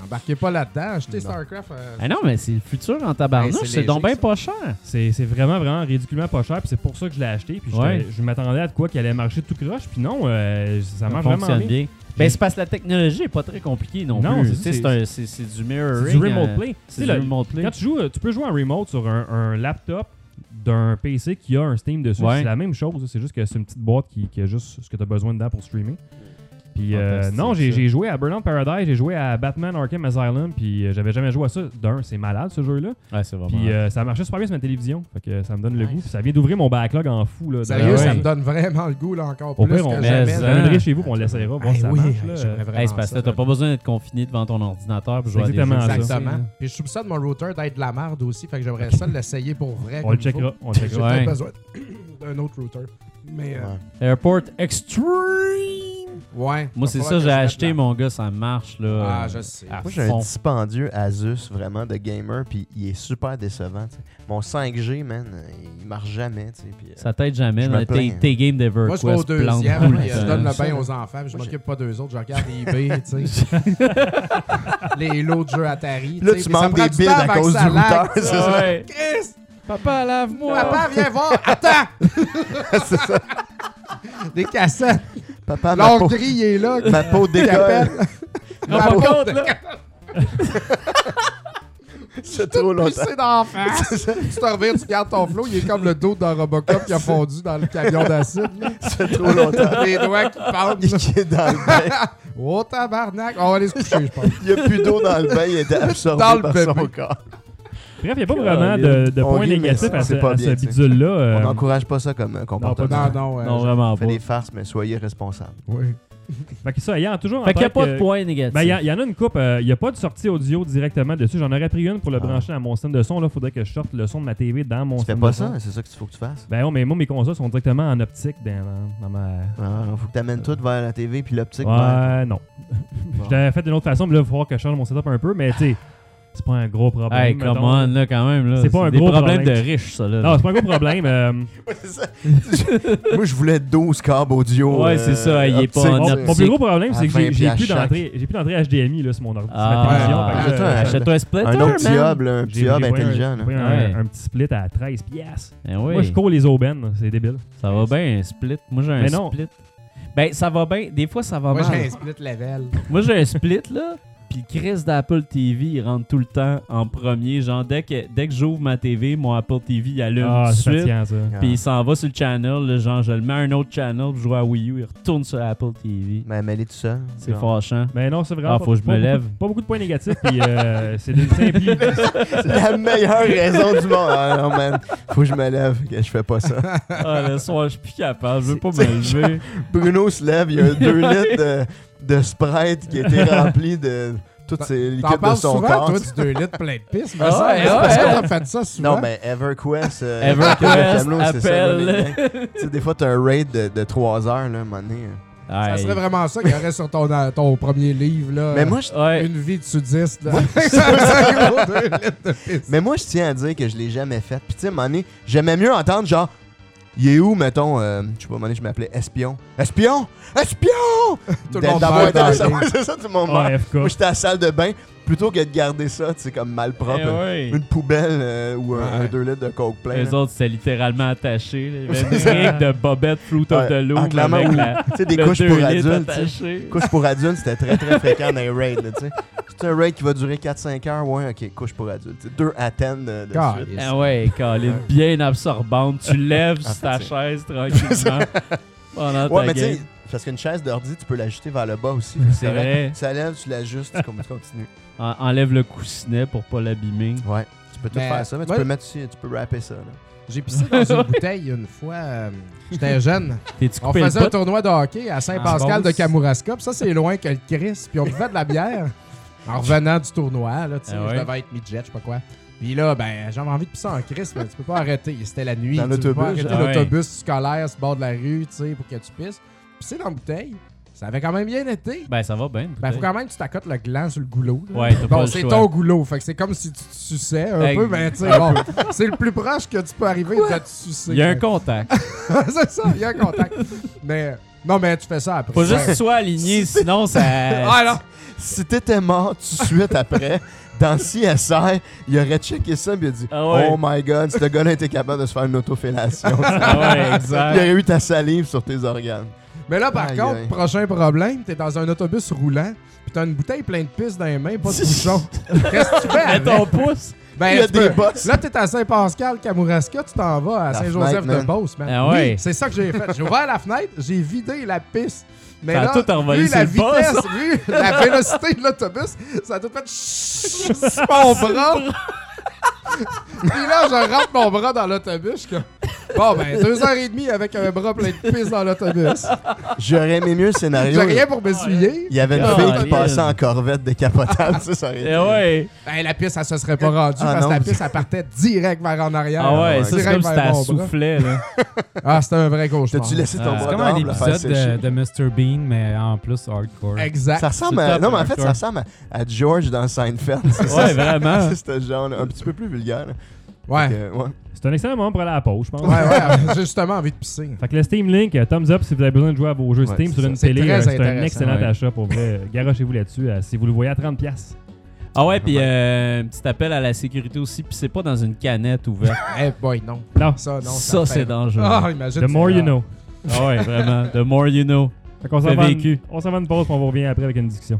Speaker 1: Embarquez pas là-dedans, achetez StarCraft. euh,
Speaker 2: Ah non, mais c'est le futur en tabarnouche,
Speaker 1: Hey, c'est
Speaker 2: c'est donc
Speaker 1: léger,
Speaker 2: bien
Speaker 1: ça.
Speaker 2: pas cher.
Speaker 5: C'est c'est vraiment, vraiment ridiculement pas cher, puis c'est pour ça que je l'ai acheté. Puis j'étais-
Speaker 2: Ouais.
Speaker 5: je m'attendais à de quoi qu'il allait marcher tout croche, puis non, euh, ça marche vraiment
Speaker 2: fonctionne
Speaker 5: bien.
Speaker 2: bien. Ben, c'est parce que la technologie est pas très compliquée non,
Speaker 5: Non,
Speaker 2: plus.
Speaker 5: c'est-
Speaker 2: Tu sais, C'est un- c'est- c'est du mirroring.
Speaker 5: C'est du remote
Speaker 2: euh,
Speaker 5: play. Tu
Speaker 2: C'est
Speaker 5: sais,
Speaker 2: du
Speaker 5: le-
Speaker 2: remote play.
Speaker 5: Quand tu joues, euh, tu peux jouer en remote sur un, un laptop d'un PC qui a un Steam dessus.
Speaker 2: Ouais.
Speaker 5: C'est la même chose, c'est juste que c'est une petite boîte qui, qui a juste ce que tu as besoin dedans pour streamer. Puis euh,
Speaker 2: Fantastique,
Speaker 5: non, j'ai
Speaker 2: ça.
Speaker 5: j'ai joué à Burnout Paradise, j'ai joué à Batman Arkham Asylum, puis euh, j'avais jamais joué à ça. D'un, c'est malade ce jeu-là.
Speaker 2: Ouais, c'est vraiment.
Speaker 5: Puis euh, ça marchait super bien sur ma télévision. Fait que ça me donne le
Speaker 1: Nice.
Speaker 5: goût. Puis ça vient d'ouvrir mon backlog en fou. Là, de-
Speaker 1: Sérieux,
Speaker 5: Ouais.
Speaker 1: ça me donne vraiment le goût, là, encore
Speaker 5: Au
Speaker 1: plus
Speaker 5: pire,
Speaker 1: que
Speaker 5: on
Speaker 1: jamais.
Speaker 2: met
Speaker 5: ça
Speaker 4: Hein?
Speaker 2: ça.
Speaker 5: viendrait chez vous, puis on l'essayera,
Speaker 4: Ben
Speaker 5: voir si
Speaker 1: Eh
Speaker 5: ça
Speaker 1: oui,
Speaker 5: marche. là.
Speaker 1: j'aimerais vraiment
Speaker 2: Hey, c'est parce que
Speaker 1: ça.
Speaker 2: t'as pas besoin d'être confiné devant ton ordinateur pour jouer à des
Speaker 5: Exactement
Speaker 2: jeux.
Speaker 5: ça.
Speaker 1: Exactement. Puis je soupçonne mon router d'être de la merde aussi, fait que j'aimerais ça l'essayer pour vrai.
Speaker 5: On le
Speaker 1: comme il faut.
Speaker 5: checkera. On le
Speaker 1: J'ai
Speaker 5: checkera.
Speaker 2: Ouais.
Speaker 1: peut-être besoin d'un autre router. Mais euh,
Speaker 4: Ouais.
Speaker 2: Airport Extreme.
Speaker 1: ouais. va
Speaker 2: Moi, c'est
Speaker 1: falloir que
Speaker 2: ça,
Speaker 1: je
Speaker 2: j'ai
Speaker 1: mette
Speaker 2: acheté,
Speaker 1: la-
Speaker 2: mon gars, ça marche. Là, euh,
Speaker 1: Ah, je sais.
Speaker 2: à
Speaker 4: Moi, j'ai un
Speaker 2: fond.
Speaker 4: dispendieux Asus vraiment de gamer, puis il est super décevant. tu sais. Mon 5G, man, euh, il marche jamais. tu sais, puis, euh,
Speaker 2: Ça t'aide jamais.
Speaker 4: Je
Speaker 2: là,
Speaker 4: me
Speaker 2: Tes
Speaker 4: plains.
Speaker 2: tes games
Speaker 1: Moi,
Speaker 2: d'EverQuest
Speaker 1: je vais au
Speaker 2: plantent
Speaker 1: deuxième,
Speaker 2: tout le
Speaker 1: puis, euh, je donne
Speaker 2: temps.
Speaker 1: le bain aux enfants, puis je
Speaker 4: Moi,
Speaker 1: m'occupe pas d'eux autres, je regarde eBay, tu sais. Les lots de jeux Atari.
Speaker 4: Là,
Speaker 1: sais, puis
Speaker 4: tu
Speaker 1: ça
Speaker 4: manques
Speaker 1: prend
Speaker 4: des
Speaker 1: du
Speaker 4: bids
Speaker 1: temps
Speaker 4: à
Speaker 1: avant que
Speaker 4: cause
Speaker 1: ça
Speaker 4: du
Speaker 1: lag,
Speaker 4: routeur,
Speaker 1: tu sais.
Speaker 4: c'est ça.
Speaker 2: Ouais.
Speaker 1: Christ!
Speaker 2: Papa, lave-moi.
Speaker 1: Oh. Papa, viens voir! Attends!
Speaker 4: c'est ça.
Speaker 1: Des cassettes!
Speaker 4: Papa, ma peau,
Speaker 1: L'encre il est là!
Speaker 4: ma peau
Speaker 1: Il
Speaker 4: décolle.
Speaker 1: appelle. Ma peau-
Speaker 2: là.
Speaker 4: C'est trop longtemps.
Speaker 1: C'est d'en face. tu te reviens, tu gardes ton flow, il est comme le dos d'un Robocop qui a fondu dans le camion d'acide. là.
Speaker 4: C'est trop longtemps.
Speaker 1: Des doigts qui pendent. là.
Speaker 4: Il est dans le bain.
Speaker 1: Oh tabarnak! On va aller se coucher, je pense.
Speaker 4: Il n'y a plus d'eau dans le bain, il était absorbé
Speaker 1: Dans le
Speaker 4: par
Speaker 1: bébé.
Speaker 4: son corps.
Speaker 5: Bref, il n'y a pas vraiment de, de
Speaker 4: On
Speaker 5: points
Speaker 4: rit, mais
Speaker 5: négatifs à ce,
Speaker 4: c'est pas
Speaker 5: à ce
Speaker 4: bien, tu sais.
Speaker 5: bidule-là. euh,
Speaker 4: On n'encourage pas ça comme euh, comportement.
Speaker 1: Non, non, euh,
Speaker 2: Non, vraiment
Speaker 4: On
Speaker 2: pas.
Speaker 4: fait des farces, mais soyez responsables.
Speaker 1: oui.
Speaker 5: Fait que ça, ayant toujours en
Speaker 2: Fait qu'il n'y a
Speaker 5: tête
Speaker 2: pas
Speaker 5: que-
Speaker 2: de points négatifs.
Speaker 5: Ben, il y, a- il y en a une coupe. euh, Il n'y a pas de sortie audio directement dessus. J'en aurais pris une pour le
Speaker 4: Ah.
Speaker 5: brancher à mon système de son. Là, faudrait que je sorte le son de ma TV dans mon
Speaker 4: Tu fais
Speaker 5: système
Speaker 4: pas
Speaker 5: de son.
Speaker 4: ça, c'est ça que tu faut que tu fasses.
Speaker 5: Ben non, mais moi, mes consoles sont directement en optique dans, dans- dans ma...
Speaker 4: Il Ah, faut que tu
Speaker 2: Euh.
Speaker 4: amènes tout vers la TV puis l'optique. vers-
Speaker 5: Ouais, non. Je l'avais fait d'une autre façon, mais là, il va falloir que je change mon setup un peu, mais tu sais, c'est pas un gros problème.
Speaker 2: Hey, come
Speaker 5: mettons.
Speaker 2: on, là, quand même. là.
Speaker 5: C'est pas un
Speaker 2: des
Speaker 5: gros
Speaker 2: problèmes
Speaker 5: problème.
Speaker 2: de riches, ça. Là.
Speaker 5: Non, c'est pas un gros problème. euh,
Speaker 4: Ouais, c'est ça. Moi, je voulais 12 câbles audio. euh,
Speaker 2: Ouais, c'est ça, il est pas
Speaker 4: optique.
Speaker 2: en
Speaker 5: mon,
Speaker 2: optique.
Speaker 5: mon plus gros problème, c'est que
Speaker 4: À
Speaker 5: j'ai
Speaker 4: 20
Speaker 5: j'ai plus
Speaker 4: piastres chaque.
Speaker 5: d'entrée j'ai plus d'entrée HDMI là, sur mon ordi. sur ma télévision,
Speaker 2: Ah,
Speaker 5: fait que,
Speaker 4: Achète-toi un-
Speaker 5: euh,
Speaker 2: Achète-toi un splitter,
Speaker 4: Un autre petit
Speaker 2: man.
Speaker 4: hub, là, un petit
Speaker 5: j'ai- j'ai pris
Speaker 4: hub
Speaker 5: un-
Speaker 4: intelligent. là.
Speaker 5: j'ai pris un,
Speaker 2: Ouais.
Speaker 5: un petit split à 13 piastres.
Speaker 2: Ben oui,
Speaker 5: Moi, je cours les aubaines, c'est débile.
Speaker 2: ça va bien, un split. Moi, j'ai un
Speaker 5: Mais non.
Speaker 2: split. Ben, ça va bien. Des fois, ça va
Speaker 1: Moi, j'ai
Speaker 2: mal.
Speaker 1: un split level.
Speaker 2: Moi, j'ai un split, là. Puis le Chris d'Apple TV, il rentre tout le temps en premier. Genre, dès que, dès que j'ouvre ma TV, mon Apple TV, il allume tout
Speaker 5: Ah,
Speaker 2: de
Speaker 5: c'est
Speaker 2: suite.
Speaker 5: fatigant, ça.
Speaker 4: Ah.
Speaker 2: Puis il s'en va sur le channel. là, genre, je le mets à un autre channel pour jouer à Wii U. Il retourne sur Apple TV.
Speaker 4: Mais elle est tout seul.
Speaker 2: C'est
Speaker 4: Non.
Speaker 2: fâchant.
Speaker 5: Mais non, c'est vraiment.
Speaker 2: Ah,
Speaker 5: pas-
Speaker 2: faut que je
Speaker 5: pas
Speaker 2: me
Speaker 5: beaucoup-
Speaker 2: lève.
Speaker 5: Pas beaucoup de points négatifs, puis euh, c'est d'une simple.
Speaker 4: La meilleure raison du monde. Ah, non, man. Faut que je me lève. que Je fais pas ça.
Speaker 2: Ah, le soir, je suis plus capable. Je veux pas me lever.
Speaker 4: Bruno se lève, il y a deux litres de, de Sprite qui a été rempli de toutes ces
Speaker 1: T'en
Speaker 4: liquides de
Speaker 1: parles
Speaker 4: son
Speaker 1: souvent,
Speaker 4: corps.
Speaker 1: toi, du 2 litres plein de pisse. Mais
Speaker 2: Ah,
Speaker 1: ça,
Speaker 2: ouais,
Speaker 1: c'est parce
Speaker 2: ouais.
Speaker 1: que t'as fait ça souvent.
Speaker 4: Non, mais EverQuest. euh,
Speaker 2: EverQuest,
Speaker 4: Camelot, c'est ça, là, les
Speaker 2: appelle.
Speaker 4: gars. Tu sais, des fois, t'as un raid de, de 3 heures, là, à un moment donné. hein.
Speaker 1: Ça
Speaker 2: Aïe.
Speaker 1: serait vraiment ça qu'il y aurait sur ton, euh, ton premier livre. Là,
Speaker 4: Mais moi, je,
Speaker 2: Ouais.
Speaker 1: Une vie de sudiste. là. C'est un gros 2 litres de pisse.
Speaker 4: mais moi, je tiens à dire que je l'ai jamais fait. Puis, tu sais, à un moment donné, j'aimais mieux entendre genre. Il est où, mettons, euh, je sais pas, à un moment donné, je m'appelais Espion. Espion! Espion!
Speaker 1: Tout le
Speaker 4: D'a-
Speaker 1: monde
Speaker 4: D'avoir
Speaker 1: meurt
Speaker 4: été à
Speaker 1: dans
Speaker 4: ça,
Speaker 1: le lit.
Speaker 4: c'est ça, tout le monde meurt.
Speaker 5: AFK.
Speaker 4: Moi, j'étais à la salle de bain, plutôt que de garder ça, tu sais, comme mal propre.
Speaker 2: Eh ouais.
Speaker 4: Une poubelle euh, ou un,
Speaker 1: Ouais.
Speaker 4: 2 litres de coke plein.
Speaker 2: Les
Speaker 4: là.
Speaker 2: autres, c'est littéralement attaché. là. Il y avait
Speaker 4: C'est ça.
Speaker 2: une brique de Bobette Fruit of the
Speaker 4: Ouais.
Speaker 2: Loom.
Speaker 4: Ah, clairement,
Speaker 2: avec
Speaker 4: oui.
Speaker 2: la-
Speaker 4: Tu sais, des
Speaker 2: le
Speaker 4: couches
Speaker 2: deux
Speaker 4: pour
Speaker 2: litres
Speaker 4: adultes. tu sais.
Speaker 2: attaché.
Speaker 4: Couche pour adultes, c'était très très fréquent dans les raids. là, tu sais. C'est un raid qui va durer 4-5 heures. Ouais, ok, couche pour adultes. tu sais. Deux à 10 de, de
Speaker 1: Ah,
Speaker 4: suite.
Speaker 2: Ah ouais, Colin, bien absorbante. Tu lèves
Speaker 4: Ah,
Speaker 2: sur ta
Speaker 4: c'est-
Speaker 2: chaise tranquillement pendant
Speaker 4: Ouais,
Speaker 2: ta
Speaker 4: mais tu sais,
Speaker 2: game.
Speaker 4: parce qu'une chaise d'ordi, tu peux l'ajuster vers le bas aussi.
Speaker 2: C'est vrai.
Speaker 4: Ça lève, tu l'ajustes, tu com- tu continues.
Speaker 2: En- enlève le coussinet pour pas l'abîmer.
Speaker 4: Ouais. Tu peux tout
Speaker 1: Mais,
Speaker 4: faire ça, mais tu
Speaker 1: ouais.
Speaker 4: peux mettre aussi, tu peux rapper ça. là.
Speaker 1: J'ai pissé dans une bouteille une fois. euh, J'étais jeune.
Speaker 2: T'es-tu
Speaker 1: On
Speaker 2: coupé le
Speaker 1: faisait un
Speaker 2: pot? Ah,
Speaker 1: tournoi de hockey à Saint-Pascal
Speaker 3: En
Speaker 1: de
Speaker 3: Beauce.
Speaker 1: Kamouraska. Puis ça, c'est loin que le Chris. Puis on buvait de la bière en revenant du tournoi. Là, tu sais,
Speaker 2: Ah ouais?
Speaker 1: Je devais être mid-jet, je sais pas quoi. Puis là, ben, j'avais envie de pisser en Chris, mais tu peux pas arrêter. C'était la nuit.
Speaker 4: Dans
Speaker 1: tu peux pas
Speaker 4: l'autobus,
Speaker 1: arrêter
Speaker 2: ah ouais.
Speaker 1: l'autobus scolaire sur le bord de la rue, tu sais, pour que tu pisses. Pisser dans la bouteille, ça avait quand même bien été.
Speaker 2: Ben, ça va bien.
Speaker 1: Ben, faut quand même que tu t'accotes le gland sur le goulot. là.
Speaker 2: Ouais, t'as pas
Speaker 1: Bon,
Speaker 2: le
Speaker 1: c'est
Speaker 2: choix.
Speaker 1: ton goulot. Fait que c'est comme si tu te suçais un
Speaker 2: Hey,
Speaker 1: peu, mais tu sais, bon, c'est le plus proche que tu peux arriver de te sucer.
Speaker 2: Il y a un
Speaker 1: Fait-
Speaker 2: contact.
Speaker 1: c'est ça, il y a un contact. mais non, mais tu fais ça après.
Speaker 2: Faut juste que tu sois aligné, sinon ça.
Speaker 1: Ah non!
Speaker 4: Si t'étais mort tout de suite après, dans CSI, il aurait checké ça et il a dit
Speaker 2: Ah ouais.
Speaker 4: Oh my god, ce gars-là était capable de se faire une autofellation.
Speaker 2: Ah ouais,
Speaker 4: il
Speaker 2: exact.
Speaker 4: aurait eu ta salive sur tes organes.
Speaker 1: Mais là, par
Speaker 4: Aïe,
Speaker 1: contre,
Speaker 4: aïe.
Speaker 1: prochain problème, t'es dans un autobus roulant, pis t'as une bouteille pleine de pisse dans les mains, pas de bouchon. Qu'est-ce que tu fais?
Speaker 2: Mets
Speaker 1: avec?
Speaker 2: ton pouce.
Speaker 1: Ben,
Speaker 4: Il y a
Speaker 1: tu
Speaker 4: des
Speaker 1: peux-
Speaker 4: boss.
Speaker 1: Là, t'es à Saint-Pascal, Kamouraska, tu t'en vas à
Speaker 4: La fenêtre,
Speaker 1: Saint-Joseph-de-Beauce, man.
Speaker 2: Ah ouais.
Speaker 1: Oui, c'est ça que j'ai fait. J'ai ouvert la fenêtre, j'ai vidé la piste. Mais
Speaker 2: Ça a
Speaker 1: là,
Speaker 2: tout envolé
Speaker 1: vu
Speaker 2: sur
Speaker 1: la
Speaker 2: le bas,
Speaker 1: vitesse,
Speaker 2: ça.
Speaker 1: vu la vélocité de l'autobus, ça a tout fait chut sur mon bras. Puis là, je rentre mon bras dans l'autobus. Je suis comme, bon, ben, deux heures et demie avec un bras plein de pisse dans l'autobus.
Speaker 4: J'aurais aimé mieux le scénario.
Speaker 1: J'ai rien pour m'essuyer.
Speaker 4: Il y avait une
Speaker 2: Ah,
Speaker 4: fille qui
Speaker 2: Lynn.
Speaker 4: passait en corvette décapotable, ça, ça aurait été-
Speaker 2: Eh ouais.
Speaker 1: Ben, la piste, elle se serait pas rendue
Speaker 4: Ah,
Speaker 1: parce
Speaker 4: non.
Speaker 1: que la piste, elle partait direct vers en arrière.
Speaker 2: Ah ouais, ça c'est
Speaker 1: Direct
Speaker 2: comme si
Speaker 1: vers
Speaker 2: t'as
Speaker 1: mon bras.
Speaker 2: soufflé, là.
Speaker 1: Ah, c'était un vrai cauchemar.
Speaker 4: T'as-tu laissé ton
Speaker 2: Ah,
Speaker 4: bras
Speaker 2: c'est
Speaker 6: C'est comme un
Speaker 4: dehors pour la faire
Speaker 6: épisode de,
Speaker 4: sécher?
Speaker 6: de Mr. Bean, mais en plus hardcore.
Speaker 1: Exact.
Speaker 4: Ça ressemble
Speaker 6: C'est
Speaker 4: à...
Speaker 6: top,
Speaker 4: Non, mais en fait, ça
Speaker 6: hardcore.
Speaker 4: ressemble à, à George dans Seinfeld. C'est ça,
Speaker 2: Ouais, vraiment.
Speaker 4: c'est ce genre un petit peu plus vulgaire. là.
Speaker 1: Ouais.
Speaker 4: Fait que, ouais.
Speaker 5: C'est un excellent moment pour aller à la pause, je pense.
Speaker 1: Ouais, ouais, j'ai justement envie de pisser.
Speaker 5: Fait que le Steam Link, euh, thumbs up si vous avez besoin de jouer à vos jeux
Speaker 4: Ouais,
Speaker 5: Steam sur
Speaker 4: c'est
Speaker 5: une
Speaker 1: ça. C'est
Speaker 5: télé.
Speaker 1: très
Speaker 5: euh, C'est un
Speaker 1: intéressant,
Speaker 5: excellent
Speaker 2: ouais.
Speaker 5: achat pour vrai. Garochez-vous là-dessus euh, si vous le voyez à 30$.
Speaker 2: Ah ouais, puis euh, un petit appel à la sécurité aussi, puis c'est pas dans une canette ouverte.
Speaker 1: Eh boy, non.
Speaker 5: Non,
Speaker 1: Ça, Ah non.
Speaker 2: ça,
Speaker 1: fait-
Speaker 2: c'est dangereux.
Speaker 1: Ah, imagine.
Speaker 5: the more
Speaker 1: c'est
Speaker 5: you
Speaker 1: grave.
Speaker 5: know.
Speaker 2: Ah ouais, vraiment. The more you know.
Speaker 5: Fait qu'on s'en
Speaker 2: Fait
Speaker 5: va,
Speaker 2: vécu.
Speaker 5: on s'en va une pause, puis on vous revient après avec une discussion.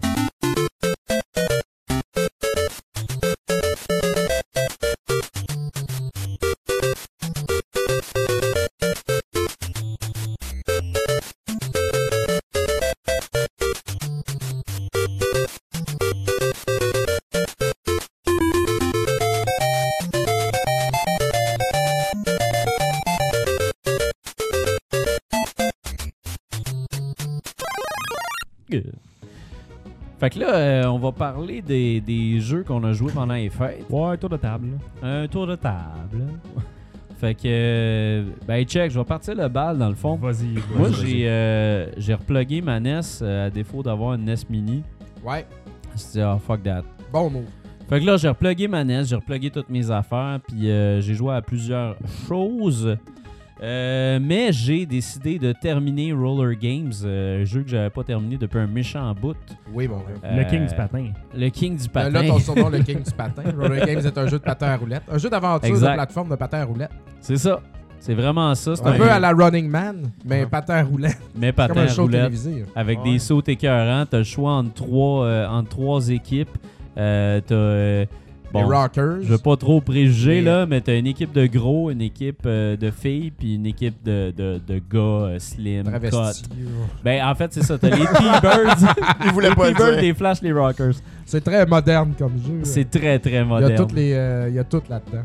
Speaker 2: Fait que là, euh, on va parler des, des jeux qu'on a joués pendant les fêtes.
Speaker 5: Ouais, tour de table. là.
Speaker 2: Un tour de table. Fait que, euh, ben check, je vais partir le bal dans le fond.
Speaker 5: Vas-y.
Speaker 2: Moi,
Speaker 5: vas-y,
Speaker 2: j'ai euh, j'ai replugué ma NES euh, à défaut d'avoir une NES mini.
Speaker 1: Ouais,
Speaker 2: Je me suis dit, oh fuck that.
Speaker 1: bon move.
Speaker 2: Fait que là, j'ai replugué ma NES, j'ai replugué toutes mes affaires, puis euh, j'ai joué à plusieurs choses. Euh, mais j'ai décidé de terminer Roller Games, euh, jeu que j'avais pas terminé depuis un méchant bout.
Speaker 1: Oui, bon gars.
Speaker 5: vas-y. Le
Speaker 2: Euh,
Speaker 5: king du patin.
Speaker 2: Le king du
Speaker 1: Euh,
Speaker 2: patin.
Speaker 1: Là, ton surnom, le King du patin. Roller Games est un jeu de patin à roulette. Un jeu d'aventure de
Speaker 2: Exact.
Speaker 1: plateforme de patin à roulette.
Speaker 2: C'est ça. C'est vraiment ça. C'est
Speaker 1: C'est un peu
Speaker 2: jeu-
Speaker 1: à la Running Man, mais patin à roulette.
Speaker 2: Mais
Speaker 1: C'est comme
Speaker 2: patin
Speaker 1: un
Speaker 2: à
Speaker 1: show
Speaker 2: roulette.
Speaker 1: télévisé.
Speaker 2: avec
Speaker 4: Ouais.
Speaker 2: des sauts écœurants. T'as le choix entre trois, euh, entre trois équipes. Euh, t'as. euh,
Speaker 1: Les
Speaker 2: bon,
Speaker 1: Rockers.
Speaker 2: je veux pas trop préjuger,
Speaker 1: Mais-
Speaker 2: là, mais t'as une équipe de gros, une équipe euh, de filles, puis une équipe de, de, de gars euh, slim,
Speaker 1: Travesti.
Speaker 2: cut. Ben, en fait, c'est ça. T'as les T-Birds.
Speaker 4: Il voulait
Speaker 2: les
Speaker 4: pas le
Speaker 2: T-Birds,
Speaker 4: dire.
Speaker 2: les Flash, les Rockers.
Speaker 1: C'est très moderne comme jeu.
Speaker 2: C'est très, très
Speaker 1: il y a
Speaker 2: moderne.
Speaker 1: toutes les, euh, il y a tout là-dedans.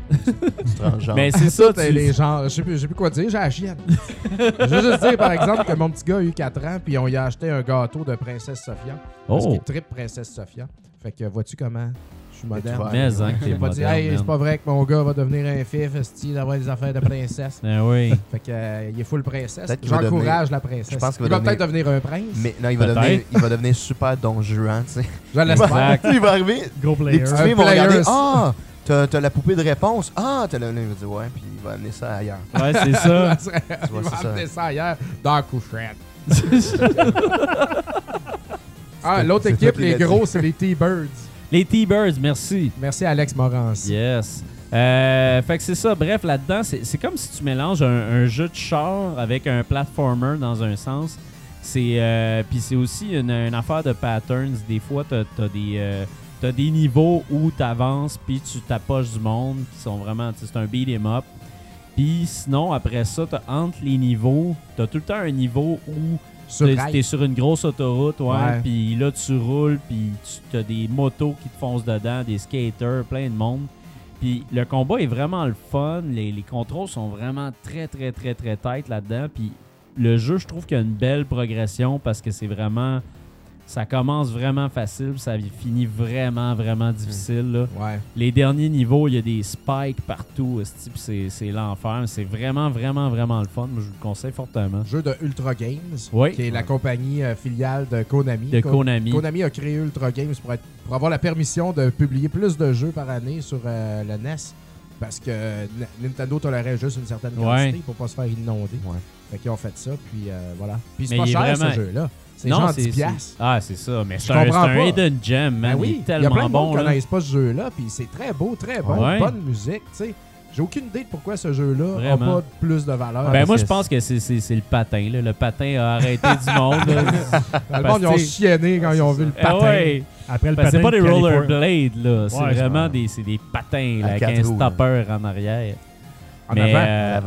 Speaker 4: Transgenre.
Speaker 2: Mais c'est ça,
Speaker 1: Tout est
Speaker 2: tu-
Speaker 1: les genres. Je sais plus, je sais plus quoi dire, j'ai la chienne. je veux juste dire, par exemple, que mon petit gars a eu 4 ans, puis on lui a acheté un gâteau de Princesse Sophia. Parce
Speaker 2: Oh,
Speaker 1: qu'il tripe Princesse Sophia. Fait que vois-tu comment je suis
Speaker 4: ouvert.
Speaker 1: moderne.
Speaker 2: mais hein, que
Speaker 1: J'ai
Speaker 2: t'es
Speaker 1: pas dit,
Speaker 2: moderne,
Speaker 1: hey, c'est
Speaker 2: man.
Speaker 1: pas vrai que mon gars va devenir un fif, style d'avoir des affaires de princesse.
Speaker 2: Ben oui.
Speaker 1: Fait que euh, il est full princesse.
Speaker 4: Peut-être qu'il va
Speaker 1: J'encourage la princesse.
Speaker 4: je pense qu'il
Speaker 1: il
Speaker 4: va
Speaker 1: va peut-être devenir un prince.
Speaker 4: Mais non, il va, devenir,
Speaker 2: Peut-être. Ah.
Speaker 4: il va devenir super donjuan, tu sais.
Speaker 1: Je l'espère.
Speaker 2: Exact.
Speaker 4: il va arriver,
Speaker 5: Gros
Speaker 4: les
Speaker 5: player.
Speaker 4: petites
Speaker 1: Un
Speaker 4: filles vont regarder
Speaker 1: players.
Speaker 4: Ah, t'as t'as la poupée de réponse. Ah, t'as la. Il va dire Ouais, puis il va amener ça ailleurs.
Speaker 2: Ouais, c'est ça.
Speaker 4: Tu vois,
Speaker 1: il va
Speaker 4: c'est ça.
Speaker 1: amener ça ailleurs dans la couchette. ah, l'autre
Speaker 4: c'est
Speaker 1: équipe,
Speaker 4: toi qui
Speaker 1: les
Speaker 4: l'as dit.
Speaker 1: gros, c'est les T-Birds.
Speaker 2: les T-Birds, merci.
Speaker 1: Merci Alex Morancy.
Speaker 2: Yes. Euh, fait que c'est ça. Bref, là-dedans, c'est c'est comme si tu mélanges un, un jeu de char avec un platformer dans un sens. C'est euh, puis c'est aussi une, une affaire de patterns. Des fois, t'as as des euh, t'as des niveaux où t'avances puis tu t'approches du monde qui sont vraiment tu sais, c'est un beat 'em up. Puis sinon après ça, t'as entre les niveaux, t'as tout le temps un niveau où
Speaker 1: Sur
Speaker 2: T'es
Speaker 1: rail.
Speaker 2: t'es sur une grosse autoroute, ouais.
Speaker 1: Ouais.
Speaker 2: Puis là, tu roules, puis tu as des motos qui te foncent dedans, des skaters, plein de monde. Puis le combat est vraiment le fun. Les, les contrôles sont vraiment très, très, très, très tight là-dedans. Puis le jeu, je trouve qu'il y a une belle progression parce que c'est vraiment. Ça commence vraiment facile, puis ça finit vraiment, vraiment difficile. là.
Speaker 1: Ouais.
Speaker 2: Les derniers niveaux, il y a des spikes partout. esti, puis C'est c'est l'enfer. C'est vraiment, vraiment, vraiment le fun. Moi, je vous le conseille fortement.
Speaker 1: Jeu de Ultra Games,
Speaker 2: Oui.
Speaker 1: qui est la compagnie euh, filiale de Konami.
Speaker 2: De
Speaker 1: Ko-
Speaker 2: Konami.
Speaker 1: Konami a créé Ultra Games pour, être- pour avoir la permission de publier plus de jeux par année sur euh, la NES. Parce que euh, N- Nintendo tolérait juste une certaine quantité pour pas se faire inonder.
Speaker 4: Ouais.
Speaker 1: Fait qu'ils ont fait ça, puis euh, voilà. Puis c'est
Speaker 2: Mais
Speaker 1: pas
Speaker 2: il est
Speaker 1: cher
Speaker 2: vraiment-
Speaker 1: ce jeu-là. C'est
Speaker 2: Non,
Speaker 1: genre
Speaker 2: c'est-
Speaker 1: 10
Speaker 2: c'est-
Speaker 1: piastres.
Speaker 2: Ah, c'est ça. Mais
Speaker 1: Je
Speaker 2: c'est un, c'est
Speaker 1: comprends
Speaker 2: un
Speaker 1: pas.
Speaker 2: hidden gem, man.
Speaker 1: Ben oui,
Speaker 2: il est
Speaker 1: y a
Speaker 2: tellement
Speaker 1: plein de monde
Speaker 2: bon.
Speaker 1: qui
Speaker 2: Là.
Speaker 1: connaissent pas ce jeu-là, puis c'est très beau, très bon,
Speaker 2: Ouais.
Speaker 1: bonne musique, tu sais. J'ai aucune idée de pourquoi ce jeu-là n'a
Speaker 2: Vraiment.
Speaker 1: pas plus de valeur.
Speaker 2: Ben, moi,
Speaker 5: c'est-
Speaker 2: je pense que c'est- c'est c'est le patin. là. Le patin a arrêté du monde. là.
Speaker 1: Dans le monde, ils ont
Speaker 2: parce que-
Speaker 1: chienné quand ils ont vu le
Speaker 2: Eh
Speaker 1: patin.
Speaker 2: ouais.
Speaker 5: Après le
Speaker 2: Parce
Speaker 5: patin.
Speaker 2: que Ben, c'est pas des
Speaker 5: de Californie.
Speaker 2: rollerblades. là. C'est
Speaker 5: Ouais,
Speaker 2: vraiment
Speaker 4: c'est-
Speaker 2: des, c'est des patins là,
Speaker 4: À
Speaker 2: avec
Speaker 4: quatre
Speaker 2: un
Speaker 4: roues,
Speaker 2: stopper en arrière.
Speaker 1: En
Speaker 2: Mais,
Speaker 1: avant.
Speaker 2: euh,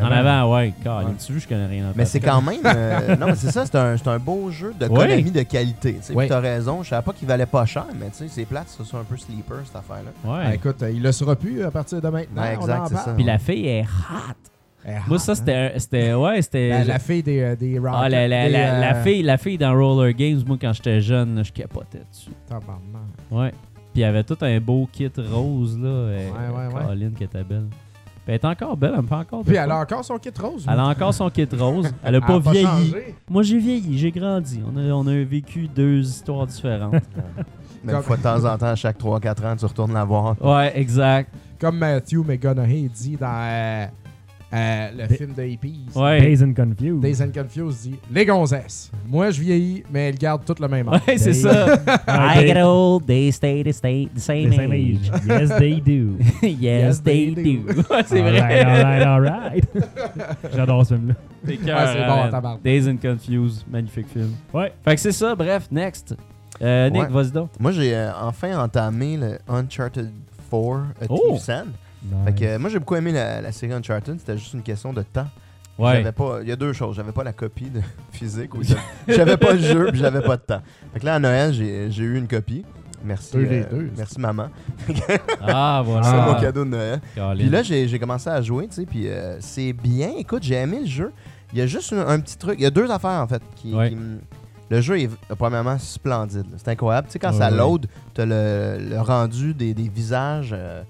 Speaker 4: Avant.
Speaker 2: en avant, ouais. God,
Speaker 1: Ouais.
Speaker 2: Tu veux, je connais rien. en
Speaker 4: Mais
Speaker 2: patin.
Speaker 4: c'est quand même. euh, non, mais c'est ça, c'est un, c'est un beau jeu de
Speaker 2: Ouais.
Speaker 4: Konami de qualité. Tu sais.
Speaker 1: Ouais.
Speaker 4: Puis T'as raison, je savais pas qu'il valait pas cher, mais tu sais, c'est plate, ça, c'est un peu sleeper, cette affaire-là.
Speaker 1: Ah,
Speaker 2: Ouais.
Speaker 1: écoute, euh, il le sera plus à partir de maintenant.
Speaker 4: Ouais, exact,
Speaker 1: on en
Speaker 4: c'est
Speaker 1: parle.
Speaker 4: ça.
Speaker 2: Puis la fille est hot.
Speaker 1: Eh,
Speaker 2: Moi,
Speaker 1: ah,
Speaker 2: ça,
Speaker 1: hein.
Speaker 2: c'était. c'était- Ouais, c'était.
Speaker 1: La, la fille des, euh, des Rockers.
Speaker 2: Ah, la, la,
Speaker 1: des,
Speaker 2: la, la
Speaker 1: euh,
Speaker 2: fille, la fille dans Roller Games, moi, quand j'étais jeune, là, je capotais dessus.
Speaker 1: tabarnak.
Speaker 2: Ouais. Puis elle avait tout un beau kit rose, là. Ouais,
Speaker 1: ouais, ouais.
Speaker 2: Caroline, qui était belle. Puis elle est encore belle, elle me fait encore de
Speaker 1: Puis
Speaker 2: quoi.
Speaker 1: elle a encore son kit rose.
Speaker 2: Elle a encore son kit rose. Elle a pas vieilli.
Speaker 1: changé.
Speaker 2: Moi, j'ai vieilli, j'ai grandi. On a, on a vécu deux histoires différentes.
Speaker 4: Même
Speaker 1: Comme-
Speaker 4: une fois de temps en temps, à chaque 3-4 ans, tu retournes la voir.
Speaker 2: ouais, exact.
Speaker 1: Comme Matthew McConaughey dit dans euh, euh, le film de Hippies.
Speaker 2: Ouais.
Speaker 5: Days and Confused.
Speaker 1: Days and Confused dit Les gonzesses. Moi, je vieillis, mais elles gardent toutes le même âge.
Speaker 2: Ouais, c'est
Speaker 5: Days.
Speaker 2: ça.
Speaker 5: Ah,
Speaker 2: I
Speaker 5: Days-
Speaker 2: get old, they stay the, stay, the same
Speaker 5: Days and
Speaker 2: age.
Speaker 5: Age. Yes, they do.
Speaker 2: yes,
Speaker 1: Yes,
Speaker 2: they,
Speaker 1: they
Speaker 2: do. Ouais, c'est vrai.
Speaker 5: Alright, alright, alright. J'adore ce film-là.
Speaker 2: C'est
Speaker 1: Ouais, c'est bon,
Speaker 2: man.
Speaker 1: tabarnak.
Speaker 2: Days and Confused, magnifique film.
Speaker 5: Ouais.
Speaker 2: Fait que c'est ça, bref, next. Euh, Nick,
Speaker 4: Ouais.
Speaker 2: vas-y donc.
Speaker 4: Moi, j'ai euh, enfin entamé le Uncharted euh, 4 A
Speaker 2: Oh!
Speaker 4: Thief's End. Fait que, euh, moi, j'ai beaucoup aimé la, la série Uncharted. C'était juste une question de temps. J'avais pas. Il y a deux choses. J'avais pas la copie de physique ou j'avais- j'avais pas le jeu puis j'avais pas de temps. Fait que là à Noël j'ai j'ai eu une copie. Merci.
Speaker 1: Deux des
Speaker 4: euh,
Speaker 1: deux.
Speaker 4: merci maman.
Speaker 2: Ah,
Speaker 4: C'est
Speaker 2: voilà.
Speaker 4: mon cadeau de Noël. Puis là j'ai j'ai commencé à jouer, tu sais, puis euh, c'est bien. Écoute, j'ai aimé le jeu. Il y a juste un, un petit truc. Il y a deux affaires en fait qui,
Speaker 2: Ouais.
Speaker 4: qui me- Le jeu est euh, premièrement splendide. là. C'est incroyable. Tu sais, quand ça
Speaker 5: Ouais.
Speaker 4: load, t'as le, le rendu des, des visages euh,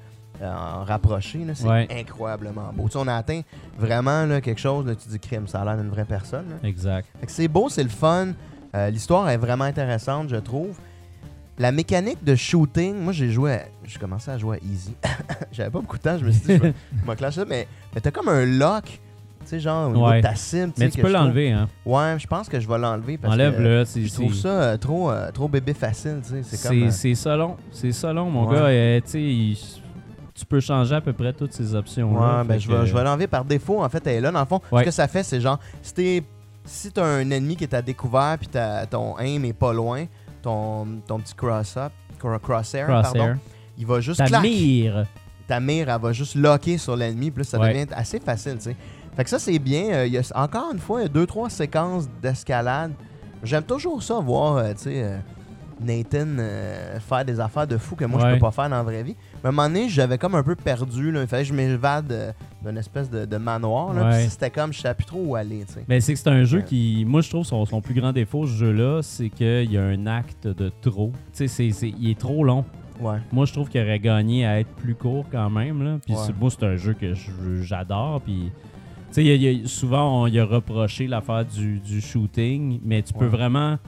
Speaker 4: en rapproché. là. C'est
Speaker 2: Ouais.
Speaker 4: incroyablement beau. Tu sais, on a atteint vraiment là, quelque chose. Là, tu dis crime, ça a l'air d'une vraie personne. là.
Speaker 2: Exact.
Speaker 4: Fait que c'est beau, c'est le fun. Euh, L'histoire est vraiment intéressante, je trouve. La mécanique de shooting, moi j'ai joué, à- j'ai commencé à jouer à Easy. J'avais pas beaucoup de temps, je me suis dit, je vais- je vais clasher ça, mais, mais t'as comme un lock, tu sais, genre au niveau
Speaker 2: Ouais.
Speaker 4: de ta cible. sais,
Speaker 2: Mais tu
Speaker 4: que
Speaker 2: peux
Speaker 4: je trouve-
Speaker 2: l'enlever, hein.
Speaker 4: Ouais, je pense que je vais l'enlever parce que
Speaker 2: Enlève-le. c'est-
Speaker 4: je trouve
Speaker 2: c'est-
Speaker 4: ça euh, trop, euh, trop bébé facile, tu sais. C'est comme.
Speaker 2: C'est
Speaker 4: euh,
Speaker 2: c'est ça long. C'est ça long, mon
Speaker 4: Ouais.
Speaker 2: gars. Euh, tu sais, il- tu peux changer à peu près toutes ces options-là.
Speaker 4: Ouais, ben
Speaker 2: Fait
Speaker 4: je
Speaker 2: que-
Speaker 4: vais, je vais l'enlever par défaut. En fait, elle est là. Dans le fond,
Speaker 2: Ouais.
Speaker 4: ce que ça fait, c'est genre, si t'es- si t'as un ennemi qui est à découvert, puis t'as- ton aim est pas loin, ton, ton petit cross-up, cro- crosshair, pardon,
Speaker 2: Crosshair.
Speaker 4: il va juste
Speaker 2: Ta
Speaker 4: clac.
Speaker 2: mire.
Speaker 4: Ta mire, elle va juste locker sur l'ennemi, puis là, ça
Speaker 2: Ouais.
Speaker 4: devient assez facile, tu sais. Fait que ça, c'est bien. Euh, il y a, encore une fois, il y a deux, trois séquences d'escalade. J'aime toujours ça, voir, euh, tu sais, euh, Nathan euh, faire des affaires de fou que moi, je
Speaker 2: Ouais.
Speaker 4: peux pas faire dans la vraie vie. Mais à un moment donné, j'avais comme un peu perdu. Là. Il fallait que je m'évade euh, d'une espèce de, de manoir. Là,
Speaker 2: Ouais.
Speaker 4: Puis c'était comme, je savais plus trop où aller, tu sais.
Speaker 2: Mais c'est que c'est un jeu
Speaker 4: Ouais.
Speaker 2: qui, moi je trouve son, son plus grand défaut, ce jeu-là, c'est qu'il y a un acte de trop. Tu sais, c'est- c'est- il est trop long.
Speaker 4: Ouais.
Speaker 2: Moi je trouve qu'il aurait gagné à être plus court quand même. Là. Puis
Speaker 4: Ouais.
Speaker 2: c'est- moi c'est un jeu que je- j'adore. Puis tu sais, il y a- il y a- souvent on y a reproché l'affaire du, du shooting, mais tu peux
Speaker 4: Ouais.
Speaker 2: vraiment,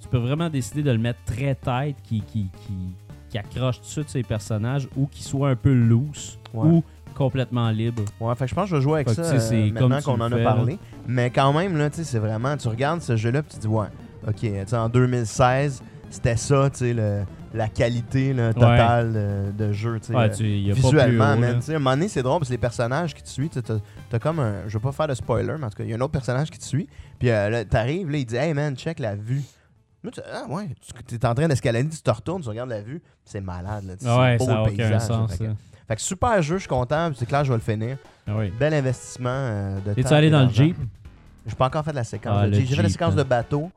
Speaker 2: tu peux vraiment décider de le mettre très tête, qui, qui, qui, qui accroche tout de suite ses personnages ou qui soit un peu loose
Speaker 4: Ouais.
Speaker 2: ou complètement libre.
Speaker 4: Ouais, fait que je pense que je vais jouer avec
Speaker 2: Fait
Speaker 4: ça
Speaker 2: que, tu sais,
Speaker 4: euh,
Speaker 2: c'est
Speaker 4: maintenant
Speaker 2: comme tu
Speaker 4: qu'on
Speaker 2: le
Speaker 4: en
Speaker 2: fais,
Speaker 4: a
Speaker 2: là.
Speaker 4: parlé. Mais quand même, là, tu sais, c'est vraiment. Tu regardes ce jeu-là puis tu dis, ouais, ok, tu sais, en 2016, c'était ça, tu sais, le- la qualité là, totale euh, de, jeu, tu sais.
Speaker 2: Ouais,
Speaker 4: euh,
Speaker 2: tu- il y a pas plus
Speaker 4: Visuellement,
Speaker 2: haut, là.
Speaker 4: man. Tu sais, à un moment donné, c'est drôle parce que les personnages qui te suivent, tu sais, t'as t'as comme un. Je veux pas faire de spoiler, mais en tout cas, il y a un autre personnage qui te suit. Puis euh, là, t'arrives, là, il dit Hey man, check la vue. Là, tu- ah ouais, tu es en train d'escalader, tu te retournes, tu regardes la vue, puis c'est malade. Là, tu sais,
Speaker 2: Ah Ouais,
Speaker 4: c'est beau
Speaker 2: ça n'a
Speaker 4: le
Speaker 2: aucun
Speaker 4: paysage,
Speaker 2: sens.
Speaker 4: Fait que,
Speaker 2: ça.
Speaker 4: fait que super jeu, je suis content, puis c'est clair, je vais le finir.
Speaker 2: Ah oui.
Speaker 4: Bel investissement euh, de
Speaker 2: Es-tu
Speaker 4: temps
Speaker 2: allé
Speaker 4: et
Speaker 2: dans le
Speaker 4: d'argent.
Speaker 2: Jeep?
Speaker 4: J'ai pas encore fait la séquence.
Speaker 2: Ah,
Speaker 4: de
Speaker 2: le
Speaker 4: Jeep. J'ai fait la
Speaker 2: Jeep,
Speaker 4: séquence
Speaker 2: hein.
Speaker 4: de bateau,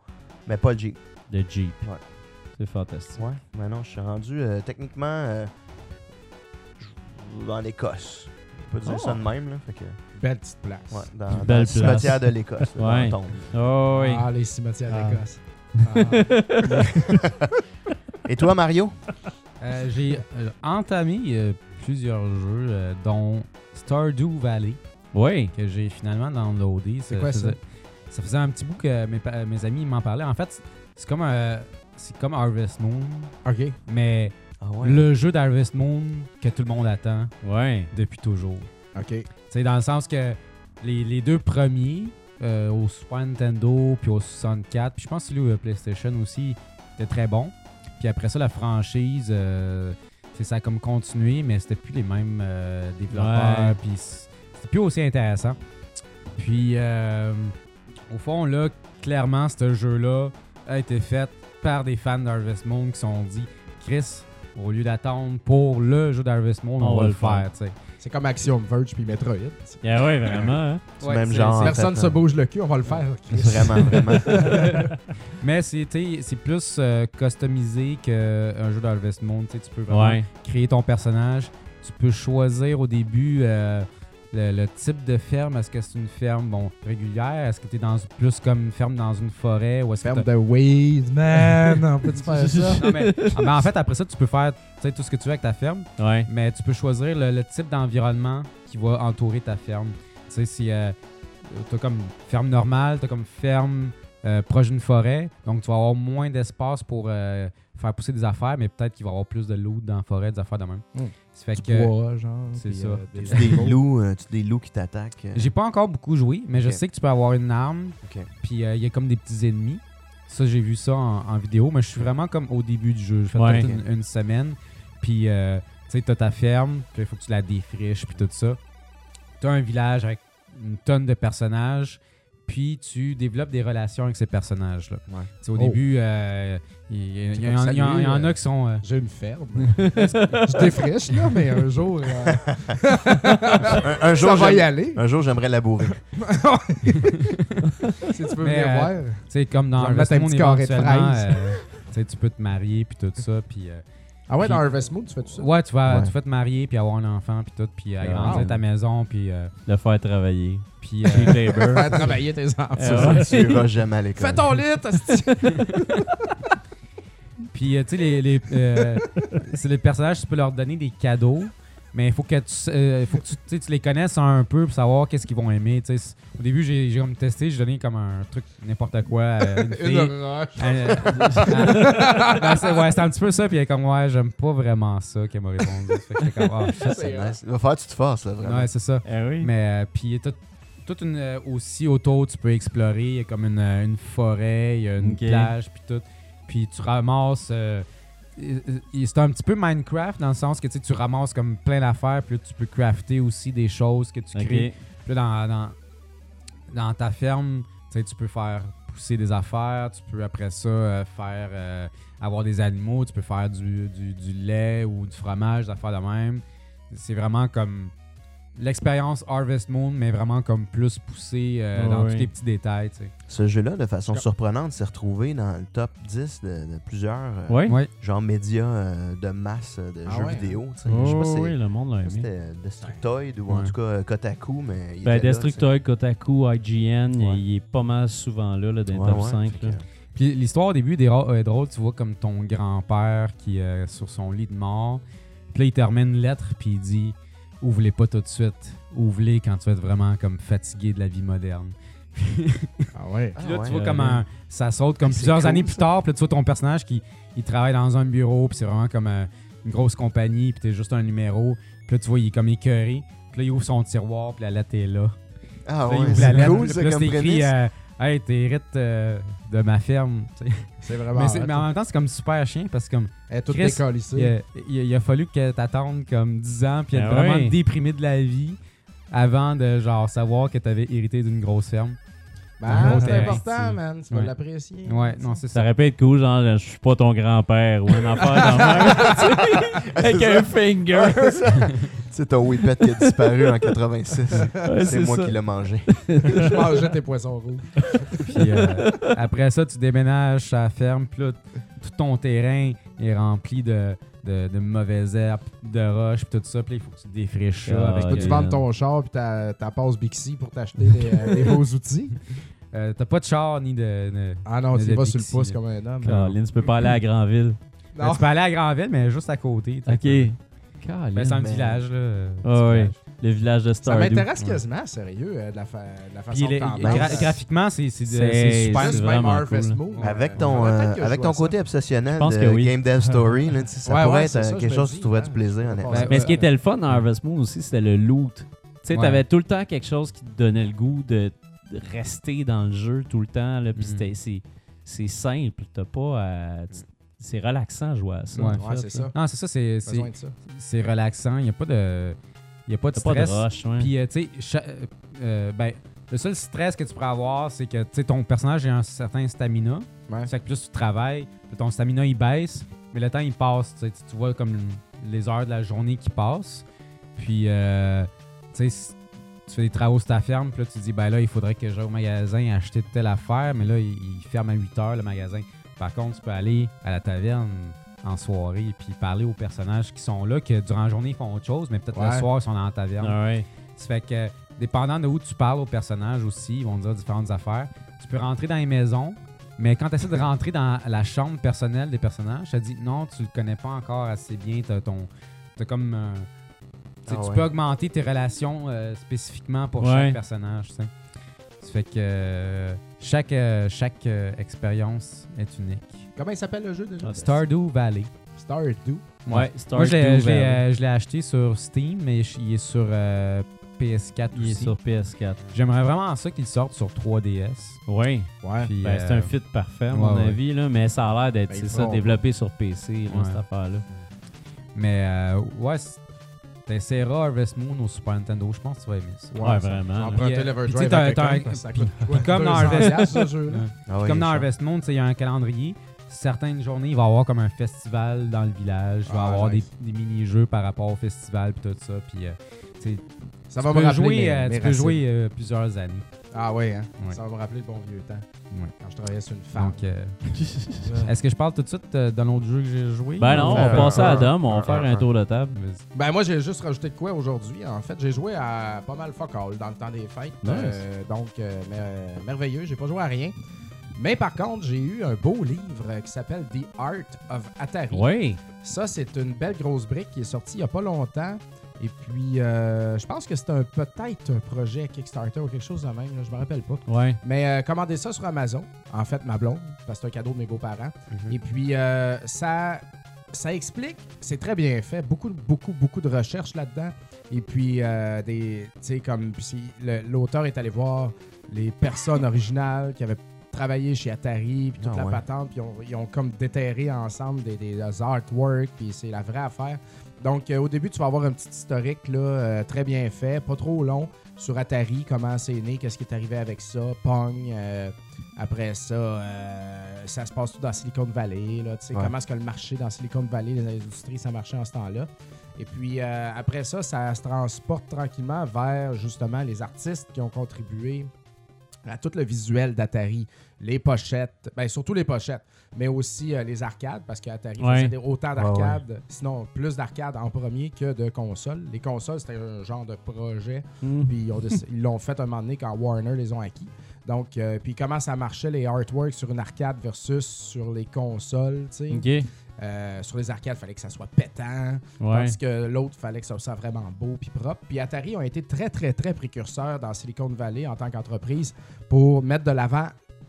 Speaker 4: mais pas de Jeep.
Speaker 2: Le Jeep.
Speaker 4: Ouais.
Speaker 2: C'est fantastique.
Speaker 4: Ouais, mais non, je suis rendu euh, techniquement euh, en Écosse. On peut dire
Speaker 2: Oh.
Speaker 4: ça de même, là. Fait que,
Speaker 1: Belle petite place.
Speaker 4: ouais, dans, dans
Speaker 2: belle
Speaker 4: le cimetière
Speaker 2: place.
Speaker 4: de l'Écosse, là,
Speaker 2: Ouais.
Speaker 4: dans la tombe.
Speaker 2: Oh oui.
Speaker 1: Ah, les cimetières
Speaker 5: Ah.
Speaker 1: d'Écosse.
Speaker 4: Et toi, Mario?
Speaker 1: Ah. Euh, J'ai. euh,
Speaker 6: entamé euh, plusieurs jeux, euh, dont Stardew Valley,
Speaker 2: Oui.
Speaker 6: que j'ai finalement downloadé.
Speaker 1: C'est quoi ça?
Speaker 6: faisait, ça faisait un petit bout que mes, pa- mes amis m'en parlaient. En fait, c'est- c'est comme, euh, c'est comme Harvest Moon,
Speaker 1: Ok.
Speaker 6: mais
Speaker 4: Ah
Speaker 6: le jeu d'Harvest Moon que tout le monde attend
Speaker 2: Ouais.
Speaker 6: depuis toujours.
Speaker 1: Ok.
Speaker 6: Tu sais, dans le sens que les, les deux premiers, euh, au Super Nintendo, puis au 64, puis je pense que celui au PlayStation aussi, était très bon. Puis après ça, la franchise, euh, tu sais, ça a comme continué, mais c'était plus les mêmes euh, développeurs,
Speaker 2: Ouais.
Speaker 6: puis c- c'était plus aussi intéressant. Puis, euh, au fond, là, clairement, ce jeu-là a été fait par des fans d'Harvest Moon qui se sont dit, Chris, au lieu d'attendre pour le jeu d'Harvest Moon, on, va, le faire, tu sais.
Speaker 1: C'est comme Axiom Verge puis Metroid.
Speaker 2: Ah ouais, vraiment. hein?
Speaker 4: C'est
Speaker 6: Ouais,
Speaker 4: le même
Speaker 6: c'est-
Speaker 4: genre. en
Speaker 1: Personne
Speaker 4: fait,
Speaker 1: se
Speaker 4: hein.
Speaker 1: bouge le cul, on va le faire. Chris.
Speaker 4: Vraiment, vraiment.
Speaker 6: Mais c'est t'sais, c'est plus euh, customisé qu'un jeu d'Harvest Moon. t'sais, Tu peux vraiment
Speaker 2: Ouais.
Speaker 6: créer ton personnage. Tu peux choisir au début euh, le, le type de ferme. Est-ce que c'est une ferme bon, régulière? Est-ce que tu es dans, plus comme une ferme dans une forêt? Ou est-ce que
Speaker 1: Ferme
Speaker 6: t'as-
Speaker 1: de weed, man. On peut-tu faire ça?
Speaker 6: Non, mais, ah, mais en fait, après ça, tu peux faire t'sais, tout ce que tu veux avec ta ferme.
Speaker 2: Ouais.
Speaker 6: Mais tu peux choisir le, le type d'environnement qui va entourer ta ferme. Tu sais, si euh, t'as comme ferme normale, t'as comme ferme euh, proche d'une forêt, donc tu vas avoir moins d'espace pour euh, faire pousser des affaires, mais peut-être qu'il va y avoir plus de loups dans la forêt, des affaires de même.
Speaker 1: Mm.
Speaker 6: Ça fait
Speaker 1: Du
Speaker 6: que
Speaker 1: bois, genre.
Speaker 6: c'est
Speaker 1: puis,
Speaker 6: ça.
Speaker 1: euh,
Speaker 4: tu des loups, euh, tu des loups qui t'attaquent. euh.
Speaker 6: j'ai pas encore beaucoup joué, mais
Speaker 4: Ok.
Speaker 6: je sais que tu peux avoir une arme,
Speaker 4: Ok.
Speaker 6: puis euh, il y a comme des petits ennemis. Ça, j'ai vu ça en, en vidéo, mais je suis vraiment comme au début du jeu. Je fais
Speaker 2: Ouais.
Speaker 6: peut-être une, une semaine, puis euh, tu sais, t'as ta ferme, puis il faut que tu la défriches, puis tout ça. T'as un village avec une tonne de personnages, puis tu développes des relations avec ces personnages-là.
Speaker 4: Ouais.
Speaker 6: Tu sais, Au
Speaker 1: Oh.
Speaker 6: début, euh, il y, il y-
Speaker 1: C'est
Speaker 6: il y
Speaker 1: comme
Speaker 6: en- il y en- il y en
Speaker 1: saluer, euh,
Speaker 6: a qui sont... euh,
Speaker 1: J'ai une ferme. je défriche, là, mais un jour. euh,
Speaker 4: Un,
Speaker 1: ça
Speaker 4: un jour,
Speaker 1: va y
Speaker 4: j'aime-
Speaker 1: aller.
Speaker 4: un jour, j'aimerais labourer.
Speaker 1: si tu veux
Speaker 6: Mais,
Speaker 1: venir
Speaker 6: euh,
Speaker 1: voir.
Speaker 6: Tu sais, comme dans
Speaker 1: Genre mettre un
Speaker 6: Harvest Moon,
Speaker 1: petit carré de
Speaker 6: éventuellement,
Speaker 1: fraises.
Speaker 6: euh, tu sais, tu peux te marier, puis tout ça, puis... euh,
Speaker 1: Ah ouais,
Speaker 6: Puis-
Speaker 1: dans Harvest Moon, tu fais tout Ah. ça.
Speaker 6: Ouais, tu vas,
Speaker 4: Ouais.
Speaker 6: tu vas te marier, puis avoir un enfant, puis tout, puis euh, agrandir
Speaker 1: wow.
Speaker 6: ta maison, puis. euh,
Speaker 2: Le faire travailler.
Speaker 6: puis euh,
Speaker 1: Faire travailler tes enfants.
Speaker 2: Euh,
Speaker 4: Ça, tu iras jamais à l'école.
Speaker 1: Fais ton lit, asti.
Speaker 6: Puis, euh, tu sais, les, les, euh, c'est les personnages, tu peux leur donner des cadeaux, mais il faut que tu, euh, faut que tu, tu sais, tu les connaisses un peu pour savoir qu'est-ce qu'ils vont aimer. tu sais. C- Au début, j'ai j'ai comme testé, j'ai donné comme un truc, n'importe quoi. à une
Speaker 1: Une
Speaker 6: fille.
Speaker 1: horreur.
Speaker 6: Euh, à- ben, c'est- ouais, c'était un petit peu ça, puis elle est comme, ouais, j'aime pas vraiment ça qu'elle m'a répondu. Fait que j'étais comme, Ah, shit.
Speaker 4: C'est
Speaker 2: hein.
Speaker 4: nice. Il va falloir que tu te fasses, là, vraiment.
Speaker 6: ouais, c'est ça.
Speaker 2: Ah oui.
Speaker 6: Mais euh, puis il y a tout- toute une euh, aussi autour tu peux explorer, il y a comme une, euh, une forêt, il y a une
Speaker 2: Ok.
Speaker 6: plage puis tout. Puis tu ramasses euh, euh, euh, c'est un petit peu Minecraft dans le sens que tu sais, tu ramasses comme plein d'affaires puis là, tu peux crafter aussi des choses que tu
Speaker 2: Ok.
Speaker 6: crées. Puis là, dans, dans, dans ta ferme, tu sais, tu peux faire pousser des affaires, tu peux après ça euh, faire euh, avoir des animaux, tu peux faire du, du- du lait ou du fromage, des affaires de même. C'est vraiment comme l'expérience Harvest Moon, mais vraiment comme plus poussée euh,
Speaker 2: Ah
Speaker 6: dans
Speaker 2: oui.
Speaker 6: tous les petits détails. tu sais.
Speaker 4: Ce jeu-là, de façon surprenante, s'est retrouvé dans le top 10 de, de plusieurs euh,
Speaker 2: Ouais.
Speaker 6: Ouais.
Speaker 4: genres médias euh, de masse euh, de
Speaker 1: Ah
Speaker 4: jeux
Speaker 1: ouais,
Speaker 4: vidéo. tu sais.
Speaker 2: Oh,
Speaker 4: Je sais pas si
Speaker 2: oui,
Speaker 4: c'est-
Speaker 2: le monde l'a
Speaker 4: je sais pas si
Speaker 2: aimé.
Speaker 4: c'était euh, Destructoid ou en
Speaker 6: Ouais.
Speaker 4: tout cas euh, Kotaku, mais il
Speaker 2: Ben,
Speaker 4: était là, tu sais.
Speaker 2: Destructoid, Kotaku, IGN, il-
Speaker 4: Ouais.
Speaker 2: il est pas mal souvent là, là dans
Speaker 4: Ouais,
Speaker 2: les ben, top
Speaker 4: ouais,
Speaker 2: 5.
Speaker 4: fait
Speaker 2: là.
Speaker 4: que-
Speaker 6: Puis l'histoire au début est dra- euh, drôle, tu vois comme ton grand-père qui est euh, sur son lit de mort. Puis là, il termine une lettre, puis il dit « Ouvre-les pas tout de suite. Ouvre-les quand tu vas être vraiment comme fatigué de la vie moderne. »
Speaker 1: Ah ouais.
Speaker 6: Puis là,
Speaker 4: Ah ouais.
Speaker 6: tu vois
Speaker 2: euh,
Speaker 6: comment ça saute comme
Speaker 4: C'est
Speaker 6: plusieurs
Speaker 4: cool,
Speaker 6: années
Speaker 4: ça.
Speaker 6: plus tard. Puis là, tu vois ton personnage qui il travaille dans un bureau, puis c'est vraiment comme euh, une grosse compagnie, puis t'es juste un numéro. Puis là, tu vois, il est comme écœuré. Puis là, il ouvre son tiroir, puis la lettre est là.
Speaker 4: Ah
Speaker 6: Puis là, il
Speaker 4: ouais,
Speaker 6: ouvre la
Speaker 4: c'est
Speaker 6: lettre,
Speaker 4: cool
Speaker 6: puis
Speaker 4: ça
Speaker 6: là, c'est
Speaker 4: comme
Speaker 6: écrit
Speaker 4: prémisse.
Speaker 6: euh, Hey, t'hérites euh, de ma ferme. tu sais.
Speaker 1: C'est vraiment.
Speaker 6: mais, c'est-
Speaker 1: hot.
Speaker 6: mais en même temps, c'est comme super chien parce que comme,
Speaker 1: Elle est toute
Speaker 6: Chris, il,
Speaker 1: décalissée.
Speaker 6: a, il a- il a fallu que t'attendes comme 10 ans, puis être
Speaker 4: Ben
Speaker 2: Ah
Speaker 6: vraiment
Speaker 2: ouais.
Speaker 6: déprimé de la vie avant de genre savoir que t'avais hérité d'une grosse ferme.
Speaker 1: Ben,
Speaker 6: Ouais,
Speaker 1: c'est
Speaker 6: ouais.
Speaker 1: important, man. Tu vas
Speaker 6: Ouais.
Speaker 1: l'apprécier.
Speaker 6: Ouais, non, c'est
Speaker 2: Ça
Speaker 6: ça.
Speaker 2: aurait pu être cool, genre, je suis pas ton grand-père ou un affaire d'enfer. Avec un finger.
Speaker 4: C'est ton Whippet qui a disparu en 86.
Speaker 2: Ouais,
Speaker 4: c'est moi
Speaker 2: ça.
Speaker 4: qui l'ai mangé.
Speaker 1: Je mangeais tes poissons rouges.
Speaker 6: Puis euh, après ça, tu déménages à la ferme, puis là, tout ton terrain est rempli de, de, de mauvaises herbes, de roches, puis tout ça. Puis là, il faut que tu défriches ça.
Speaker 2: Ah,
Speaker 6: avec,
Speaker 1: Tu peux
Speaker 2: Ok,
Speaker 1: tu vendre
Speaker 2: man.
Speaker 1: ton char puis ta, ta passe Bixi pour t'acheter des, euh, des beaux outils.
Speaker 6: euh, t'as pas de char ni de. de-
Speaker 1: Ah non,
Speaker 6: Mais
Speaker 1: tu
Speaker 6: le
Speaker 1: vas sur le
Speaker 6: Bixi,
Speaker 1: pouce
Speaker 6: là.
Speaker 1: comme un homme.
Speaker 2: Caroline, tu peux pas aller à Grandville.
Speaker 1: Non.
Speaker 6: Tu peux aller à Grandville, mais juste à côté. t'sais.
Speaker 2: Ok.
Speaker 6: Ben, c'est un
Speaker 2: Caroline.
Speaker 6: village, là. euh,
Speaker 2: Ah
Speaker 6: petit
Speaker 2: oui.
Speaker 6: village.
Speaker 2: Le village de
Speaker 1: Ça
Speaker 2: Stardew.
Speaker 1: m'intéresse quasiment, sérieux, euh, de la, fa- de la
Speaker 6: Puis
Speaker 1: façon
Speaker 6: il est-
Speaker 1: qu'on
Speaker 6: il-
Speaker 1: parle.
Speaker 6: gra-
Speaker 1: Euh,
Speaker 6: graphiquement, c'est c'est de-
Speaker 2: C'est-
Speaker 6: c'est super.
Speaker 1: Juste
Speaker 2: c'est
Speaker 1: même
Speaker 2: vraiment
Speaker 1: Harvest
Speaker 2: cool.
Speaker 1: Moon.
Speaker 4: Avec
Speaker 1: euh,
Speaker 4: ton,
Speaker 1: faudrait
Speaker 4: euh,
Speaker 1: peut-être que je
Speaker 4: avec
Speaker 1: joue
Speaker 4: ton
Speaker 1: à ça.
Speaker 4: côté obsessionnel
Speaker 2: pense
Speaker 4: de
Speaker 2: que oui.
Speaker 4: Game Dev Story, là, tu sais, ça
Speaker 1: Ouais,
Speaker 4: pourrait
Speaker 1: ouais,
Speaker 4: être
Speaker 1: c'est
Speaker 4: euh,
Speaker 1: ça, je
Speaker 4: quelque
Speaker 1: me
Speaker 4: chose que
Speaker 1: dis,
Speaker 4: tu trouverais du
Speaker 1: hein.
Speaker 4: plaisir, honnêtement.
Speaker 1: Ouais.
Speaker 2: Mais ce qui était le fun dans Harvest Moon aussi, c'était le loot. Tu sais,
Speaker 6: Euh, Ouais.
Speaker 2: t'avais tout le temps quelque chose qui te donnait le goût de de rester dans le jeu tout le temps. Là, puis c'était-
Speaker 6: Mm.
Speaker 2: c'est- c'est simple. T'as pas à- tu- C'est relaxant de jouer à ça.
Speaker 6: Ouais.
Speaker 2: en
Speaker 1: Ouais,
Speaker 2: fait,
Speaker 1: c'est ça.
Speaker 2: là.
Speaker 6: Non, c'est ça, c'est-
Speaker 1: Pas
Speaker 6: c'est
Speaker 1: besoin de ça.
Speaker 6: c'est relaxant. Il n'y a pas de. Il y a pas de
Speaker 2: T'as pas de
Speaker 6: stress.
Speaker 2: rush. ouais.
Speaker 6: Puis, euh, tu sais, cha- euh, euh, ben, le seul stress que tu pourrais avoir, c'est que, tu sais, ton personnage a un certain stamina.
Speaker 1: Ouais.
Speaker 6: Fait que plus tu travailles, plus ton stamina, il baisse, mais le temps, il passe. Tu sais, tu- tu vois comme les heures de la journée qui passent. Puis, euh, tu sais, si tu fais des travaux sur ta ferme, puis là, tu dis, ben là, il faudrait que j'aille au magasin acheter telle affaire, mais là, il, il ferme à 8 heures, le magasin. Par contre, tu peux aller à la taverne en soirée, puis parler aux personnages qui sont là, que durant la journée, ils font autre chose, mais peut-être le
Speaker 1: Ouais.
Speaker 6: soir, ils sont dans la
Speaker 1: euh,
Speaker 6: taverne.
Speaker 2: Ah ouais.
Speaker 6: Ça fait que, dépendant de où tu parles aux personnages aussi, ils vont te dire différentes affaires. Tu peux rentrer dans les maisons, mais quand tu essaies de rentrer dans la chambre personnelle des personnages, ça dit non, tu le connais pas encore assez bien. T'as ton. T'as comme. euh, tu sais,
Speaker 4: Ah
Speaker 6: tu
Speaker 4: ouais.
Speaker 6: peux augmenter tes relations euh, spécifiquement pour
Speaker 2: Ouais.
Speaker 6: chaque personnage. tu sais. Ça fait que euh, chaque, euh, chaque euh, expérience est unique.
Speaker 1: Comment il s'appelle le jeu déjà
Speaker 4: ben,
Speaker 2: Ah,
Speaker 6: Stardew Valley.
Speaker 1: Stardew.
Speaker 2: Ouais,
Speaker 6: Moi, je l'ai-
Speaker 2: Stardew
Speaker 6: je l'ai
Speaker 2: Valley.
Speaker 6: euh, je l'ai acheté sur Steam, mais je- il est sur euh, PS4
Speaker 2: Il est
Speaker 6: aussi.
Speaker 2: sur PS4.
Speaker 6: J'aimerais vraiment ça qu'il sorte sur 3DS.
Speaker 2: Oui,
Speaker 1: Ouais.
Speaker 6: Puis,
Speaker 2: ben, c'est
Speaker 6: euh,
Speaker 2: un fit parfait, à
Speaker 6: ouais,
Speaker 2: mon
Speaker 6: ouais.
Speaker 2: avis, là, mais ça a l'air d'être
Speaker 1: Ben,
Speaker 2: c'est
Speaker 1: ils
Speaker 2: ça,
Speaker 1: font-
Speaker 2: développé sur PC, là,
Speaker 6: Ouais.
Speaker 2: cette affaire-là.
Speaker 6: Mais euh, ouais, c'est- t'essaieras Harvest Moon au Super Nintendo, je pense que tu vas aimer ça.
Speaker 2: Ouais, vraiment. là.
Speaker 6: Puis,
Speaker 1: Emprunter
Speaker 6: euh,
Speaker 1: l'Everdrive.
Speaker 6: puis tu sais, t'as-
Speaker 1: avec
Speaker 6: t'as
Speaker 1: quelqu'un,
Speaker 6: un-
Speaker 1: parce que ça coûte quoi,
Speaker 6: comme dans
Speaker 1: 200
Speaker 6: Harvest-
Speaker 1: piastres, ce jeu-là.
Speaker 6: Ouais.
Speaker 4: Ah ouais, il
Speaker 6: Comme
Speaker 4: est
Speaker 6: dans
Speaker 4: cher.
Speaker 6: Harvest Moon, tu sais, il y a un calendrier. Certaines journées, il va y avoir comme un festival dans le village. Il va y
Speaker 1: Ah,
Speaker 6: avoir
Speaker 1: nice.
Speaker 6: des, des mini-jeux par rapport au festival puis tout ça. Puis, euh, tu sais,
Speaker 1: Ça
Speaker 6: tu
Speaker 1: va me
Speaker 6: peux
Speaker 1: rappeler.
Speaker 6: jouer,
Speaker 1: mes-
Speaker 6: euh,
Speaker 1: mes
Speaker 6: tu peux
Speaker 1: racines.
Speaker 6: jouer euh, plusieurs années.
Speaker 1: Ah ouais, hein?
Speaker 6: Ouais.
Speaker 1: Ça va me rappeler le bon vieux temps.
Speaker 6: Ouais.
Speaker 1: Quand je travaillais sur une femme.
Speaker 6: Donc, euh, est-ce que je parle tout de suite euh, dans l'autre jeu que j'ai joué?
Speaker 2: Ben non, on
Speaker 4: Euh,
Speaker 2: va passer à
Speaker 4: euh,
Speaker 2: Dom, on va
Speaker 4: euh,
Speaker 2: faire
Speaker 4: euh,
Speaker 2: un tour de table.
Speaker 6: Vas-y.
Speaker 1: Ben moi j'ai juste rajouté de quoi aujourd'hui. En fait, j'ai joué à pas mal fuck all dans le temps des fêtes.
Speaker 2: Nice.
Speaker 1: Euh, donc euh, mer- merveilleux, j'ai pas joué à rien. Mais par contre, j'ai eu un beau livre euh, qui s'appelle The Art of Atari.
Speaker 2: Oui.
Speaker 1: Ça, c'est une belle grosse brique qui est sortie il y a pas longtemps. Et puis, euh, je pense que c'est un peut-être un projet Kickstarter ou quelque chose de même. là, je me rappelle pas.
Speaker 2: Ouais.
Speaker 1: Mais euh, commandez ça sur Amazon. En fait, ma blonde, parce que c'est un cadeau de mes beaux-parents.
Speaker 4: Mhm.
Speaker 1: Et puis, euh, ça, ça explique, c'est très bien fait. Beaucoup, beaucoup, beaucoup de recherches là-dedans. Et puis, euh, des, tu sais, comme si le- l'auteur est allé voir les personnes originales qui avaient travaillé chez Atari, puis toute
Speaker 4: Ah
Speaker 1: la
Speaker 4: ouais.
Speaker 1: patente, puis ils ont, ils ont comme déterré ensemble des, des, des artworks, puis c'est la vraie affaire. Donc, euh, au début, tu vas avoir un petit historique là, euh, très bien fait, pas trop long, sur Atari, comment c'est né, qu'est-ce qui est arrivé avec ça, Pong. euh, après ça, euh, ça se passe tout dans Silicon Valley. Là, tu sais,
Speaker 4: Ouais.
Speaker 1: Comment est-ce que le marché dans Silicon Valley, les industries, ça marchait en ce temps-là. Et puis euh, après ça, ça se transporte tranquillement vers justement les artistes qui ont contribué à tout le visuel d'Atari. Les pochettes, ben, surtout les pochettes, mais aussi euh, les arcades, parce qu'Atari
Speaker 2: Ouais.
Speaker 1: faisait autant d'arcades, sinon plus d'arcades en premier que de consoles. Les consoles, c'était un genre de projet puis ils ont déc- ils l'ont fait un moment donné quand Warner les ont acquis. Donc, euh, puis comment ça marchait les artworks sur une arcade versus sur les consoles, tu sais.
Speaker 2: Ok. Ouais.
Speaker 1: Euh, sur les arcades, fallait que ça soit pétant. Tandis que l'autre, fallait que ça soit vraiment beau puis propre. Puis Atari ont été très, très, très précurseurs dans Silicon Valley en tant qu'entreprise pour mettre de l'avant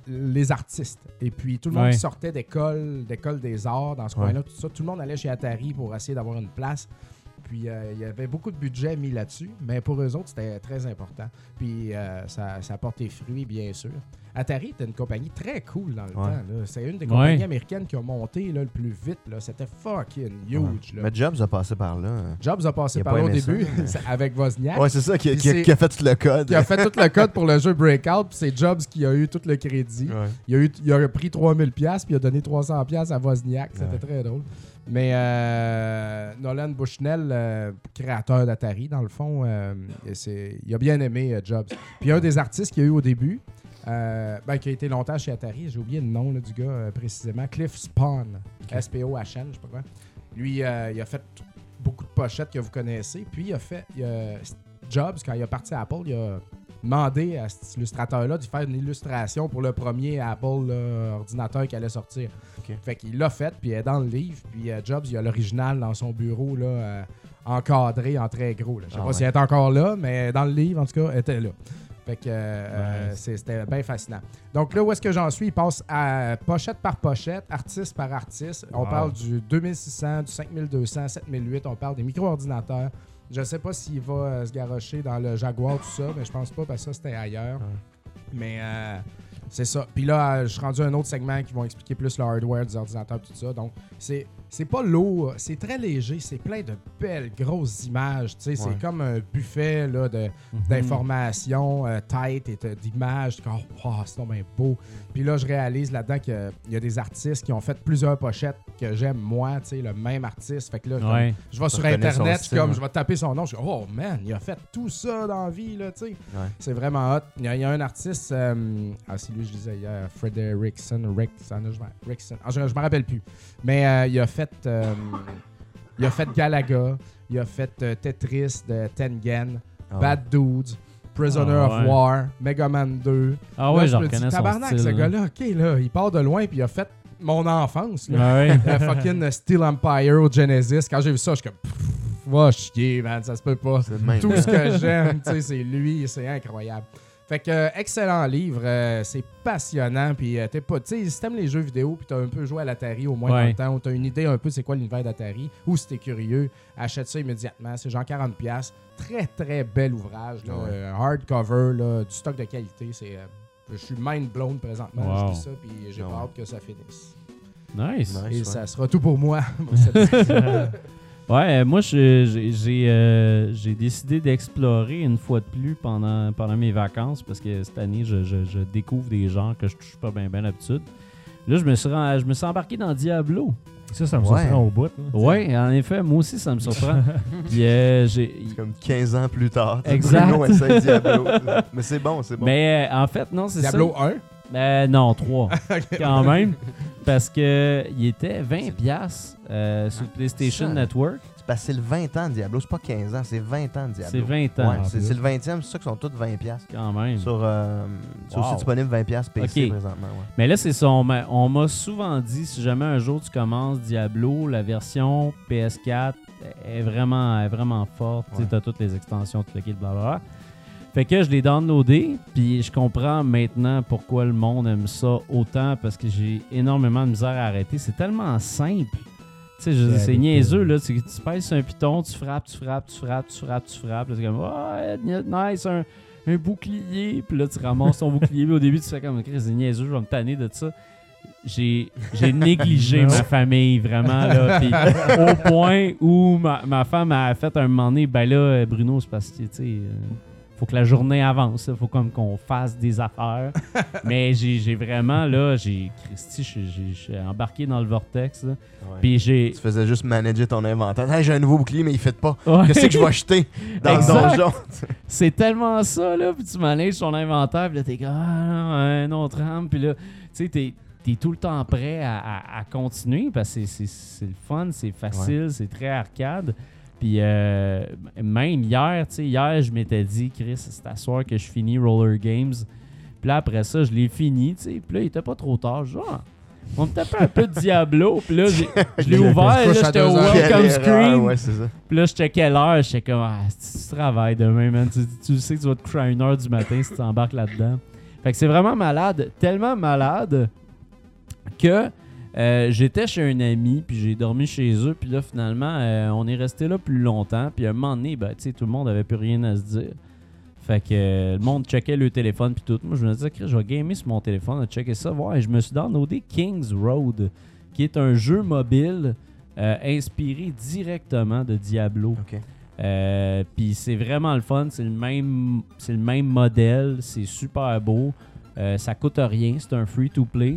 Speaker 1: les artistes. Et puis tout le monde
Speaker 2: Ouais.
Speaker 1: qui sortait d'école, d'école des arts, dans ce
Speaker 4: Ouais.
Speaker 1: coin-là, tout ça, tout le monde allait chez Atari pour essayer d'avoir une place. Puis euh, il y avait beaucoup de budget mis là-dessus, mais pour eux autres, c'était très important. Puis euh, ça, ça portait fruit, bien sûr. Atari était une compagnie très cool dans le
Speaker 4: Ouais.
Speaker 1: temps. là. C'est une des
Speaker 2: Ouais.
Speaker 1: compagnies américaines qui a monté là, le plus vite. là. C'était fucking huge. là.
Speaker 4: Mais Jobs a passé par là.
Speaker 1: Jobs a passé
Speaker 4: Il a
Speaker 1: par
Speaker 4: pas
Speaker 1: là au
Speaker 4: aimé ça,
Speaker 1: début avec Wozniak.
Speaker 4: Ouais, c'est ça qui a,
Speaker 1: Puis
Speaker 4: qui a-
Speaker 1: c'est-
Speaker 4: qui a fait tout le code.
Speaker 1: qui a fait tout le code pour le jeu Breakout, puis c'est Jobs qui a eu tout le crédit.
Speaker 4: Ouais.
Speaker 1: Il a, eu, il a pris 3000 pièces puis il a donné 300 pièces à Wozniak, c'était
Speaker 4: Ouais.
Speaker 1: très drôle. Mais euh, Nolan Bushnell, euh, créateur d'Atari dans le fond, euh, c'est- il a bien aimé euh, Jobs. Puis un des artistes qu'il y a eu au début, euh, ben, qui a été longtemps chez Atari, j'ai oublié le nom là, du gars euh, précisément, Cliff Spawn, S-P-O-H-N, je sais pas quoi. Lui, euh, il a fait beaucoup de pochettes que vous connaissez. Puis il a fait. il a- Jobs, quand il est parti à Apple, il a demandé à cet illustrateur-là de faire une illustration pour le premier Apple là, ordinateur qui allait sortir.
Speaker 4: Ok.
Speaker 1: Fait qu'il l'a fait, puis elle est dans le livre. Puis euh, Jobs, il a l'original dans son bureau, là, euh, encadré en très gros. là. Je sais
Speaker 4: Ah
Speaker 1: pas
Speaker 4: ouais.
Speaker 1: si elle est encore là, mais dans le livre, en tout cas, elle était là. Fait que euh,
Speaker 5: Nice.
Speaker 1: c'est- c'était bien fascinant. Donc là, où est-ce que j'en suis? Il passe à pochette par pochette, artiste par artiste. On
Speaker 5: Wow.
Speaker 1: parle du 2600, du 5200, 7008. On parle des micro-ordinateurs. Je sais pas s'il va euh, se garrocher dans le Jaguar, tout ça, mais je pense pas parce que ça, c'était ailleurs.
Speaker 4: Ouais.
Speaker 1: Mais euh, c'est ça. Puis là, euh, je suis rendu à un autre segment qui vont expliquer plus le hardware des ordinateurs, tout ça. Donc, c'est c'est pas lourd, c'est très léger, c'est plein de belles grosses images. tu sais,
Speaker 4: Ouais. Mhm.
Speaker 1: C'est comme un buffet là, de, d'informations, euh, tête et euh, d'images. Je dis, Oh, wow, c'est donc bien beau. Puis là, je réalise là-dedans qu'il y a des artistes qui ont fait plusieurs pochettes que j'aime moi, tu sais, le même artiste. Fait que là, comme,
Speaker 2: Ouais.
Speaker 1: je vais sur
Speaker 4: reconnaît son
Speaker 1: Internet, je, suis
Speaker 4: style,
Speaker 1: comme,
Speaker 4: hein.
Speaker 1: je vais taper son nom, je suis oh man, il a fait tout ça dans la vie, là, tu sais.
Speaker 4: Ouais.
Speaker 1: C'est vraiment hot. Il y, a, il y a un artiste, euh, ah, c'est lui, je disais hier, Frederickson, Rickson, je m'en- Rickson. Ah, je, je me rappelle plus. Mais euh, il a fait. euh, il a fait Galaga, il a fait euh, Tetris de Tengen,
Speaker 4: Ah ouais.
Speaker 1: Bad Dudes, Prisoner
Speaker 2: Ah
Speaker 1: of
Speaker 2: ouais.
Speaker 1: War, Mega Man 2.
Speaker 2: Ah ouais,
Speaker 1: Là,
Speaker 2: je
Speaker 1: me dis,
Speaker 2: reconnais son
Speaker 1: Tabarnak,
Speaker 2: style.
Speaker 1: ce
Speaker 2: hein.
Speaker 1: gars-là, ok, là, il part de loin puis il a fait mon enfance. Là.
Speaker 2: Ah ouais.
Speaker 1: Le fucking Steel Empire au Genesis. Quand j'ai vu ça, je suis comme, Pff, va chier, man, ça se peut pas.
Speaker 4: C'est le même. hein.
Speaker 1: Tout ce que j'aime, tu sais, c'est lui, c'est incroyable. Fait que, euh, excellent livre, euh, c'est passionnant, puis euh, t'es pas, tu sais, si t'aimes les jeux vidéo, puis t'as un peu joué à l'Atari au moins
Speaker 2: Ouais.
Speaker 1: dans le temps, ou t'as une idée un peu c'est quoi l'univers d'Atari, ou si t'es curieux, achète ça immédiatement, c'est genre 40$. piastres. Très, très bel ouvrage, là,
Speaker 4: Ouais.
Speaker 1: euh, hardcover, là, du stock de qualité, c'est... euh, je suis mind blown présentement,
Speaker 2: Wow.
Speaker 1: je dis ça, puis j'ai
Speaker 4: Ouais.
Speaker 1: pas hâte que ça finisse.
Speaker 2: Nice.
Speaker 4: Nice,
Speaker 1: Et
Speaker 4: ouais.
Speaker 1: ça sera tout pour moi. pour cette
Speaker 2: Ouais, euh, moi, je- j'ai j'ai, euh, j'ai décidé d'explorer une fois de plus pendant, pendant mes vacances parce que cette année, je, je- je découvre des genres que je touche pas bien ben d'habitude. Là, je me, suis, ren- je me suis embarqué dans Diablo.
Speaker 5: Ça, ça me
Speaker 4: Ouais.
Speaker 5: surprend au bout. hein. là.
Speaker 2: Ouais, Euh, en effet, moi aussi, ça me surprend. Puis, euh, j'ai-
Speaker 4: C'est comme 15 ans plus tard. tu sais,
Speaker 2: Exact.
Speaker 4: Bruno essaie Diablo. Mais c'est bon, c'est bon.
Speaker 2: Mais euh, en fait, non, c'est ça.
Speaker 1: Diablo 1.
Speaker 2: Euh, non, 3. quand même. Parce que il était 20$ piastres, euh, sur
Speaker 1: Ah,
Speaker 2: le PlayStation
Speaker 4: ça.
Speaker 2: Network.
Speaker 4: C'est parce que c'est le 20 ans de Diablo. C'est pas 15 ans, c'est 20 ans de Diablo.
Speaker 2: C'est 20 ans.
Speaker 4: Ouais,
Speaker 5: en
Speaker 4: c'est
Speaker 5: plus.
Speaker 4: c'est le 20e, c'est ça qui sont tous 20$. piastres.
Speaker 2: Quand même.
Speaker 4: Sur, euh, C'est aussi
Speaker 2: Wow.
Speaker 4: disponible 20$ piastres PC
Speaker 2: Ok.
Speaker 4: présentement. Ouais.
Speaker 2: Mais là, c'est ça. On m'a on m'a souvent dit, si jamais un jour tu commences Diablo, la version PS4 est vraiment, est vraiment forte.
Speaker 4: Ouais.
Speaker 2: Tu as toutes les extensions, tout le kit, blablabla. Fait que je l'ai downloadé, puis je comprends maintenant pourquoi le monde aime ça autant, parce que j'ai énormément de misère à arrêter. C'est tellement simple. Tu sais, je veux dire, c'est
Speaker 5: Avec,
Speaker 2: niaiseux,
Speaker 5: euh,
Speaker 2: là. Tu, tu pèses sur un piton, tu frappes, tu frappes, tu frappes, tu frappes, tu frappes. Là, C'est comme, ah, nice, un, un bouclier. Puis là, tu ramasses ton bouclier. Puis au début, tu fais comme, Chris, c'est niaiseux, je vais me tanner de ça. J'ai j'ai négligé ma famille, vraiment, là. Puis au point où ma, ma femme a fait un moment donné, ben là, euh, Bruno, c'est parce que, tu sais, euh, faut que la journée avance. là. Faut comme qu'on fasse des affaires. Mais j'ai j'ai vraiment, là, j'ai, Christy, je- je je suis embarqué dans le vortex, là. Puis j'ai.
Speaker 4: Tu faisais juste manager ton inventaire. Hey, j'ai un nouveau bouclier, mais il fait pas.
Speaker 2: Ouais.
Speaker 4: Qu'est-ce que je vais acheter dans
Speaker 2: Exact.
Speaker 4: le donjon?
Speaker 2: C'est tellement ça, là. Puis tu manèges son inventaire, puis là, t'es comme, ah, non, un autre arme. Puis là, tu sais, t'es, t'es tout le temps prêt à, à- à continuer parce que c'est, c'est- c'est le fun, c'est facile, c'est très arcade. Puis euh, même hier, tu sais, hier, je m'étais dit, Chris, c'est à soir que je finis Roller Games. Puis là, après ça, je l'ai fini, tu sais. Puis là, il était pas trop tard. Genre, on me tapait un peu de Diablo. Puis là, j'ai- je l'ai ouvert, là,
Speaker 1: Push à
Speaker 2: j'étais
Speaker 1: deux
Speaker 2: au
Speaker 1: heures.
Speaker 4: Quelle
Speaker 2: welcome
Speaker 4: erreur,
Speaker 2: screen.
Speaker 4: Ouais, c'est ça.
Speaker 2: Puis là, je checkais l'heure, j'étais comme, ah, si tu travailles demain, man. Tu, tu sais que tu vas te coucher à 1h du matin si tu embarques là-dedans. Fait que c'est vraiment malade, tellement malade que euh, j'étais chez un ami, puis j'ai dormi chez eux, puis là, finalement, euh, on est resté là plus longtemps, puis à un moment donné, ben, tu sais, tout le monde avait plus rien à se dire. Fait que euh, le monde checkait le téléphone, puis tout. Moi, je me disais, Chris, je vais gamer sur mon téléphone, checker ça, voir. Et je me suis downloadé King's Road, qui est un jeu mobile euh, inspiré directement de Diablo.
Speaker 4: Ok.
Speaker 2: Euh, puis c'est vraiment le fun, c'est le même, c'est le même modèle, c'est super beau, euh, ça coûte rien, c'est un free to play.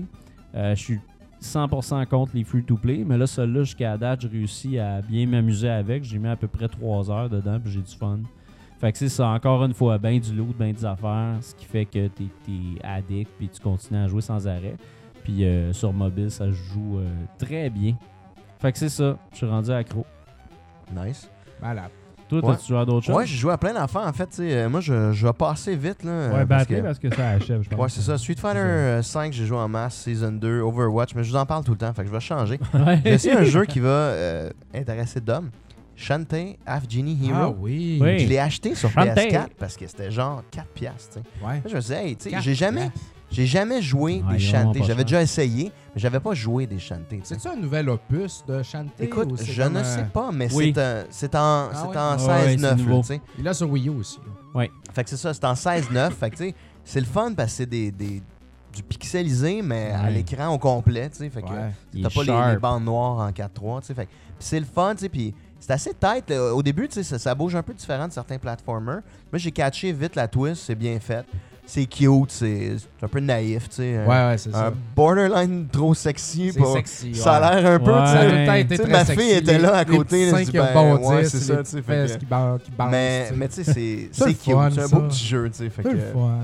Speaker 2: Euh, je suis 100% contre les free to play, mais là celui-là jusqu'à la date, j'ai réussi à bien m'amuser avec, j'ai mis à peu près 3 heures dedans, puis j'ai du fun. Fait que c'est ça, encore une fois, ben du loot, ben des affaires, ce qui fait que t'es es addict, puis tu continues à jouer sans arrêt. Puis euh, sur mobile, ça se joue euh, très bien. Fait que c'est ça, je suis rendu accro.
Speaker 4: Nice.
Speaker 1: Malade.
Speaker 2: Toi,
Speaker 4: Ouais.
Speaker 2: t'as-tu joué à d'autres choses?
Speaker 4: Ouais, je joue à plein d'enfants. En fait, tu sais, euh, moi, je, je vais passer vite. Là,
Speaker 5: Ouais,
Speaker 4: euh, parce
Speaker 5: battre
Speaker 4: que-
Speaker 5: parce que ça achève, je pense.
Speaker 4: Ouais, c'est ça. Street Fighter euh, 5, j'ai joué en masse, Season 2, Overwatch, mais je vous en parle tout le temps, fait que je vais changer. J'ai essayé un jeu qui va euh, intéresser Dom. Shantae Half Genie
Speaker 1: Ah
Speaker 4: Hero.
Speaker 1: oui.
Speaker 2: Oui.
Speaker 4: Je l'ai acheté sur
Speaker 2: Shantae.
Speaker 4: PS4 parce que c'était genre 4 piastres. tu sais.
Speaker 1: Ouais.
Speaker 4: Là, Je me suis dit, hey, tu sais,
Speaker 1: Quatre euh,
Speaker 4: j'ai jamais,
Speaker 1: piastres.
Speaker 4: j'ai jamais joué
Speaker 2: Ah,
Speaker 4: des
Speaker 2: ils ont vraiment
Speaker 4: Shantae.
Speaker 2: pas
Speaker 4: J'avais
Speaker 2: cher.
Speaker 4: déjà essayé, mais j'avais pas joué des Shantae. tu sais.
Speaker 1: C'est-tu un nouvel opus de Shantae? ou
Speaker 4: Écoute,
Speaker 1: c'est
Speaker 4: je
Speaker 1: comme
Speaker 4: ne
Speaker 1: un-
Speaker 4: sais pas, mais
Speaker 2: Oui.
Speaker 4: c'est un- c'est en,
Speaker 1: Ah
Speaker 4: c'est
Speaker 1: ouais?
Speaker 4: en
Speaker 2: Ah ouais, c'est
Speaker 4: 16-9. là,
Speaker 2: nouveau.
Speaker 4: tu sais.
Speaker 1: Il l'a sur Wii U aussi.
Speaker 4: Fait que c'est ça, c'est en 16-9. fait que tu sais, c'est le fun parce que c'est des, des- du pixelisé, mais à
Speaker 2: Ouais.
Speaker 4: l'écran au complet. tu sais. Fait que
Speaker 1: Ouais.
Speaker 2: Il
Speaker 4: t'as
Speaker 2: est
Speaker 4: pas les- les,
Speaker 2: sharp.
Speaker 4: bandes noires en 4-3. tu sais. Fait que- puis c'est le fun, tu sais, puis c'est assez tête. là. Au début, tu sais, ça, ça bouge un peu différent de certains platformers. Moi, j'ai catché vite la twist, c'est bien fait. C'est cute, c'est c'est un peu naïf, tu sais. un-
Speaker 1: Ouais, ouais, c'est
Speaker 4: euh, un
Speaker 1: ça.
Speaker 4: borderline trop sexy.
Speaker 1: C'est
Speaker 4: pour-
Speaker 1: sexy.
Speaker 4: Ça
Speaker 1: ouais.
Speaker 4: a l'air un peu, tu
Speaker 1: Ça a
Speaker 4: sais,
Speaker 1: tout le temps été
Speaker 4: Tu sais,
Speaker 1: très
Speaker 4: ma
Speaker 1: sexy.
Speaker 4: fille était
Speaker 1: Les-
Speaker 4: là à
Speaker 1: les
Speaker 4: côté,
Speaker 1: petits
Speaker 4: là, je
Speaker 1: seins
Speaker 4: dis,
Speaker 1: qui ont
Speaker 4: ben,
Speaker 1: bondi,
Speaker 4: ouais, c'est ça,
Speaker 1: les
Speaker 4: tu sais,
Speaker 1: petites
Speaker 4: fait
Speaker 1: fesses
Speaker 4: que-
Speaker 1: qui ban- qui balancent.
Speaker 4: Mais,
Speaker 1: tu sais.
Speaker 4: mais tu sais, c'est
Speaker 1: C'est
Speaker 4: c'est
Speaker 1: le
Speaker 4: cute.
Speaker 1: fun,
Speaker 4: C'est un beau
Speaker 1: ça.
Speaker 4: petit jeu, tu sais. fait
Speaker 1: C'est le
Speaker 4: que-
Speaker 1: fun.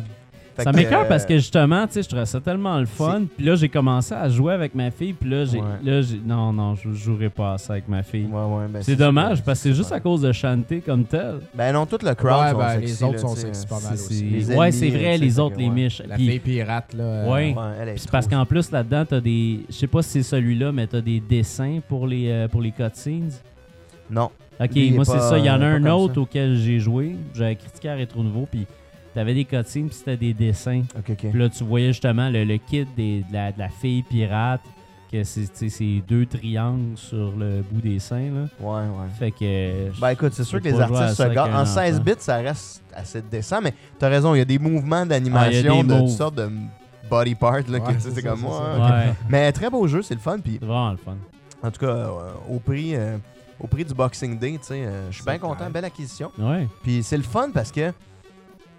Speaker 4: fait
Speaker 2: Ça
Speaker 4: que,
Speaker 2: m'écoeure
Speaker 4: euh,
Speaker 2: parce que justement, tu sais, je trouvais ça tellement le fun. Puis là, j'ai commencé à jouer avec ma fille. Puis là, j'ai.
Speaker 4: Ouais.
Speaker 2: là, j'ai- non, non, je jouerai pas à ça avec ma fille.
Speaker 4: Ouais, ouais, ben,
Speaker 2: c'est dommage parce que c'est juste
Speaker 4: ça.
Speaker 2: à cause de chanter comme tel.
Speaker 4: Ben non, tout le crowd
Speaker 1: Ouais,
Speaker 4: sont
Speaker 1: ben,
Speaker 4: sexy,
Speaker 1: les autres
Speaker 4: là,
Speaker 1: sont
Speaker 4: tu sais.
Speaker 1: sexy pas mal
Speaker 2: C'est- c'est-
Speaker 1: aussi.
Speaker 4: Les
Speaker 2: ouais,
Speaker 4: ennemis,
Speaker 2: c'est
Speaker 4: euh,
Speaker 2: vrai,
Speaker 4: tu
Speaker 2: les
Speaker 4: sais,
Speaker 2: autres,
Speaker 4: fait que,
Speaker 2: les
Speaker 4: ouais.
Speaker 2: miches.
Speaker 1: La
Speaker 2: Puis-
Speaker 1: fille pirate, là. euh,
Speaker 2: Ouais.
Speaker 4: Ouais, elle est
Speaker 2: Puis c'est
Speaker 4: trop-
Speaker 2: parce qu'en plus, là-dedans, t'as des. Je sais pas si c'est celui-là, mais t'as des dessins pour les, euh, pour les cutscenes.
Speaker 4: Non.
Speaker 2: Ok,
Speaker 4: Lui, il est
Speaker 2: moi, c'est
Speaker 4: pas-
Speaker 2: ça. Il y en a
Speaker 4: pas
Speaker 2: un
Speaker 4: comme
Speaker 2: autre
Speaker 4: ça.
Speaker 2: auquel j'ai joué. J'avais critiqué à Rétro Nouveau. Puis t'avais des cutscenes, puis c'était des dessins.
Speaker 4: Ok, ok.
Speaker 2: Puis là, tu voyais justement le, le kit des- de, la, de la fille pirate, que c'est tu sais, c'est deux triangles sur le bout des seins. Là.
Speaker 4: Ouais, ouais.
Speaker 2: Fait que. euh,
Speaker 4: Ben écoute, c'est sûr
Speaker 2: Faut
Speaker 4: que les
Speaker 2: pas jouer à
Speaker 4: artistes se
Speaker 2: ça avec
Speaker 4: gardent.
Speaker 2: un
Speaker 4: En 16
Speaker 2: enfant.
Speaker 4: bits, ça reste assez décent, mais t'as raison, il y a des mouvements d'animation
Speaker 2: Ah, il y a des
Speaker 4: de toutes
Speaker 2: moves.
Speaker 4: sortes de body parts,
Speaker 1: Ouais,
Speaker 4: là, que tu sais,
Speaker 1: c'est
Speaker 4: c'est
Speaker 1: ça,
Speaker 4: comme
Speaker 1: c'est
Speaker 4: moi.
Speaker 1: ça.
Speaker 2: ouais,
Speaker 4: Mais très beau jeu, c'est le fun, puis
Speaker 2: c'est vraiment le fun.
Speaker 4: En tout cas, euh, au prix euh, au prix du Boxing Day, tu sais, euh, je suis
Speaker 1: C'est
Speaker 4: bien content,
Speaker 1: clair.
Speaker 4: belle acquisition.
Speaker 2: Ouais.
Speaker 4: Puis c'est le fun parce que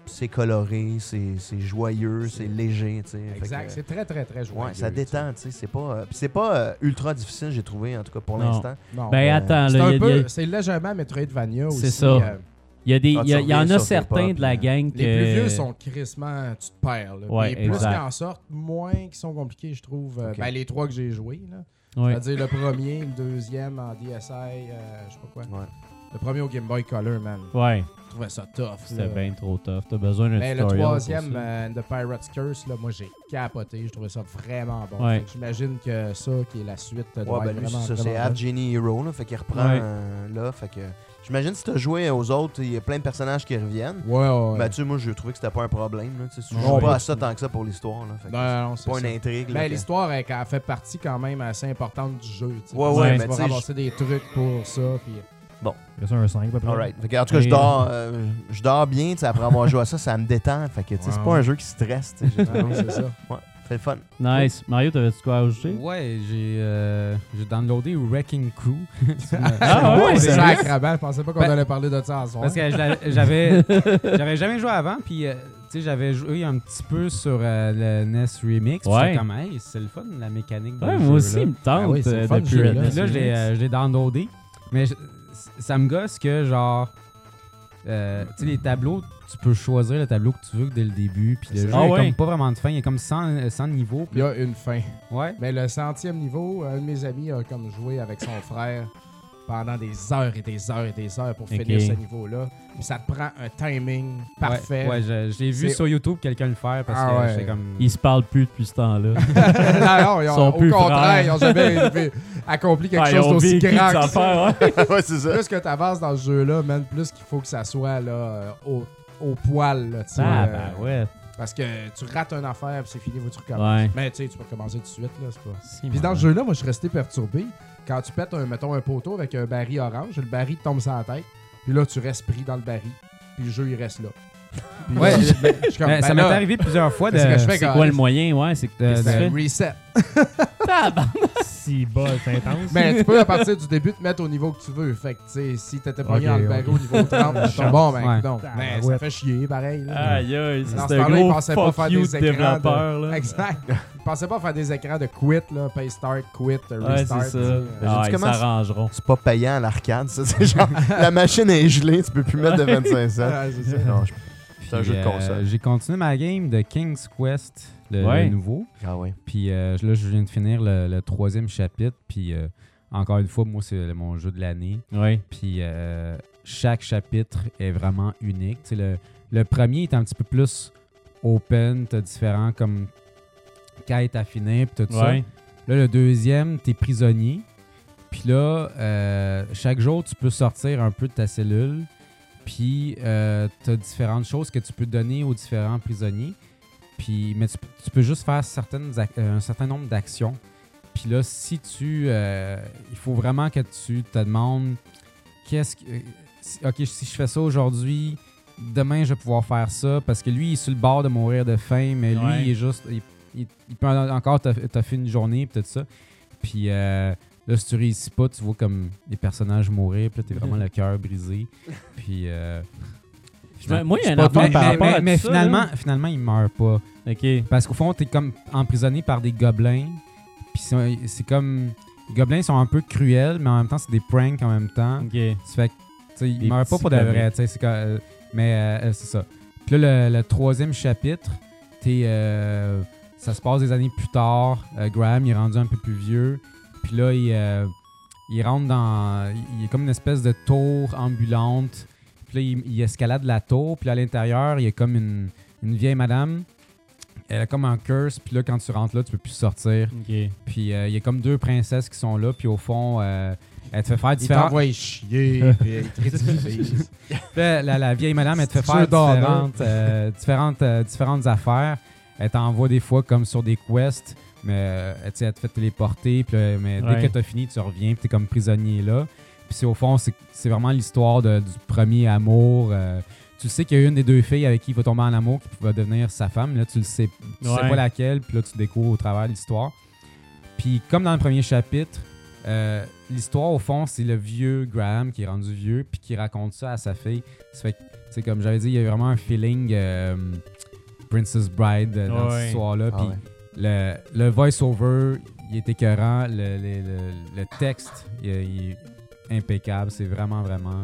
Speaker 4: c'est coloré, c'est c'est joyeux, c'est léger, tu sais. Fait
Speaker 1: Exact.
Speaker 4: que-
Speaker 1: C'est très, très, très joyeux.
Speaker 4: Ouais, ça détend, tu sais, c'est pas euh, puis c'est pas euh, ultra difficile, j'ai trouvé en tout cas pour
Speaker 2: Non.
Speaker 4: l'instant.
Speaker 1: Non.
Speaker 2: Ben
Speaker 4: euh,
Speaker 2: attends,
Speaker 1: c'est
Speaker 2: là, il y
Speaker 1: un
Speaker 2: a-
Speaker 1: peu,
Speaker 2: il y a-
Speaker 1: c'est légèrement Metroidvania aussi.
Speaker 2: C'est ça.
Speaker 1: euh,
Speaker 2: il y a des-
Speaker 4: Ah,
Speaker 2: il y, a-
Speaker 4: tu
Speaker 2: il y en
Speaker 4: reviens
Speaker 2: a
Speaker 4: sur tes
Speaker 2: certains
Speaker 4: pas,
Speaker 2: de la
Speaker 4: puis,
Speaker 2: gang que...
Speaker 1: les plus vieux sont crissement, tu te perds. là.
Speaker 2: Ouais,
Speaker 1: Puis plus
Speaker 2: exact.
Speaker 1: qu'ils en sortent, moins qu'ils sont compliqués, je trouve. Euh,
Speaker 4: Ok.
Speaker 1: Ben, les trois que j'ai joués, là.
Speaker 2: Ouais.
Speaker 1: C'est-à-dire le premier, le deuxième en DSi, euh, je sais pas quoi.
Speaker 4: Ouais.
Speaker 1: Le premier au Game Boy Color, man.
Speaker 2: Ouais,
Speaker 1: Je trouvais ça tough.
Speaker 2: c'était
Speaker 1: là.
Speaker 2: bien trop tough. T'as besoin d'un
Speaker 1: Mais
Speaker 2: tutoriel
Speaker 1: Ben, le
Speaker 2: pour
Speaker 1: troisième,
Speaker 2: ça.
Speaker 1: euh, The Pirate's Curse, là, moi j'ai capoté. Je trouvais ça vraiment bon.
Speaker 2: Ouais.
Speaker 1: Fait que J'imagine que ça, qui est la suite, doit
Speaker 4: Ouais,
Speaker 1: être
Speaker 4: ben lui,
Speaker 1: vraiment,
Speaker 4: c'est ça, c'est
Speaker 1: vraiment
Speaker 4: App
Speaker 1: bon.
Speaker 4: Genie Hero, là, fait qu'il reprend
Speaker 2: Ouais.
Speaker 4: euh, là, fait que j'imagine si t'as joué aux autres, il y a plein de personnages qui reviennent.
Speaker 1: Ouais, ouais. ouais.
Speaker 4: Ben, tu sais, moi, je trouvais que c'était pas un problème. Là, tu sais, tu
Speaker 1: Non,
Speaker 4: joues
Speaker 1: ouais.
Speaker 4: pas à ça tant que ça pour l'histoire. là, fait que
Speaker 1: non, non,
Speaker 4: C'est pas
Speaker 1: Ben, ça.
Speaker 4: une intrigue. là,
Speaker 1: Ben,
Speaker 4: que-
Speaker 1: l'histoire elle, elle fait partie quand même assez importante du jeu. tu sais.
Speaker 4: Ouais,
Speaker 1: Parce
Speaker 2: ouais,
Speaker 1: que
Speaker 4: mais
Speaker 1: tu
Speaker 4: tu sais,
Speaker 1: vas ramasser des trucs pour ça. Puis...
Speaker 5: Il reste un 5 à peu près.
Speaker 4: Alright. Fait que, en tout cas, je
Speaker 5: Et-
Speaker 4: dors, euh, je dors bien, tu sais, après avoir joué à ça, ça me détend. Fait que, tu sais, c'est
Speaker 1: Wow.
Speaker 4: pas un jeu qui stresse, tu sais,
Speaker 1: Non,
Speaker 4: généralement.
Speaker 1: non, Ah c'est ça.
Speaker 4: Ouais, c'est le fun.
Speaker 2: Nice. Mario, t'avais-tu quoi à ajouter?
Speaker 6: Ouais, j'ai euh, j'ai downloadé Wrecking Crew.
Speaker 2: Ah ouais, c'est vrai?
Speaker 1: Sacrement, je pensais pas qu'on
Speaker 6: Ben-
Speaker 1: allait parler de ça à soir.
Speaker 6: Parce que je l'avais- j'avais j'avais jamais joué avant, puis euh, tu sais j'avais joué un petit peu sur euh, le NES Remix. puis
Speaker 2: Ouais.
Speaker 6: j'étais comme hey, c'est le fun la mécanique. de
Speaker 2: Ouais,
Speaker 6: ce
Speaker 2: moi aussi,
Speaker 6: jeu-là.
Speaker 2: il me
Speaker 1: Ah
Speaker 2: tente
Speaker 1: oui, c'est le
Speaker 2: euh,
Speaker 1: fun,
Speaker 2: depuis
Speaker 1: ce
Speaker 2: Red
Speaker 1: jeu-là.
Speaker 2: Dead
Speaker 6: Puis là, je l'ai,
Speaker 2: Remix.
Speaker 6: euh, je l'ai downloadé, mais je- ça me gosse que, genre, euh, tu sais, les tableaux, tu peux choisir le tableau que tu veux dès le début, puis le
Speaker 1: C'est
Speaker 6: jeu
Speaker 2: ça.
Speaker 6: est
Speaker 2: Ah ouais.
Speaker 6: comme pas vraiment de fin, il y a comme 100, 100 niveaux.
Speaker 1: Il y a une fin.
Speaker 6: Ouais.
Speaker 1: Mais le centième niveau, un de mes amis a comme joué avec son frère pendant des heures et des heures et des heures pour
Speaker 2: Ok.
Speaker 1: finir ce niveau-là. Puis ça te prend un timing parfait.
Speaker 6: Ouais, ouais, je, je l'ai vu
Speaker 1: C'est-
Speaker 6: sur YouTube quelqu'un le faire parce
Speaker 1: Ah
Speaker 6: que
Speaker 1: ouais.
Speaker 6: j'étais comme.
Speaker 2: Ils se parlent plus depuis ce temps-là.
Speaker 1: non, non, ils ont-
Speaker 2: Sont
Speaker 1: au
Speaker 2: plus
Speaker 1: contraire,
Speaker 2: frères.
Speaker 1: ils n'ont jamais fait- accompli quelque
Speaker 2: Ah, ils
Speaker 1: chose
Speaker 2: ont
Speaker 1: d'aussi
Speaker 2: vécu des
Speaker 1: grand que ça.
Speaker 2: affaires, hein? ouais.
Speaker 4: ouais, c'est ça.
Speaker 1: Plus que tu avances dans ce jeu-là, man, plus qu'il faut que ça soit là, euh, au, au poil. là, tu sais,
Speaker 2: Ah,
Speaker 1: euh,
Speaker 2: bah ouais.
Speaker 1: Parce que tu rates une affaire, puis c'est fini, faut que tu recommences.
Speaker 2: Ouais.
Speaker 1: Mais Ben, tu sais, tu peux commencer tout de suite, là, c'est pas...
Speaker 2: Si,
Speaker 1: Puis dans
Speaker 2: man.
Speaker 1: ce jeu-là, moi, je suis resté perturbé. Quand tu pètes, un, mettons, un poteau avec un baril orange, le baril te tombe sur la tête. Puis là, tu restes pris dans le baril. Puis le jeu, il reste là. Puis
Speaker 6: Ouais,
Speaker 1: là, je suis comme,
Speaker 6: Ben,
Speaker 1: ben
Speaker 6: ça m'est
Speaker 1: là,
Speaker 6: arrivé plusieurs fois de.
Speaker 1: c'est ce que je fais
Speaker 2: C'est
Speaker 1: quand-
Speaker 2: quoi le moyen, ouais? C'est que
Speaker 6: Euh,
Speaker 2: qu'est-ce que tu
Speaker 1: ben,
Speaker 2: fais?
Speaker 1: reset.
Speaker 5: Si bas, c'est intense.
Speaker 1: Mais Ben, tu peux, à partir du début, te mettre au niveau que tu veux. Fait que, tu sais, si t'étais pogné
Speaker 5: Ok,
Speaker 1: dans le
Speaker 5: ok.
Speaker 1: baril au niveau 30, mettons, bon, ben,
Speaker 6: Ouais.
Speaker 1: non. Mais ça
Speaker 5: ouais.
Speaker 1: fait chier, pareil. là.
Speaker 2: Aïe, aïe,
Speaker 1: Dans
Speaker 2: c'est
Speaker 1: ce
Speaker 2: un
Speaker 1: temps-là, ils
Speaker 2: gros
Speaker 1: pensaient pas
Speaker 2: fuck
Speaker 1: faire
Speaker 2: you
Speaker 1: des
Speaker 2: de
Speaker 1: écrans.
Speaker 2: développeur,
Speaker 1: De...
Speaker 2: là.
Speaker 1: Exact. Ils pensaient pas faire des écrans de quit, là. Pay start, quit,
Speaker 2: Ouais, c'est
Speaker 1: restart.
Speaker 2: ça.
Speaker 1: tu sais, euh,
Speaker 2: Ah,
Speaker 4: J'ai dit,
Speaker 2: ils
Speaker 4: comment-
Speaker 2: s'arrangeront.
Speaker 4: C'est pas payant à l'arcade, ça. C'est genre, la machine est gelée, tu peux plus mettre de 25 cents.
Speaker 1: ouais, c'est ça.
Speaker 4: Non, je- c'est un
Speaker 6: Puis,
Speaker 4: jeu de
Speaker 6: euh,
Speaker 4: console.
Speaker 6: J'ai continué ma game de King's Quest, le,
Speaker 2: Ouais.
Speaker 6: le nouveau.
Speaker 4: Ah ouais.
Speaker 6: Puis euh, là, je viens de finir le, le troisième chapitre. Puis euh, encore une fois, moi, c'est mon jeu de l'année.
Speaker 2: Ouais.
Speaker 6: Puis euh, chaque chapitre est vraiment unique. Tu sais, le, le premier est un petit peu plus open, t'as différents comme quêtes à finir, puis tout ça.
Speaker 2: Ouais.
Speaker 6: Là, le deuxième, t'es prisonnier. Puis là, euh, chaque jour, tu peux sortir un peu de ta cellule. Puis euh, t'as différentes choses que tu peux donner aux différents prisonniers. Puis, mais tu, peux- tu peux juste faire certaines ac- euh, un certain nombre d'actions. Puis là, si tu... euh, il faut vraiment que tu te demandes qu'est-ce que... euh, si- OK, si je fais ça aujourd'hui, demain, je vais pouvoir faire ça. Parce que lui, il est sur le bord de mourir de faim, mais lui,
Speaker 2: Ouais.
Speaker 6: il est juste... il- il, il peut en- encore t'as t'as fait une journée pis tout ça. Puis euh, là, si tu réussis pas, tu vois comme les personnages mourir, puis là, t'es vraiment le cœur brisé. Puis euh,
Speaker 2: me- moi, il y a
Speaker 6: c'est
Speaker 2: un
Speaker 6: pas-
Speaker 2: affaire
Speaker 6: mais-
Speaker 2: par
Speaker 6: mais-
Speaker 2: rapport
Speaker 6: mais-
Speaker 2: à
Speaker 6: mais
Speaker 2: tout ça,
Speaker 6: finalement, finalement, il meurt pas.
Speaker 2: OK.
Speaker 1: Hein?
Speaker 6: Parce qu'au fond, t'es comme emprisonné par des gobelins. Puis c'est c'est comme. Les gobelins sont un peu cruels, mais en même temps, c'est des pranks en même temps.
Speaker 2: OK.
Speaker 6: Ça fait que, tu sais,
Speaker 2: Des
Speaker 6: il meurt pas
Speaker 2: petits
Speaker 6: pour de
Speaker 2: gobelets.
Speaker 6: vrai, tu sais, c'est que, euh, mais euh, euh, c'est ça. Puis là, le, le troisième chapitre, t'es, euh, ça se passe des années plus tard. Euh, Graham, il est rendu un peu plus vieux. Puis là, il, euh, il rentre dans... Il est comme une espèce de tour ambulante. Puis là, il, il escalade la tour. Puis là, à l'intérieur, il y a comme une, une vieille madame. Elle a comme un curse. Puis là, quand tu rentres là, tu peux plus sortir.
Speaker 2: OK.
Speaker 6: Puis euh, il y a comme deux princesses qui sont là. Puis au fond, euh, elle te fait faire
Speaker 1: Ils
Speaker 6: différents...
Speaker 1: t'envoient chier, puis ils te ridiculisent.
Speaker 6: Là, la, la vieille madame, elle te fait
Speaker 1: C'est un
Speaker 6: faire
Speaker 1: donneur.
Speaker 6: différentes, euh, différentes, euh, différentes affaires. Elle t'envoie des fois comme sur des quests, mais euh, tu sais, elle te fait téléporter. Puis, là, mais
Speaker 2: Ouais.
Speaker 6: dès que t'as fini, tu reviens, puis t'es comme prisonnier là. Puis c'est- au fond, c'est c'est vraiment l'histoire de- du premier amour. euh, tu sais qu'il y a une des deux filles avec qui il va tomber en amour qui va devenir sa femme. Là, tu le sais, tu sais
Speaker 2: Ouais.
Speaker 6: pas laquelle, puis là, tu découvres au travers de l'histoire. Puis comme dans le premier chapitre, Euh, L'histoire, au fond, c'est le vieux Graham qui est rendu vieux, puis qui raconte ça à sa fille. Ça fait que, tu sais, comme j'avais dit, il y a vraiment un feeling euh, Princess Bride euh, dans
Speaker 5: Ouais.
Speaker 6: cette histoire-là.
Speaker 4: Ah
Speaker 6: puis
Speaker 4: ouais.
Speaker 6: le, le voice-over, il est écœurant. Le, le- le- le texte, il, est- il est impeccable. C'est vraiment, vraiment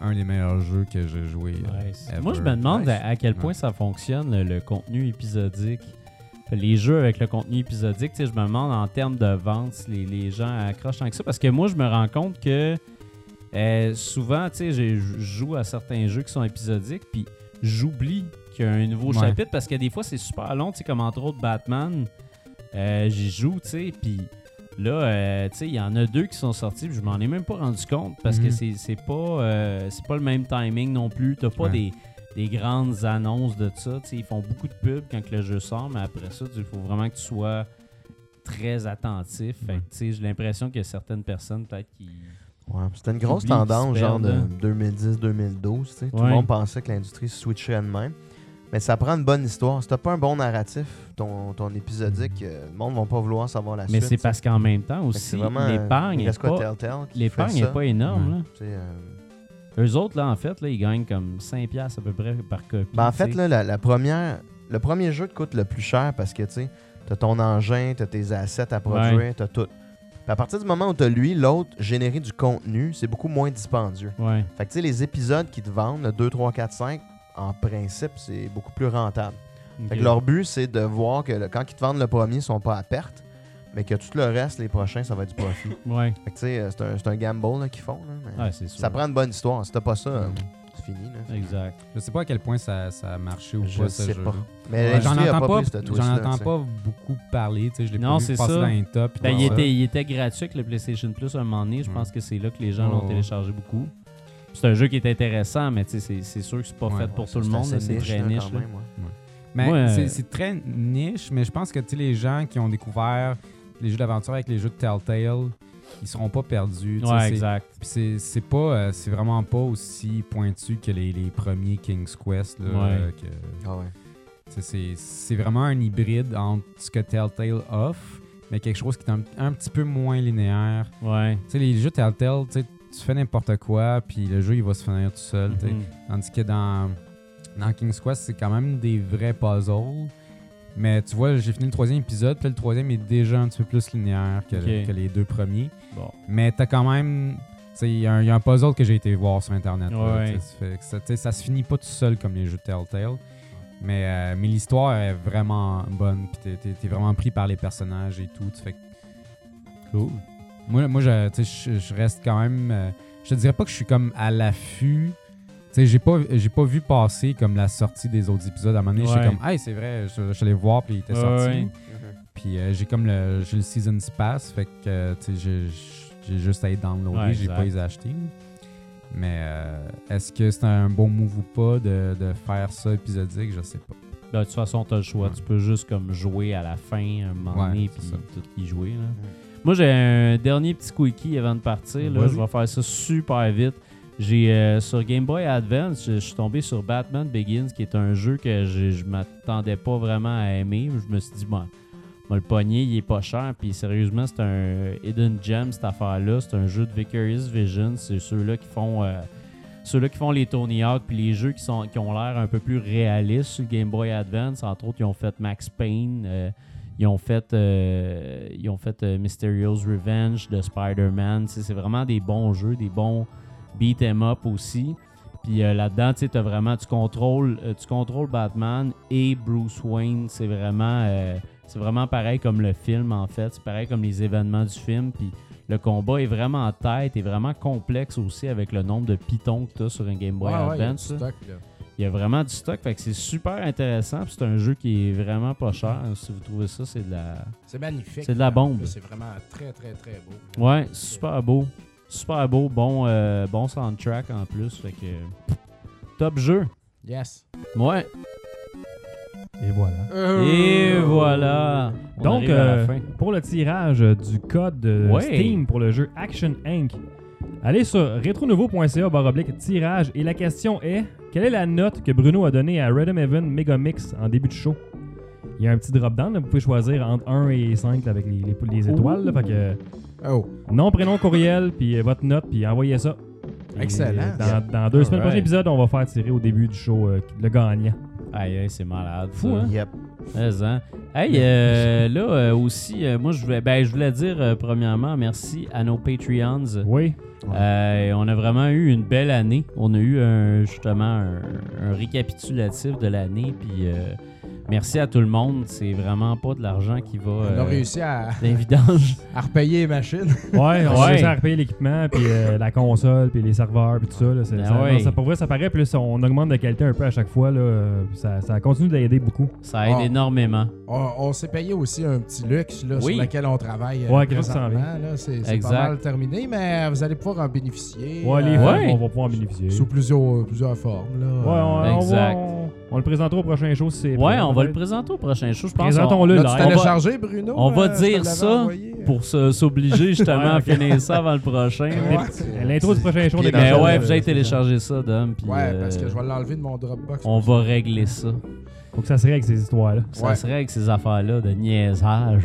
Speaker 6: un des meilleurs jeux que j'ai joué. euh, ever.
Speaker 2: Moi, je me demande
Speaker 4: Nice.
Speaker 2: à, à quel point
Speaker 6: Ouais.
Speaker 2: ça fonctionne, le, le contenu épisodique. Les jeux avec le contenu épisodique, tu sais, je me demande en termes de vente si les, les gens accrochent tant que ça. Parce que moi, je me rends compte que euh, souvent, tu sais, j'ai- je joue à certains jeux qui sont épisodiques, puis j'oublie qu'il y a un nouveau
Speaker 6: Ouais.
Speaker 2: chapitre parce que des fois, c'est super long, tu sais, comme entre autres Batman. Euh, J'y joue, tu sais, puis là, euh, tu sais, il y en a deux qui sont sortis, puis je m'en ai même pas rendu compte parce que
Speaker 6: Mhm.
Speaker 2: c'est c'est pas, euh, c'est pas le même timing non plus. T'as pas
Speaker 6: Ouais.
Speaker 2: des, des grandes annonces de ça. tu sais, ils font beaucoup de pubs quand que le jeu sort, mais après ça, il faut vraiment que tu sois très attentif. Fait que,
Speaker 6: Ouais.
Speaker 2: tu sais, j'ai l'impression que certaines personnes, peut-être, qui.
Speaker 4: Ouais, puis c'était une grosse
Speaker 2: Oublie qu'ils se
Speaker 4: tendance, genre de
Speaker 2: perdent,
Speaker 4: 2010-2012. tu sais. Tout le
Speaker 2: Ouais.
Speaker 4: monde pensait que l'industrie se switcherait de même. Mais ça prend une bonne histoire. Si t'as pas un bon narratif, ton, ton épisodique, euh, le monde va pas vouloir savoir la
Speaker 2: Mais
Speaker 4: suite.
Speaker 2: c'est
Speaker 4: tu sais.
Speaker 2: parce qu'en même temps
Speaker 4: Fait que
Speaker 2: aussi,
Speaker 4: c'est vraiment, euh,
Speaker 2: l'épargne est
Speaker 4: Iresco
Speaker 2: pas,
Speaker 4: Telltale qui
Speaker 2: l'épargne
Speaker 4: fait
Speaker 2: est
Speaker 4: ça.
Speaker 2: pas énorme.
Speaker 6: Ouais.
Speaker 2: là.
Speaker 4: Tu sais, euh,
Speaker 2: Eux autres, là, en fait, là, ils gagnent comme 5$ piastres à peu près par copie.
Speaker 4: Ben, en
Speaker 2: tu
Speaker 4: fait,
Speaker 2: sais.
Speaker 4: là, la, la première, le premier jeu te coûte le plus cher parce que, tu sais, t'as ton engin, t'as tes assets à produire, t'as tout. Puis à partir du moment où t'as lui, l'autre, générer du contenu, c'est beaucoup moins dispendieux.
Speaker 2: Ouais.
Speaker 4: Fait que, tu sais, les épisodes qui te vendent, le 2, 3, 4, 5, en principe, c'est beaucoup plus rentable. Fait que
Speaker 2: Ok.
Speaker 4: leur but, c'est de voir que le- quand ils te vendent le premier, ils sont pas à perte, mais que tout le reste, les prochains, ça va être du profit.
Speaker 2: Ouais.
Speaker 4: fait que, tu sais, euh, c'est un, c'est un gamble là, qu'ils font. là, mais
Speaker 2: Ouais, c'est sûr.
Speaker 4: ça prend une bonne histoire. Si t'as pas ça, euh,
Speaker 6: Mm.
Speaker 4: c'est fini. là.
Speaker 2: Exact.
Speaker 6: Je sais pas à quel point ça, ça a marché ou
Speaker 4: Je
Speaker 6: pas, ce
Speaker 4: sais
Speaker 6: jeu
Speaker 4: pas. Mais
Speaker 6: Ouais, J'en
Speaker 4: l'industrie a
Speaker 6: entends pas,
Speaker 4: pris ce twist-là,
Speaker 6: j'en
Speaker 4: tu
Speaker 6: entends
Speaker 4: sais.
Speaker 6: pas beaucoup parler, tu sais, je l'ai
Speaker 2: Non,
Speaker 6: pas
Speaker 2: c'est
Speaker 6: vu passer
Speaker 2: ça.
Speaker 6: dans les tops.
Speaker 2: Ben,
Speaker 6: tout
Speaker 2: il,
Speaker 6: ça.
Speaker 2: était, il était gratuit avec le PlayStation Plus à un moment donné. Je
Speaker 6: Ouais.
Speaker 2: pense que c'est là que les gens l'ont
Speaker 6: Ouais.
Speaker 2: téléchargé beaucoup. C'est un jeu qui est intéressant, mais tu sais, c'est c'est sûr que c'est pas
Speaker 6: Ouais,
Speaker 2: fait
Speaker 4: Ouais,
Speaker 2: pour
Speaker 4: ça,
Speaker 2: tout le
Speaker 4: c'est
Speaker 2: monde.
Speaker 4: assez
Speaker 2: là, C'est très
Speaker 4: là,
Speaker 2: niche.
Speaker 4: quand
Speaker 2: là.
Speaker 4: même, ouais.
Speaker 6: Mais
Speaker 2: Ouais.
Speaker 6: c'est- c'est très niche, mais je pense que tu sais, les gens qui ont découvert les jeux d'aventure avec les jeux de Telltale, ils seront pas perdus. tu sais,
Speaker 2: Ouais,
Speaker 6: c'est-
Speaker 2: exact.
Speaker 6: puis c'est c'est pas, euh, c'est vraiment pas aussi pointu que les, les premiers King's Quest. là,
Speaker 2: Ouais.
Speaker 6: euh, que- tu
Speaker 4: Ah ouais.
Speaker 6: sais, c'est- c'est vraiment un hybride entre ce que Telltale offre, mais quelque chose qui est un, un petit peu moins linéaire.
Speaker 2: Ouais.
Speaker 6: Tu sais, les jeux Telltale, tu sais, tu fais n'importe quoi, puis le jeu il va se finir tout seul. tu sais.
Speaker 2: Mhm.
Speaker 6: Tandis que dans, dans King's Quest, c'est quand même des vrais puzzles. Mais tu vois, j'ai fini le troisième épisode, puis là, le troisième est déjà un petit peu plus linéaire que,
Speaker 2: Ok.
Speaker 6: que les deux premiers.
Speaker 2: Bon.
Speaker 6: Mais t'as quand même. tu sais, Il y, a un- il y a un puzzle que j'ai été voir sur Internet. là,
Speaker 2: Ouais.
Speaker 6: tu sais, ça fait que ça, tu sais, ça se finit pas tout seul comme les jeux de Telltale. Mais, euh, mais l'histoire est vraiment bonne. Puis t'es- t'es- t'es vraiment pris par les personnages et tout. tu Fait que
Speaker 2: Cool.
Speaker 6: moi, moi je, tu sais, je, je reste quand même. euh, je te dirais pas que je suis comme à l'affût. Tu sais, j'ai pas, j'ai pas vu passer comme la sortie des autres épisodes. À un moment donné,
Speaker 2: Ouais.
Speaker 6: j'étais comme, hey, c'est vrai, je, je suis allé voir, puis il était
Speaker 2: Ouais,
Speaker 6: sorti.
Speaker 2: ouais.
Speaker 6: Puis euh, j'ai comme le, j'ai le Season Pass, fait que, euh, tu sais, j'ai- j'ai juste à les downloader,
Speaker 2: Ouais,
Speaker 6: j'ai
Speaker 2: exact.
Speaker 6: pas les acheter. Mais euh, est-ce que c'est un bon move ou pas de, de faire ça épisodique Je sais pas.
Speaker 2: Ben, de toute façon, t'as le choix.
Speaker 6: Ouais.
Speaker 2: Tu peux juste comme jouer à la fin, un moment
Speaker 6: Ouais,
Speaker 2: donné,
Speaker 6: c'est
Speaker 2: puis
Speaker 6: ça.
Speaker 2: tout y jouer. là. Moi, j'ai un dernier petit quickie avant de partir. Là.
Speaker 6: Vas-y.
Speaker 2: Je vais faire ça super vite. J'ai euh, sur Game Boy Advance, je, je suis tombé sur Batman Begins, qui est un jeu que je, je m'attendais pas vraiment à aimer. Je me suis dit, bon, moi, le pogner, il est pas cher. Puis sérieusement, c'est un Hidden Gem, cette affaire-là. C'est un jeu de Vicarious Vision. C'est ceux-là qui font. euh, ceux-là qui font les Tony Hawk puis les jeux qui, sont, qui ont l'air un peu plus réalistes sur le Game Boy Advance. Entre autres, ils ont fait Max Payne, euh, ils ont fait, euh, ils ont fait euh, Mysterio's Revenge de Spider-Man. Tu sais, C'est vraiment des bons jeux, des bons beat 'em up aussi. Puis euh, là-dedans, tu sais, t'as vraiment, tu contrôles, euh, tu contrôles Batman et Bruce Wayne. C'est vraiment, euh, c'est vraiment pareil comme le film en fait. C'est pareil comme les événements du film. Puis le combat est vraiment en tête et vraiment complexe aussi avec le nombre de pitons que tu sur un Game Boy
Speaker 1: Ouais, ouais, il y a du
Speaker 2: Advance. là.
Speaker 1: stock, là.
Speaker 2: Il y a vraiment du stock, fait que c'est super intéressant. puis C'est un jeu qui est vraiment pas cher. Si vous trouvez ça, c'est de la.
Speaker 1: C'est magnifique.
Speaker 2: C'est de la bombe.
Speaker 1: Là, C'est vraiment très, très, très beau.
Speaker 2: Ouais, super beau. Super beau, bon, euh, bon soundtrack en plus. Fait que. Top jeu.
Speaker 1: Yes.
Speaker 2: Ouais.
Speaker 5: Et voilà.
Speaker 2: Et voilà. On
Speaker 5: Donc,
Speaker 2: arrive à la
Speaker 5: euh,
Speaker 2: fin.
Speaker 5: pour le tirage euh, du code de
Speaker 2: Ouais.
Speaker 5: Steam pour le jeu Action Inc., allez sur retronouveau.ca baroblique tirage et la question est quelle est la note que Bruno a donnée à Rhythm Heaven Megamix en début de show Il y a un petit drop-down, là, vous pouvez choisir entre 1 et 5 là, avec les, les- les étoiles. là, fait que
Speaker 1: Oh,
Speaker 5: Nom, prénom, courriel, puis euh, votre note, puis envoyez ça. Et,
Speaker 1: Excellent.
Speaker 5: euh, Dans, dans deux semaines,
Speaker 6: Alright.
Speaker 5: prochain épisode, on va faire tirer au début du show euh, le gagnant.
Speaker 2: Aïe, aïe, c'est malade.
Speaker 5: Fou,
Speaker 2: ça.
Speaker 5: hein?
Speaker 4: Yep.
Speaker 2: Mais, hein. Hey, euh, là euh, aussi, euh, moi, je voulais, ben, je voulais dire, euh, premièrement, merci à nos Patreons.
Speaker 5: Oui.
Speaker 2: Euh, on a vraiment eu une belle année. On a eu un- justement un, un récapitulatif de l'année. Puis euh, merci à tout le monde. C'est vraiment pas de l'argent qui va.
Speaker 1: on a
Speaker 2: euh,
Speaker 1: réussi à,
Speaker 2: dans les vidanges.
Speaker 1: à repayer les machines.
Speaker 5: Ouais, on
Speaker 2: Ouais.
Speaker 5: a réussi à repayer l'équipement, puis euh, la console, puis les serveurs, puis tout ça. Là, c'est,
Speaker 2: Ben
Speaker 5: ça, non,
Speaker 2: ouais.
Speaker 5: ça- Pour vrai, ça paraît, plus on augmente de qualité un peu à chaque fois. Là, euh, ça, ça continue d'aider beaucoup.
Speaker 2: Ça aide
Speaker 1: Ah.
Speaker 2: énormément.
Speaker 1: On, on s'est payé aussi un petit luxe là,
Speaker 2: Oui.
Speaker 1: sur lequel on travaille. euh,
Speaker 5: Ouais, quelque chose s'en
Speaker 1: présentement, là. C'est c'est pas
Speaker 2: Exact.
Speaker 1: mal terminé, mais vous allez pouvoir en bénéficier.
Speaker 5: Ouais, les
Speaker 1: euh,
Speaker 5: femmes,
Speaker 2: ouais.
Speaker 5: on va pouvoir en bénéficier.
Speaker 1: Sous plusieurs, plusieurs formes. Là.
Speaker 5: Ouais, on, on
Speaker 2: Exact.
Speaker 5: va- on- on le présentera au prochain show. Si c'est
Speaker 2: Ouais, on va le
Speaker 5: présenter.
Speaker 2: présenter au prochain show. Je pense on-
Speaker 5: Présentons-le
Speaker 1: Là,
Speaker 5: live.
Speaker 1: tu t'avais chargé, Bruno. euh,
Speaker 2: on va
Speaker 1: je te
Speaker 2: dire
Speaker 1: l'avais
Speaker 2: ça
Speaker 1: envoyé.
Speaker 2: pour se- s'obliger justement
Speaker 5: Ouais,
Speaker 2: à
Speaker 5: ok.
Speaker 2: finir ça avant le prochain.
Speaker 1: Ouais.
Speaker 5: À Euh, L'intro du prochain show, on
Speaker 4: Mais
Speaker 5: est
Speaker 2: Mais
Speaker 5: dans-
Speaker 2: ouais,
Speaker 5: euh,
Speaker 2: faut que j'aille télécharger ça, Dom. puis,
Speaker 1: Ouais, parce que
Speaker 2: euh,
Speaker 1: je vais l'enlever de mon Dropbox.
Speaker 2: On va régler ça.
Speaker 5: Faut que ça se règle, ces histoires-là.
Speaker 2: Ça
Speaker 1: Ouais.
Speaker 2: se règle ces affaires-là de niaisage.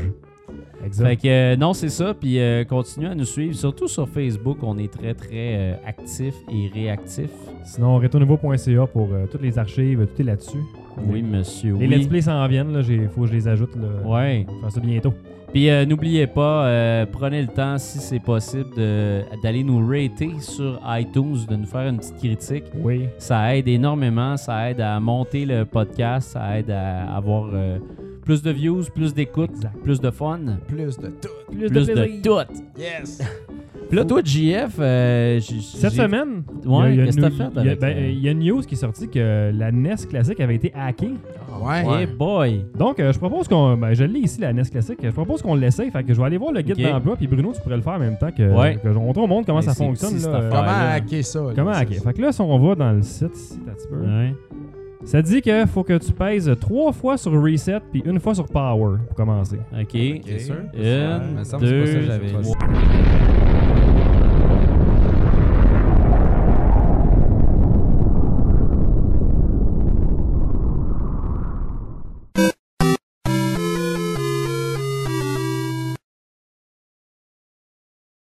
Speaker 2: Fait
Speaker 5: Exact.
Speaker 2: que euh, non, c'est ça. Puis euh, continuez à nous suivre. Surtout sur Facebook, on est très, très euh, actifs et réactifs.
Speaker 5: Sinon, retournez-vous.ca pour euh, toutes les archives, tout est là-dessus.
Speaker 2: Oui, monsieur.
Speaker 5: Les
Speaker 2: oui.
Speaker 5: let's play s'en viennent, là, j'ai- faut que je les ajoute. Là.
Speaker 2: Ouais.
Speaker 5: On va faire ça bientôt.
Speaker 2: Puis euh, n'oubliez pas, euh, prenez le temps, si c'est possible, de- d'aller nous rater sur iTunes, de nous faire une petite critique.
Speaker 5: Oui.
Speaker 2: Ça aide énormément. Ça aide à monter le podcast. Ça aide à avoir euh, plus de views, plus d'écoutes,
Speaker 5: Exact.
Speaker 2: plus de fun,
Speaker 1: Plus de tout.
Speaker 5: Plus,
Speaker 2: plus de
Speaker 5: plaisir.
Speaker 2: tout.
Speaker 1: Yes!
Speaker 2: Puis là, toi, JF, euh, j'ai-
Speaker 5: Cette
Speaker 2: j'ai-
Speaker 5: semaine,
Speaker 2: Ouais,
Speaker 5: il y a- il y a
Speaker 2: qu'est-ce
Speaker 5: une
Speaker 2: que
Speaker 5: nou-
Speaker 2: t'as fait
Speaker 5: il y a-
Speaker 2: avec,
Speaker 5: ben,
Speaker 2: euh,
Speaker 5: il y a une news qui est sortie que la NES classique avait été hackée.
Speaker 1: Ouais.
Speaker 4: Eh,
Speaker 2: Hey boy!
Speaker 5: Donc, euh, je propose qu'on. Ben, je l'ai ici, la NES classique. Je propose qu'on l'essaye. Fait que je vais aller voir le guide
Speaker 2: Ok.
Speaker 5: d'emploi. Puis Bruno, tu pourrais le faire en même temps que.
Speaker 2: Ouais.
Speaker 5: que je- on montre au monde comment
Speaker 2: Mais
Speaker 5: ça
Speaker 2: c'est
Speaker 5: fonctionne.
Speaker 2: petit,
Speaker 5: là,
Speaker 2: cette
Speaker 5: euh,
Speaker 1: Comment
Speaker 2: Ouais, là.
Speaker 1: hacker ça? là?
Speaker 5: Comment
Speaker 1: C'est-
Speaker 5: hacker. Fait que là, si on va dans le site ici, t'as un petit peu. Ça dit que faut que tu pèses trois fois sur reset puis une fois sur power pour commencer.
Speaker 2: Ok.
Speaker 1: C'est sûr.
Speaker 2: Une,
Speaker 6: me semble que c'est pas ça que
Speaker 2: deux,
Speaker 6: j'avais.
Speaker 2: trois.